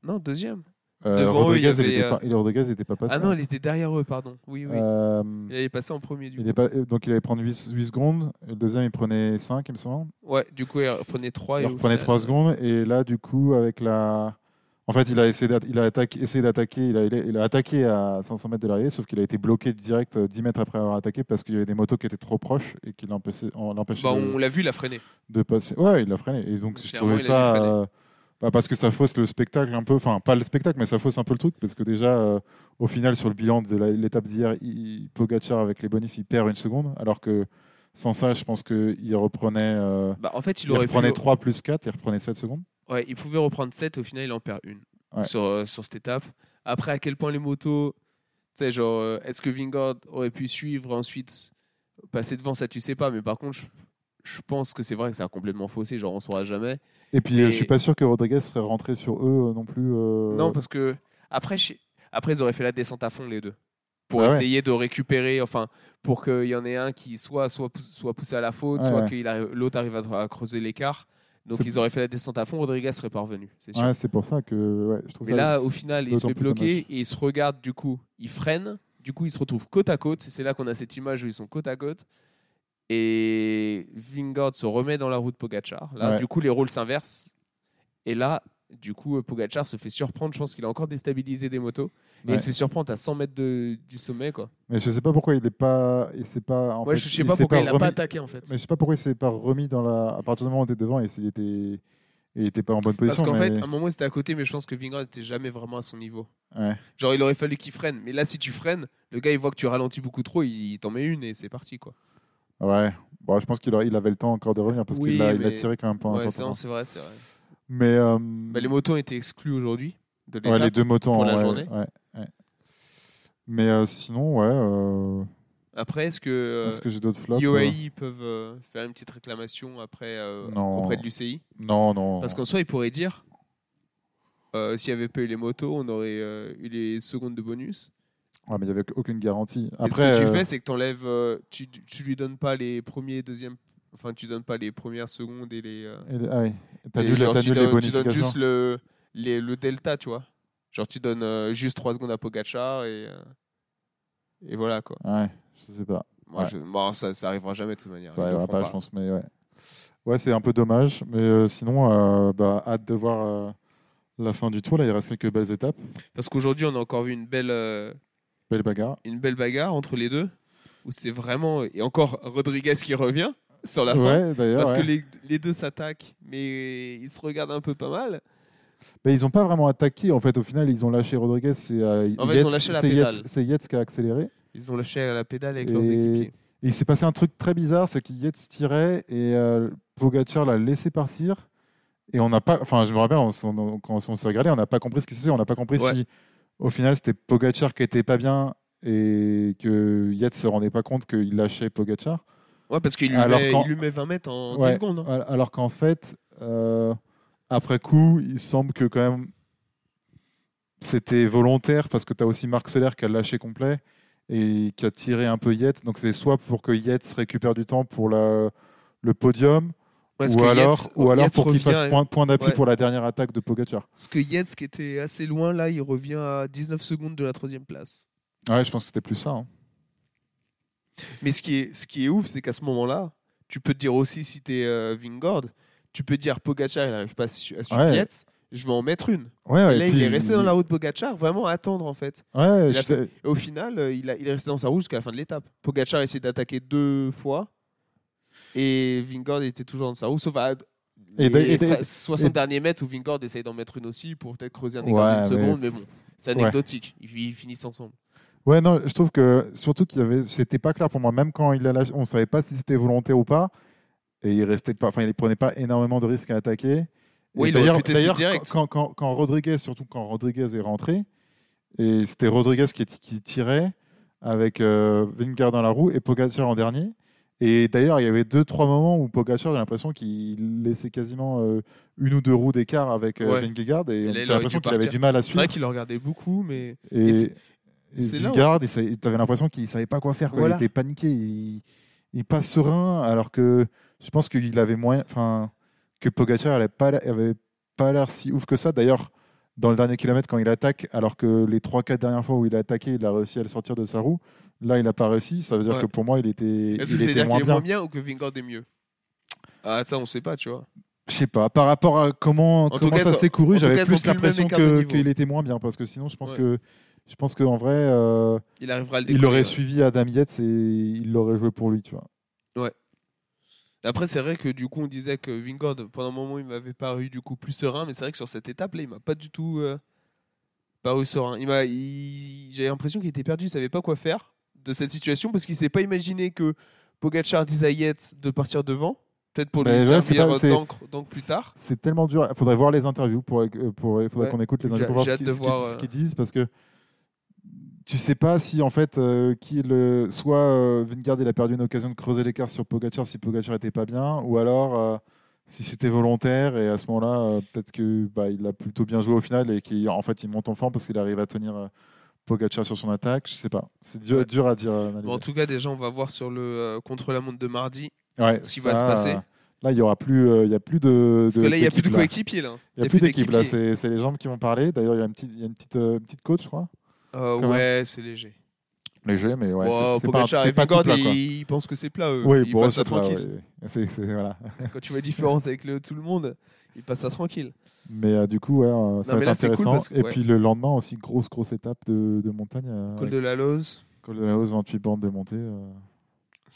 Speaker 1: Non, deuxième.
Speaker 2: Euh,
Speaker 1: Devant eux, il
Speaker 2: Rodriguez,
Speaker 1: y
Speaker 2: il
Speaker 1: avait,
Speaker 2: était pas, Rodriguez, il était pas passé.
Speaker 1: Ah non, il était derrière eux, pardon. Oui, oui.
Speaker 2: Euh,
Speaker 1: Il allait passer en premier du
Speaker 2: Il
Speaker 1: coup.
Speaker 2: est pas- euh, donc il allait prendre 8, secondes, Et le deuxième il prenait 5, il me semble.
Speaker 1: Ouais, du coup, il reprenait 3.
Speaker 2: il reprenait
Speaker 1: euh,
Speaker 2: 3 secondes, et là du coup, avec la. En fait, il a essayé d'atta- il a attaqué- essayé d'attaquer, il a, il a- il a attaqué à 500 mètres de l'arrivée, sauf qu'il a été bloqué direct euh, 10 mètres après avoir attaqué parce qu'il y avait des motos qui étaient trop proches et qui l'empêchaient en- l'empêchaient
Speaker 1: Bah,
Speaker 2: de,
Speaker 1: on l'a vu, il a freiné.
Speaker 2: de passer. Ouais, il l'a freiné. Et donc,
Speaker 1: Donc,
Speaker 2: je
Speaker 1: clairement,
Speaker 2: trouvais
Speaker 1: il a dû
Speaker 2: ça.
Speaker 1: freiner.
Speaker 2: euh, bah, parce que ça fausse le spectacle un peu. Enfin, pas le spectacle, mais ça fausse un peu le truc. Parce que déjà, euh, au final, sur le bilan de la- l'étape d'hier, il- Pogacar avec les bonifs, il perd une seconde. Alors que sans ça, je pense qu'il reprenait. euh,
Speaker 1: Bah, en fait, il,
Speaker 2: il
Speaker 1: aurait
Speaker 2: reprenait
Speaker 1: pu.
Speaker 2: 3 plus 4, il reprenait 7 secondes.
Speaker 1: Ouais, il pouvait reprendre 7, au final, il en perd une
Speaker 2: Ouais.
Speaker 1: sur, euh, sur cette étape. Après, à quel point les motos. Tu sais, genre, euh, est-ce que Vingard aurait pu suivre ensuite passer devant Ça, tu sais pas. Mais par contre, je, je pense que c'est vrai que ça a complètement faussé. Genre, on saura jamais.
Speaker 2: Et puis, euh,
Speaker 1: Et-
Speaker 2: je suis pas sûr que Rodriguez serait rentré sur eux euh, non plus. euh,
Speaker 1: Non, parce que. Après, je- après, ils auraient fait la descente à fond, les deux. Pour
Speaker 2: Ah ouais.
Speaker 1: essayer de récupérer. Enfin, pour qu'il y en ait un qui soit, soit, pousse- soit poussé à la faute,
Speaker 2: Ouais,
Speaker 1: soit
Speaker 2: ouais.
Speaker 1: que l'autre arrive à, à creuser l'écart. Donc,
Speaker 2: C'est-
Speaker 1: ils auraient fait la descente à fond. Rodriguez serait parvenu. C'est sûr.
Speaker 2: Ouais, c'est pour ça que ouais, je trouve
Speaker 1: Mais
Speaker 2: ça.
Speaker 1: là, au final, il se
Speaker 2: d'autant
Speaker 1: fait
Speaker 2: plus
Speaker 1: bloquer
Speaker 2: dommage.
Speaker 1: et il se regarde, du coup, il freine, du coup, il se retrouve côte à côte. C'est là qu'on a cette image où ils sont côte à côte. Et Vingard se remet dans la roue de Pogachar. Là,
Speaker 2: Ouais.
Speaker 1: du coup, les rôles s'inversent. Et là, du coup, Pogachar se fait surprendre. Je pense qu'il a encore déstabilisé des motos. Et
Speaker 2: Ouais.
Speaker 1: il se fait surprendre à 100 mètres de- du sommet. Quoi.
Speaker 2: Mais je sais pas pourquoi il est pas. Il s'est pas. En
Speaker 1: Moi,
Speaker 2: fait,
Speaker 1: je sais
Speaker 2: il
Speaker 1: pas
Speaker 2: s'est
Speaker 1: pourquoi il n'a pas
Speaker 2: remis-
Speaker 1: attaqué, en fait.
Speaker 2: Mais je sais pas pourquoi il s'est pas remis dans la. À partir du moment où on était devant, il s- il était, il était pas en bonne
Speaker 1: Parce
Speaker 2: position.
Speaker 1: qu'en
Speaker 2: mais-
Speaker 1: fait, à un moment, c'était à côté, mais je pense que Vingard n'était jamais vraiment à son niveau.
Speaker 2: Ouais.
Speaker 1: Genre, il aurait fallu qu'il freine. Mais là, si tu freines, le gars, il voit que tu ralentis beaucoup trop, il il t'en met une et c'est parti. quoi.
Speaker 2: Ouais. Bon, je pense qu'il a- il avait le temps encore de revenir parce
Speaker 1: Oui,
Speaker 2: qu'il a, il a
Speaker 1: mais-
Speaker 2: tiré quand même pendant un
Speaker 1: Ouais, c'est
Speaker 2: certain
Speaker 1: non,
Speaker 2: temps.
Speaker 1: c'est vrai, c'est vrai.
Speaker 2: Mais euh,
Speaker 1: Bah, les motos ont été exclues aujourd'hui de
Speaker 2: ouais,
Speaker 1: l'étape.
Speaker 2: les deux motos
Speaker 1: pour
Speaker 2: en-
Speaker 1: la
Speaker 2: ouais,
Speaker 1: journée.
Speaker 2: ouais, ouais. Mais euh, sinon, ouais. euh,
Speaker 1: Après, est-ce que, euh,
Speaker 2: Est-ce que j'ai d'autres flops euh,
Speaker 1: IOAI peuvent euh, faire une petite réclamation après euh,
Speaker 2: Non.
Speaker 1: auprès de l'UCI
Speaker 2: Non, non.
Speaker 1: Parce qu'en soi, ils pourraient dire euh, s'il n'y avait pas eu les motos, on aurait euh, eu les secondes de bonus.
Speaker 2: Ouais, mais il n'y avait aucune garantie.
Speaker 1: Et
Speaker 2: Après,
Speaker 1: ce que tu
Speaker 2: euh,
Speaker 1: fais, c'est que t'enlèves, euh, tu tu lui donnes pas les premiers, deuxièmes, enfin, tu donnes pas les premières secondes et les. euh,
Speaker 2: et- ah oui. T'as
Speaker 1: et
Speaker 2: nul-
Speaker 1: genre,
Speaker 2: t'as
Speaker 1: tu
Speaker 2: nul les
Speaker 1: donnes- tu donnes juste
Speaker 2: bonifications.
Speaker 1: le, les- le delta, tu vois. Genre, tu donnes euh, juste 3 secondes à Pogacar et, euh, et voilà quoi.
Speaker 2: Ouais, je sais pas.
Speaker 1: Moi,
Speaker 2: Ouais.
Speaker 1: je- moi, ça, ça arrivera jamais de toute manière.
Speaker 2: Ça
Speaker 1: Ils le
Speaker 2: n'arrivera
Speaker 1: feront
Speaker 2: pas, je pense, mais ouais. Ouais, c'est un peu dommage, mais euh, sinon, euh, bah, hâte de voir euh, la fin du tour. Là, il reste quelques belles étapes,
Speaker 1: Parce qu'aujourd'hui, on a encore vu une belle, euh,
Speaker 2: belles bagarres.
Speaker 1: une belle bagarre entre les deux. Où c'est vraiment. Et encore Rodriguez qui revient. sur la fin.
Speaker 2: Ouais, d'ailleurs.
Speaker 1: Parce que
Speaker 2: ouais.
Speaker 1: les, les deux s'attaquent, mais ils se regardent un peu pas mal.
Speaker 2: Mais ils n'ont pas vraiment attaqué. En fait, au final, ils ont lâché Rodriguez. C'est euh,
Speaker 1: En fait, ils ont
Speaker 2: Yates-
Speaker 1: lâché la
Speaker 2: c'est
Speaker 1: pédale.
Speaker 2: Yates- C'est Yates qui a accéléré.
Speaker 1: Ils ont lâché à la pédale avec
Speaker 2: Et-
Speaker 1: leurs équipiers.
Speaker 2: Et il s'est passé un truc très bizarre, c'est que Yates tirait et euh, Pogacar l'a laissé partir. Et on n'a pas, enfin, je me rappelle, on s'en- on- quand on s'est regardé, on n'a pas compris ce qui se fait. On n'a pas compris
Speaker 1: Ouais.
Speaker 2: si, au final, c'était Pogacar qui était pas bien et que Yates se rendait pas compte qu'il lâchait Pogacar.
Speaker 1: Ouais, parce qu'il lui,
Speaker 2: Alors
Speaker 1: met-
Speaker 2: quand-
Speaker 1: il lui met 20 mètres en
Speaker 2: Ouais.
Speaker 1: 10 secondes. hein.
Speaker 2: Al- Alors qu'en fait, euh, après coup, il semble que quand même c'était volontaire parce que tu as aussi Marc Soler qui a lâché complet et qui a tiré un peu Yates. Donc c'est soit pour que Yates récupère du temps pour la- le podium,
Speaker 1: Parce
Speaker 2: ou
Speaker 1: que
Speaker 2: alors,
Speaker 1: Yates-
Speaker 2: ou alors
Speaker 1: Yates
Speaker 2: pour qu'il
Speaker 1: revient-
Speaker 2: fasse point, point d'appui
Speaker 1: Ouais.
Speaker 2: pour la dernière attaque de Pogacar.
Speaker 1: Parce que Yates, qui était assez loin, là, il revient à 19 secondes de la troisième place.
Speaker 2: Ouais, je pense que c'était plus ça. hein.
Speaker 1: Mais ce qui est, ce qui est ouf, c'est qu'à ce moment-là, tu peux te dire aussi, si tu es Vingord, tu peux dire Pogacar, il n'arrive pas à su- à suivre
Speaker 2: Ouais.
Speaker 1: Yates, je vais en mettre une.
Speaker 2: Ouais, ouais,
Speaker 1: Et là,
Speaker 2: et
Speaker 1: il
Speaker 2: puis-
Speaker 1: est resté dans la route Pogacar, vraiment à attendre, en fait.
Speaker 2: Ouais,
Speaker 1: Il a
Speaker 2: je-
Speaker 1: fait- Et au final, euh, il, a- il est resté dans sa roue jusqu'à la fin de l'étape. Pogacar a essayé d'attaquer deux fois. Et Vingord était toujours dans sa roue, sauf à
Speaker 2: Et
Speaker 1: les
Speaker 2: d'a- et d'a-
Speaker 1: sa- 60 derniers mètres où Vingord essaye d'en mettre une aussi pour peut-être creuser un écart
Speaker 2: Ouais,
Speaker 1: d'une
Speaker 2: mais-
Speaker 1: seconde, mais bon, c'est
Speaker 2: Ouais.
Speaker 1: anecdotique. Ils, ils finissent ensemble.
Speaker 2: Ouais, non, je trouve que surtout qu'il y avait, c'était pas clair pour moi. Même quand il l'a lâché, on savait pas si c'était volontaire ou pas. Et il restait pas, enfin, il prenait pas énormément de risques à attaquer.
Speaker 1: Oui,
Speaker 2: Et
Speaker 1: il aurait
Speaker 2: d'ailleurs-
Speaker 1: pu tester
Speaker 2: d'ailleurs,
Speaker 1: direct.
Speaker 2: Quand, quand, quand Rodriguez, surtout quand Rodriguez est rentré, et c'était Rodriguez qui, qui tirait avec euh, Vingegaard dans la roue et Pogacar en dernier. Et d'ailleurs, il y avait deux, trois moments où Pogacar, j'ai l'impression qu'il laissait quasiment euh, une ou deux roues d'écart avec euh,
Speaker 1: Ouais.
Speaker 2: Vingegaard et,
Speaker 1: là, il
Speaker 2: on avait
Speaker 1: aurait dû
Speaker 2: l'impression qu'il avait
Speaker 1: partir.
Speaker 2: du mal à
Speaker 1: C'est
Speaker 2: suivre.
Speaker 1: vrai qu'il le regardait beaucoup, mais
Speaker 2: Et,
Speaker 1: Et c'est-
Speaker 2: et
Speaker 1: c'est là où-
Speaker 2: Vingegaard, il savait- t'avais l'impression qu'il savait pas quoi faire. quoi.
Speaker 1: Voilà.
Speaker 2: Il était paniqué. Il, il est pas serein, alors que je pense qu'il avait moyen. Enfin, que Pogacar n'avait pas, l'air- avait pas l'air si ouf que ça. D'ailleurs, dans le dernier kilomètre, quand il attaque, alors que les 3-4 dernières fois où il a attaqué, il a réussi à le sortir de sa roue. Là, il n'a pas réussi. Ça veut dire
Speaker 1: Ouais.
Speaker 2: que pour moi, il était,
Speaker 1: est-ce que
Speaker 2: il
Speaker 1: c'est
Speaker 2: était
Speaker 1: dire
Speaker 2: moins
Speaker 1: qu'il est
Speaker 2: bien.
Speaker 1: moins bien ou que Vingord est mieux Ah, ça, on sait pas, tu vois.
Speaker 2: Je sais pas. Par rapport à comment,
Speaker 1: tout
Speaker 2: comment
Speaker 1: cas,
Speaker 2: ça
Speaker 1: ça-
Speaker 2: s'est
Speaker 1: en
Speaker 2: couru,
Speaker 1: tout
Speaker 2: j'avais
Speaker 1: cas, ils ont
Speaker 2: plus
Speaker 1: plus le même
Speaker 2: l'impression
Speaker 1: écart de
Speaker 2: que-
Speaker 1: niveau.
Speaker 2: qu'il était moins bien. Parce que sinon, je pense
Speaker 1: Ouais.
Speaker 2: que je pense qu'en vrai. euh,
Speaker 1: Il arrivera à le
Speaker 2: Il l'aurait
Speaker 1: découvrir.
Speaker 2: suivi Adam Yates et il l'aurait joué pour lui, tu vois.
Speaker 1: Après, c'est vrai que du coup, on disait que Vingord, pendant un moment, il m'avait paru du coup plus serein, mais c'est vrai que sur cette étape-là, il m'a pas du tout euh, paru serein. Il m'a, il- j'avais l'impression qu'il était perdu, il savait pas quoi faire de cette situation parce qu'il s'est pas imaginé que Pogacar dise à Yates de partir devant, peut-être pour lui
Speaker 2: Mais ouais, c'est
Speaker 1: servir
Speaker 2: pas- c'est-
Speaker 1: d'encre, d'encre plus tard.
Speaker 2: C'est tellement dur. Il faudrait voir les interviews. Pour, euh, pour, il faudrait
Speaker 1: Ouais.
Speaker 2: qu'on écoute les
Speaker 1: J'ai-
Speaker 2: interviews pour voir
Speaker 1: j'ai
Speaker 2: ce
Speaker 1: hâte
Speaker 2: qu'ils
Speaker 1: de
Speaker 2: ce qu'ils-
Speaker 1: voir,
Speaker 2: ce
Speaker 1: euh.
Speaker 2: qu'ils disent parce que tu sais pas si en fait euh, qui le soit euh, Vingard il a perdu une occasion de creuser l'écart sur Pogacar si Pogacar était pas bien ou alors euh, si c'était volontaire et à ce moment-là euh, peut-être que bah, il a plutôt bien joué au final et qu'en fait il monte en forme parce qu'il arrive à tenir euh, Pogacar sur son attaque. Je sais pas. C'est dur,
Speaker 1: Ouais.
Speaker 2: dur à dire. à analyser.
Speaker 1: Bon, en tout cas, déjà, on va voir sur le euh, contre-la-montre de mardi
Speaker 2: Ouais,
Speaker 1: ce qui va se passer.
Speaker 2: euh, Là, il y aura plus, euh, il y a plus de.
Speaker 1: parce
Speaker 2: de-
Speaker 1: que là, il y a plus
Speaker 2: d'équipe,
Speaker 1: de
Speaker 2: là.
Speaker 1: coéquipiers là.
Speaker 2: Il n'y a plus d'équipe
Speaker 1: d'équipe,
Speaker 2: là,
Speaker 1: qui-
Speaker 2: c'est c'est les jambes qui vont parler. D'ailleurs, il y a une petite, il y a une petite, euh, petite coach, je crois.
Speaker 1: Euh,
Speaker 2: Quand
Speaker 1: ouais, c'est léger.
Speaker 2: Léger, mais ouais,
Speaker 1: Wow,
Speaker 2: c'est- c'est pas, un-
Speaker 1: Pogacar
Speaker 2: c'est
Speaker 1: et
Speaker 2: pas tout
Speaker 1: Vingord,
Speaker 2: plat, quoi.
Speaker 1: ils ils pensent que c'est plat. Eux.
Speaker 2: Oui,
Speaker 1: ils
Speaker 2: pour eux,
Speaker 1: passent ça
Speaker 2: c'est plat,
Speaker 1: tranquille.
Speaker 2: ouais, ouais. C'est- c'est- voilà.
Speaker 1: quand tu vois la différence avec le, tout le monde, il passe ça tranquille.
Speaker 2: Mais euh, du coup, ouais, euh, ça
Speaker 1: Non, mais
Speaker 2: va être
Speaker 1: là, c'est cool
Speaker 2: intéressant.
Speaker 1: parce que-
Speaker 2: Et
Speaker 1: ouais.
Speaker 2: puis le lendemain aussi, grosse, grosse étape de, de montagne. euh,
Speaker 1: Col
Speaker 2: avec
Speaker 1: de la Lose,
Speaker 2: Col de la Hausse, 28 bornes de montée. euh.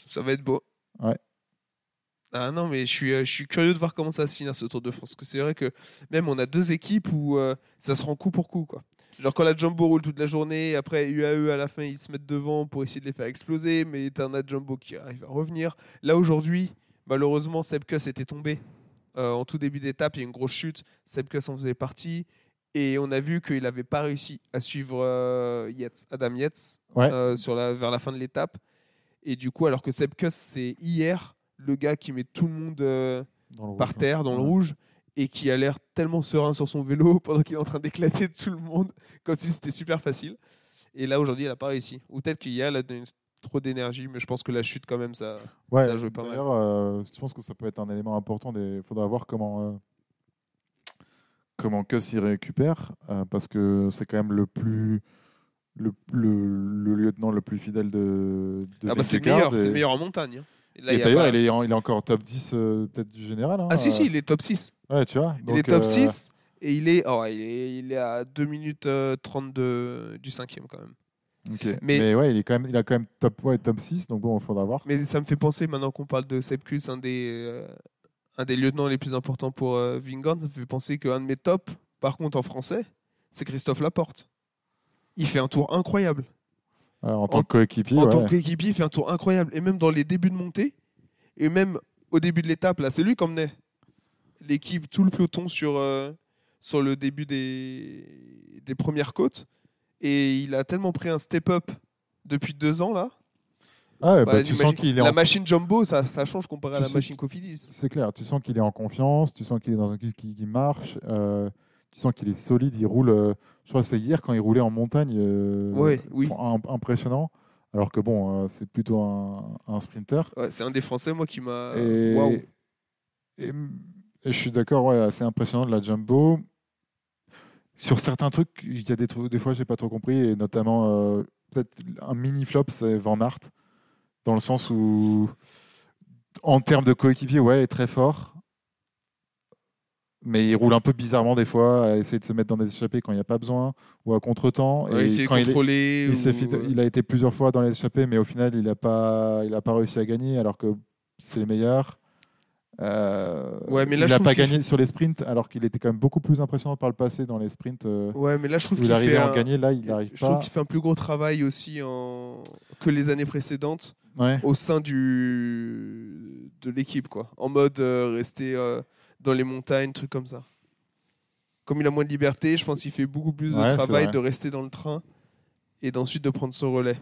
Speaker 1: ça va être beau.
Speaker 2: Ouais.
Speaker 1: Ah non, mais je suis, euh, je suis curieux de voir comment ça va se finir ce Tour de France. Parce que c'est vrai que même on a deux équipes où euh, ça se rend coup pour coup. Quoi. Genre quand la Jumbo roule toute la journée, après UAE à la fin ils se mettent devant pour essayer de les faire exploser, mais t'en as Jumbo qui arrive à revenir. Là aujourd'hui, malheureusement, Sebkus était tombé. Euh, en tout début d'étape, il y a eu une grosse chute. Sebkus en faisait partie. Et on a vu qu'il n'avait pas réussi à suivre euh, Yates, Adam Yates
Speaker 2: Ouais.
Speaker 1: euh, sur la, vers la fin de l'étape. Et du coup, alors que Sebkus, c'est hier le gars qui met tout le monde euh,
Speaker 2: Dans le
Speaker 1: par
Speaker 2: rouge, hein.
Speaker 1: terre, dans le
Speaker 2: ouais.
Speaker 1: rouge, et qui a l'air tellement serein sur son vélo pendant qu'il est en train d'éclater tout le monde, comme si c'était super facile. Et là, aujourd'hui, elle n'a pas réussi. Ou peut-être qu'il y a, elle a donné trop d'énergie, mais je pense que la chute, quand même, ça.
Speaker 2: Ouais,
Speaker 1: Ça a joué pas mal.
Speaker 2: D'ailleurs, euh, je pense que ça peut être un élément important. Il faudra voir comment, euh, comment que s'y récupère, euh, parce que c'est quand même le plus. Le, le- le lieutenant le plus fidèle de, de
Speaker 1: Ah bah, c'est le
Speaker 2: Vingegaard
Speaker 1: meilleur,
Speaker 2: et-
Speaker 1: c'est le meilleur en montagne. hein. Et là,
Speaker 2: et
Speaker 1: il y a
Speaker 2: d'ailleurs,
Speaker 1: pas-
Speaker 2: il, est, en- il est encore top 10 euh, peut-être du général. hein,
Speaker 1: Ah, si, si,
Speaker 2: euh.
Speaker 1: il est top 6.
Speaker 2: Ouais, tu vois.
Speaker 1: il
Speaker 2: donc,
Speaker 1: est top
Speaker 2: euh,
Speaker 1: 6 et il est, oh, il est, il est à 2 minutes euh, 32 du cinquième quand même.
Speaker 2: Ok.
Speaker 1: Mais-
Speaker 2: Mais, ouais, il, est quand même, il a quand même top, ouais, top 6, donc bon, il faudra voir.
Speaker 1: Mais ça me fait penser, maintenant qu'on parle de Sepkus, un des, euh, un des lieutenants les plus importants pour euh, Vingorn, ça me fait penser qu'un de mes tops, par contre en français, c'est Christophe Laporte. Il fait un tour incroyable.
Speaker 2: Alors, euh, en,
Speaker 1: En-
Speaker 2: tant que coéquipier,
Speaker 1: en
Speaker 2: ouais.
Speaker 1: tant qu'équipier, il fait un tour incroyable. Et même dans les débuts de montée, et même au début de l'étape, là, c'est lui qui emmenait l'équipe, tout le peloton sur, euh, sur le début des, des premières côtes. Et il a tellement pris un step-up depuis deux ans, là.
Speaker 2: Ah ouais,
Speaker 1: Bah,
Speaker 2: bah, tu
Speaker 1: j'imagine-
Speaker 2: sens qu'il est
Speaker 1: La
Speaker 2: en-
Speaker 1: machine jumbo, ça, ça change comparé à
Speaker 2: Tu
Speaker 1: la
Speaker 2: sais-
Speaker 1: machine Cofidis.
Speaker 2: C'est clair, tu sens qu'il est en confiance, tu sens qu'il est dans un équipe qui, qui marche, euh, tu sens qu'il est solide, il roule. euh, je crois que c'est hier quand il roulait en montagne. euh,
Speaker 1: Ouais, oui.
Speaker 2: fr- im- impressionnant. Alors que bon, euh, c'est plutôt un, un sprinter.
Speaker 1: Ouais, c'est un des Français, moi, qui m'a.
Speaker 2: et,
Speaker 1: Waouh.
Speaker 2: et- et je suis d'accord, ouais, c'est impressionnant de la jumbo. Sur certains trucs, il y a des, tru- des fois, j'ai pas trop compris, et notamment euh, peut-être un mini flop, c'est Van Aert, dans le sens où, en termes de coéquipier, ouais, il est très fort, mais il roule un peu bizarrement des fois, à essayer de se mettre dans des échappées quand il n'y a pas besoin, ou à contre-temps.
Speaker 1: Ouais, essayer de
Speaker 2: quand il est-
Speaker 1: contrôler.
Speaker 2: il, s'est
Speaker 1: ou- euh,
Speaker 2: fait- il a été plusieurs fois dans les échappées, mais au final, il n'a pas, il a pas réussi à gagner, alors que c'est les meilleurs. Euh,
Speaker 1: Ouais, mais là,
Speaker 2: il
Speaker 1: je
Speaker 2: n'a
Speaker 1: trouve
Speaker 2: pas
Speaker 1: qu'il
Speaker 2: gagné sur les sprints, alors qu'il était quand même beaucoup plus impressionnant par le passé dans les sprints. euh,
Speaker 1: Ouais, mais là, je trouve
Speaker 2: où
Speaker 1: qu'il
Speaker 2: il arrivait
Speaker 1: fait.
Speaker 2: à en
Speaker 1: un-
Speaker 2: gagner, là, il n'arrive
Speaker 1: Je trouve
Speaker 2: pas.
Speaker 1: qu'il fait un plus gros travail aussi en... que les années précédentes
Speaker 2: Ouais.
Speaker 1: au sein du... de l'équipe, quoi. En mode euh, rester euh, dans les montagnes, trucs comme ça. Comme il a moins de liberté, je pense qu'il fait beaucoup plus
Speaker 2: Ouais,
Speaker 1: de
Speaker 2: c'est
Speaker 1: travail
Speaker 2: vrai.
Speaker 1: de rester dans le train et d'ensuite de prendre son relais.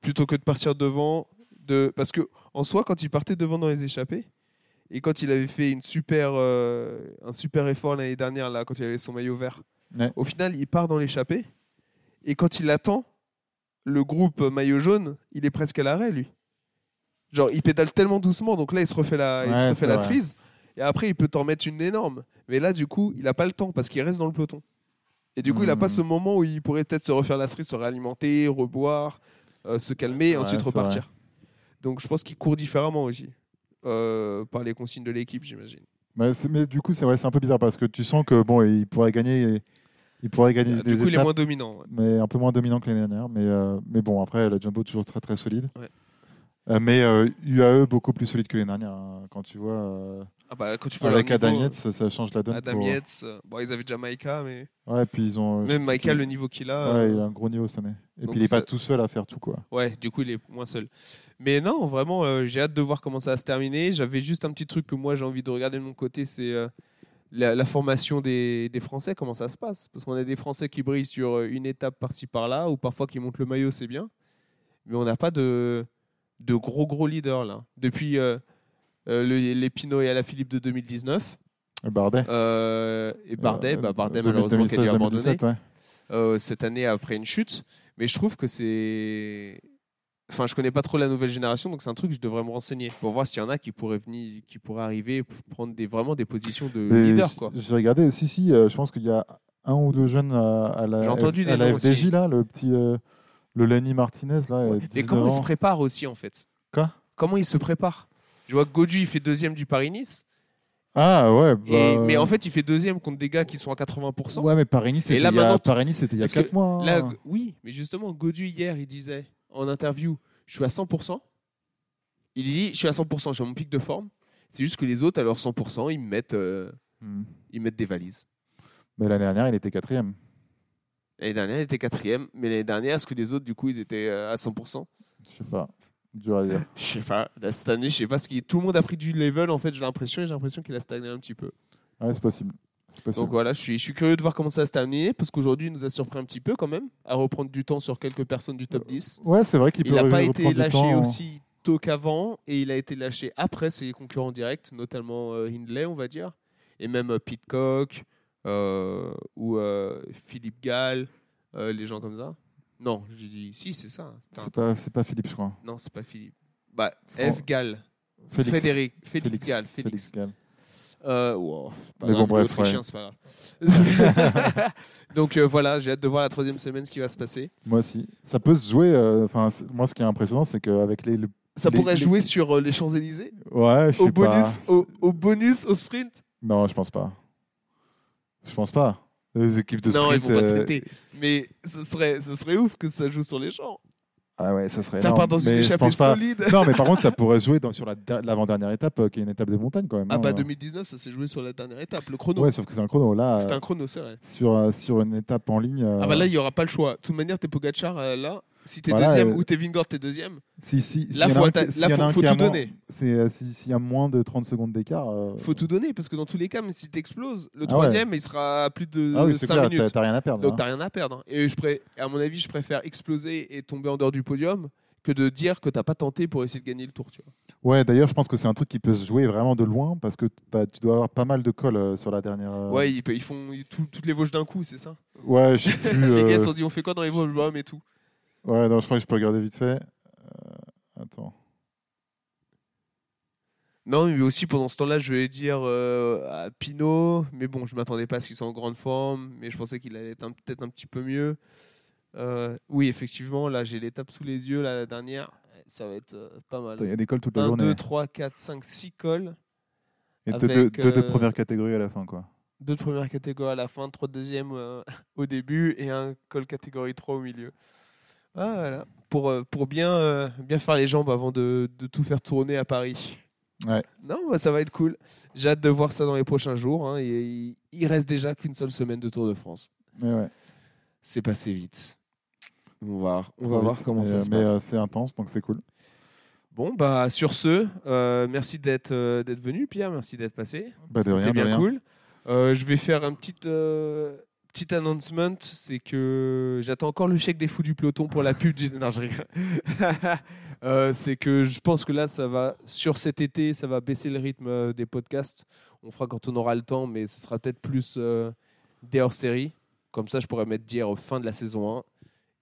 Speaker 1: Plutôt que de partir devant. De... Parce que en soi, quand il partait devant dans les échappées, et quand il avait fait une super, euh, un super effort l'année dernière, là, quand il avait son maillot vert,
Speaker 2: Ouais.
Speaker 1: au final, il part dans l'échappée. Et quand il attend, le groupe maillot jaune, il est presque à l'arrêt, lui. Genre, il pédale tellement doucement, donc là, il se refait la, il se
Speaker 2: Ouais,
Speaker 1: refait
Speaker 2: c'est
Speaker 1: la
Speaker 2: vrai.
Speaker 1: cerise. Et après, il peut t'en mettre une énorme. Mais là, du coup, il n'a pas le temps parce qu'il reste dans le peloton. Et du coup, il n'a
Speaker 2: Hmm.
Speaker 1: pas ce moment où il pourrait peut-être se refaire la cerise, se réalimenter, reboire, euh, se calmer et
Speaker 2: Ouais,
Speaker 1: ensuite
Speaker 2: c'est
Speaker 1: repartir. Donc, je pense qu'il court différemment aussi euh, par les consignes de l'équipe, j'imagine.
Speaker 2: Mais, Bah, c'est- mais du coup, c'est ouais, c'est un peu bizarre parce que tu sens que bon, il pourrait gagner, il pourrait gagner
Speaker 1: Euh, Du coup,
Speaker 2: des
Speaker 1: il est
Speaker 2: étapes,
Speaker 1: moins dominant. ouais.
Speaker 2: mais un peu moins dominant que l'année dernière. Mais, euh, mais bon, après, la jumbo toujours très très solide.
Speaker 1: Ouais.
Speaker 2: Euh, mais euh, UAE beaucoup plus solide que l'année dernière. hein, quand tu vois. euh,
Speaker 1: Ah bah, quand tu vois
Speaker 2: Avec
Speaker 1: leur niveau,
Speaker 2: Adam Yates, ça, ça change la donne.
Speaker 1: Adam
Speaker 2: pour-
Speaker 1: Yates, euh, bon, ils avaient déjà Maïka, mais
Speaker 2: Ouais, puis ils ont.
Speaker 1: même Maïka, le niveau qu'il a,
Speaker 2: Ouais,
Speaker 1: euh,
Speaker 2: il a un gros niveau cette année. Et
Speaker 1: donc
Speaker 2: puis il n'est
Speaker 1: ça-
Speaker 2: pas tout seul à faire tout quoi.
Speaker 1: Ouais, du coup, il est moins seul. Mais non, vraiment, euh, j'ai hâte de voir comment ça va se terminer. J'avais juste un petit truc que moi, j'ai envie de regarder de mon côté, c'est euh, la, la formation des, des Français, comment ça se passe. Parce qu'on a des Français qui brillent sur euh, une étape par-ci, par-là, ou parfois qui montent le maillot, c'est bien. Mais on n'a pas de, de gros, gros leaders, là. Depuis euh, euh, le- les Pinot et Alaphilippe de 2019,
Speaker 2: Le Bardet.
Speaker 1: euh, et Bardet,
Speaker 2: Euh,
Speaker 1: bah, Bardet
Speaker 2: deux-
Speaker 1: malheureusement, qui a dû
Speaker 2: 2016,
Speaker 1: abandonner
Speaker 2: 2017, ouais.
Speaker 1: euh, cette année après une chute. Mais je trouve que c'est. Enfin, je connais pas trop la nouvelle génération, donc c'est un truc que je devrais me renseigner pour voir s'il y en a qui pourraient venir, qui pourraient arriver, pour prendre des, vraiment des positions de
Speaker 2: Mais
Speaker 1: leader,
Speaker 2: j-
Speaker 1: quoi.
Speaker 2: J'ai regardé, si, si, euh, je pense qu'il y a un ou deux jeunes à, à la,
Speaker 1: J'ai entendu des
Speaker 2: à la
Speaker 1: noms
Speaker 2: FDJ,
Speaker 1: aussi.
Speaker 2: là, le petit. euh, le Lenny Martinez, là. euh,
Speaker 1: Et
Speaker 2: 19
Speaker 1: comment ils
Speaker 2: ans.
Speaker 1: se préparent aussi, en fait
Speaker 2: Quoi
Speaker 1: Comment ils se préparent Je vois que Godu, il fait deuxième du Paris-Nice,
Speaker 2: Ah ouais.
Speaker 1: et-
Speaker 2: bah,
Speaker 1: mais en fait, il fait deuxième contre des gars qui sont à 80%.
Speaker 2: Ouais, mais Paris-Nice, c'était il y
Speaker 1: là, maintenant,
Speaker 2: a, Paris-Nice, c'était il y a
Speaker 1: parce
Speaker 2: 4
Speaker 1: que
Speaker 2: mois. hein.
Speaker 1: Là, G- oui, mais justement, Godu hier, il disait en interview, je suis à 100%. Il dit, je suis à 100%, j'ai mon pic de forme. C'est juste que les autres, à leur 100%, ils me mettent, euh,
Speaker 2: Hmm.
Speaker 1: ils mettent des valises.
Speaker 2: Mais l'année dernière, il était quatrième.
Speaker 1: L'année dernière, il était quatrième, mais l'année dernière, est-ce que les autres, du coup, ils étaient euh, à 100%
Speaker 2: Je sais pas. Dur à dire.
Speaker 1: Je sais pas. Là, cette année, je sais pas ce qui. Tout le monde a pris du level, en fait, j'ai l'impression, et j'ai l'impression qu'il a stagné un petit peu.
Speaker 2: Ouais, c'est possible. C'est possible.
Speaker 1: Donc voilà, je suis, je suis curieux de voir comment ça va se terminer, parce qu'aujourd'hui, il nous a surpris un petit peu quand même, à reprendre du temps sur quelques personnes du top 10.
Speaker 2: Ouais, c'est vrai qu'il peut
Speaker 1: Il n'a
Speaker 2: re-
Speaker 1: pas
Speaker 2: reprendre
Speaker 1: été
Speaker 2: du
Speaker 1: lâché
Speaker 2: temps.
Speaker 1: aussi tôt qu'avant et il a été lâché après ses concurrents directs, notamment euh, Hindley, on va dire, et même euh, Pitcock euh, ou euh, Philippe Gall, euh, les gens comme ça. Non, j'ai dit si, c'est ça. Putain,
Speaker 2: C'est pas, c'est pas Philippe, je crois.
Speaker 1: non, c'est pas Philippe. Bah,
Speaker 2: Fran-
Speaker 1: F. Gall,
Speaker 2: Félix.
Speaker 1: Frédéric, Félix, Gall, Félix.
Speaker 2: Gall.
Speaker 1: Euh, wow, c'est pas
Speaker 2: Mais
Speaker 1: grave,
Speaker 2: bon, bref,
Speaker 1: l'Autrichien,
Speaker 2: ouais.
Speaker 1: c'est pas grave. Donc euh, voilà, j'ai hâte de voir la troisième semaine ce qui va se passer.
Speaker 2: Moi aussi. Ça peut se jouer. euh, Enfin, c'est- moi, ce qui est impressionnant, c'est qu'avec les. le-
Speaker 1: Ça
Speaker 2: Les-
Speaker 1: pourrait
Speaker 2: les-
Speaker 1: jouer sur euh, les Champs-Élysées
Speaker 2: Ouais, je
Speaker 1: au
Speaker 2: sais pas.
Speaker 1: bonus, au, au bonus, au sprint.
Speaker 2: Non, je pense pas. Je pense pas. Les équipes de
Speaker 1: non, ils
Speaker 2: sprint.
Speaker 1: vont pas
Speaker 2: euh,
Speaker 1: sprinter. Mais ce serait, ce serait ouf que ça joue sur les gens.
Speaker 2: Ah ouais, ça serait
Speaker 1: Ça
Speaker 2: énorme.
Speaker 1: part dans une
Speaker 2: Mais je
Speaker 1: échappée
Speaker 2: pense pas-
Speaker 1: solide.
Speaker 2: Non, mais par contre, ça pourrait se jouer dans, sur la da- l'avant-dernière étape, euh, qui est une étape de montagne quand même.
Speaker 1: Ah
Speaker 2: hein.
Speaker 1: bah 2019, ça s'est joué sur la dernière étape, le chrono.
Speaker 2: Ouais, sauf que c'est un chrono. Là,
Speaker 1: C'était
Speaker 2: euh,
Speaker 1: un chrono, c'est vrai.
Speaker 2: sur, euh, sur une étape en ligne. euh,
Speaker 1: Ah bah là, il n'y aura pas le choix. De toute manière, t'es Pogachar là. Si t'es
Speaker 2: Voilà,
Speaker 1: deuxième
Speaker 2: euh,
Speaker 1: ou t'es Vingord, t'es deuxième.
Speaker 2: si,
Speaker 1: là,
Speaker 2: si, s'il y en a
Speaker 1: faut
Speaker 2: un qui-
Speaker 1: atta-
Speaker 2: s'il
Speaker 1: là,
Speaker 2: y en a
Speaker 1: faut-
Speaker 2: un
Speaker 1: faut
Speaker 2: qui a
Speaker 1: tout
Speaker 2: moins-
Speaker 1: donner.
Speaker 2: c'est, euh, si- S'il y a moins de 30 secondes d'écart. euh,
Speaker 1: Faut tout donner parce que dans tous les cas, même si t'exploses, le
Speaker 2: Ah ouais.
Speaker 1: troisième, il sera à plus de
Speaker 2: Ah oui, c'est
Speaker 1: 5
Speaker 2: clair, t'as-
Speaker 1: minutes.
Speaker 2: t'as rien à perdre.
Speaker 1: Donc
Speaker 2: hein.
Speaker 1: t'as rien à perdre. Et je pré- à mon avis, je préfère exploser et tomber en dehors du podium que de dire que t'as pas tenté pour essayer de gagner le tour. Tu vois.
Speaker 2: Ouais, d'ailleurs, je pense que c'est un truc qui peut se jouer vraiment de loin parce que t'as- tu dois avoir pas mal de cols euh, sur la dernière. euh,
Speaker 1: Ouais, ils, pe- ils font ils- tout- toutes les Vosges d'un coup, c'est ça.
Speaker 2: ouais, je sais plus.
Speaker 1: Les
Speaker 2: euh,
Speaker 1: gars se sont dit, on fait quoi dans les Vosges Bah, mais tout.
Speaker 2: Ouais, non, je crois que je peux regarder vite fait. Euh, attends.
Speaker 1: Non, mais aussi pendant ce temps-là, je vais dire euh, à Pinot, mais bon, je m'attendais pas à ce qu'il soit en grande forme, mais je pensais qu'il allait être un- peut-être un petit peu mieux. Euh, oui, effectivement, là, j'ai l'étape sous les yeux, là, la dernière. Ça va être euh, pas mal.
Speaker 2: Attends, Il y a des cols toute la
Speaker 1: 1,
Speaker 2: journée.
Speaker 1: 2, 3, 4, 5, 6 cols.
Speaker 2: Et deux,
Speaker 1: avec,
Speaker 2: deux, deux de
Speaker 1: euh,
Speaker 2: première catégorie à la fin, quoi.
Speaker 1: Deux de première catégorie à la fin, trois de deuxième euh, au début et un col catégorie 3 au milieu. Ah, voilà. Pour, euh, pour bien, euh, bien faire les jambes avant de, de tout faire tourner à Paris.
Speaker 2: Ouais.
Speaker 1: Non, bah, ça va être cool. J'ai hâte de voir ça dans les prochains jours. hein, et il, il reste déjà qu'une seule semaine de Tour de France.
Speaker 2: Mais ouais.
Speaker 4: C'est passé vite. On va, on va
Speaker 2: Trop
Speaker 4: voir
Speaker 2: vite.
Speaker 4: comment
Speaker 2: Mais,
Speaker 4: ça
Speaker 2: euh,
Speaker 4: se
Speaker 2: Mais
Speaker 4: passe.
Speaker 2: euh, c'est intense, donc c'est cool.
Speaker 1: Bon, bah sur ce, euh, merci d'être euh, d'être venu, Pierre. Merci d'être passé.
Speaker 2: Bah, de
Speaker 1: C'était
Speaker 2: rien, de
Speaker 1: bien
Speaker 2: rien.
Speaker 1: cool. Euh, je vais faire un petit, euh, petit announcement. C'est que j'attends encore le chèque des fous du peloton pour la pub. Du... Non, je rigole. Euh, c'est que je pense que là, ça va, sur cet été, ça va baisser le rythme euh, des podcasts. On fera quand on aura le temps, mais ce sera peut-être plus euh, des hors-série. Comme ça, je pourrais mettre dire fin de la saison 1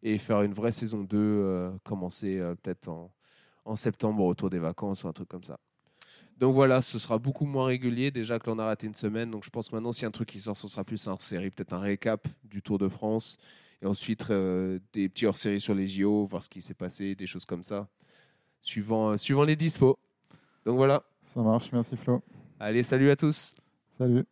Speaker 1: et faire une vraie saison 2, euh, commencer euh, peut-être en, en septembre autour des vacances ou un truc comme ça. Donc voilà, ce sera beaucoup moins régulier. Déjà que l'on a raté une semaine, donc je pense que maintenant, si un truc qui sort, ce sera plus un hors-série, peut-être un récap du Tour de France, et ensuite euh, des petits hors-séries sur les JO, voir ce qui s'est passé, des choses comme ça, suivant, euh, suivant les dispos. Donc voilà,
Speaker 2: Ça marche, merci Flo.
Speaker 1: allez, salut à tous.
Speaker 2: Salut.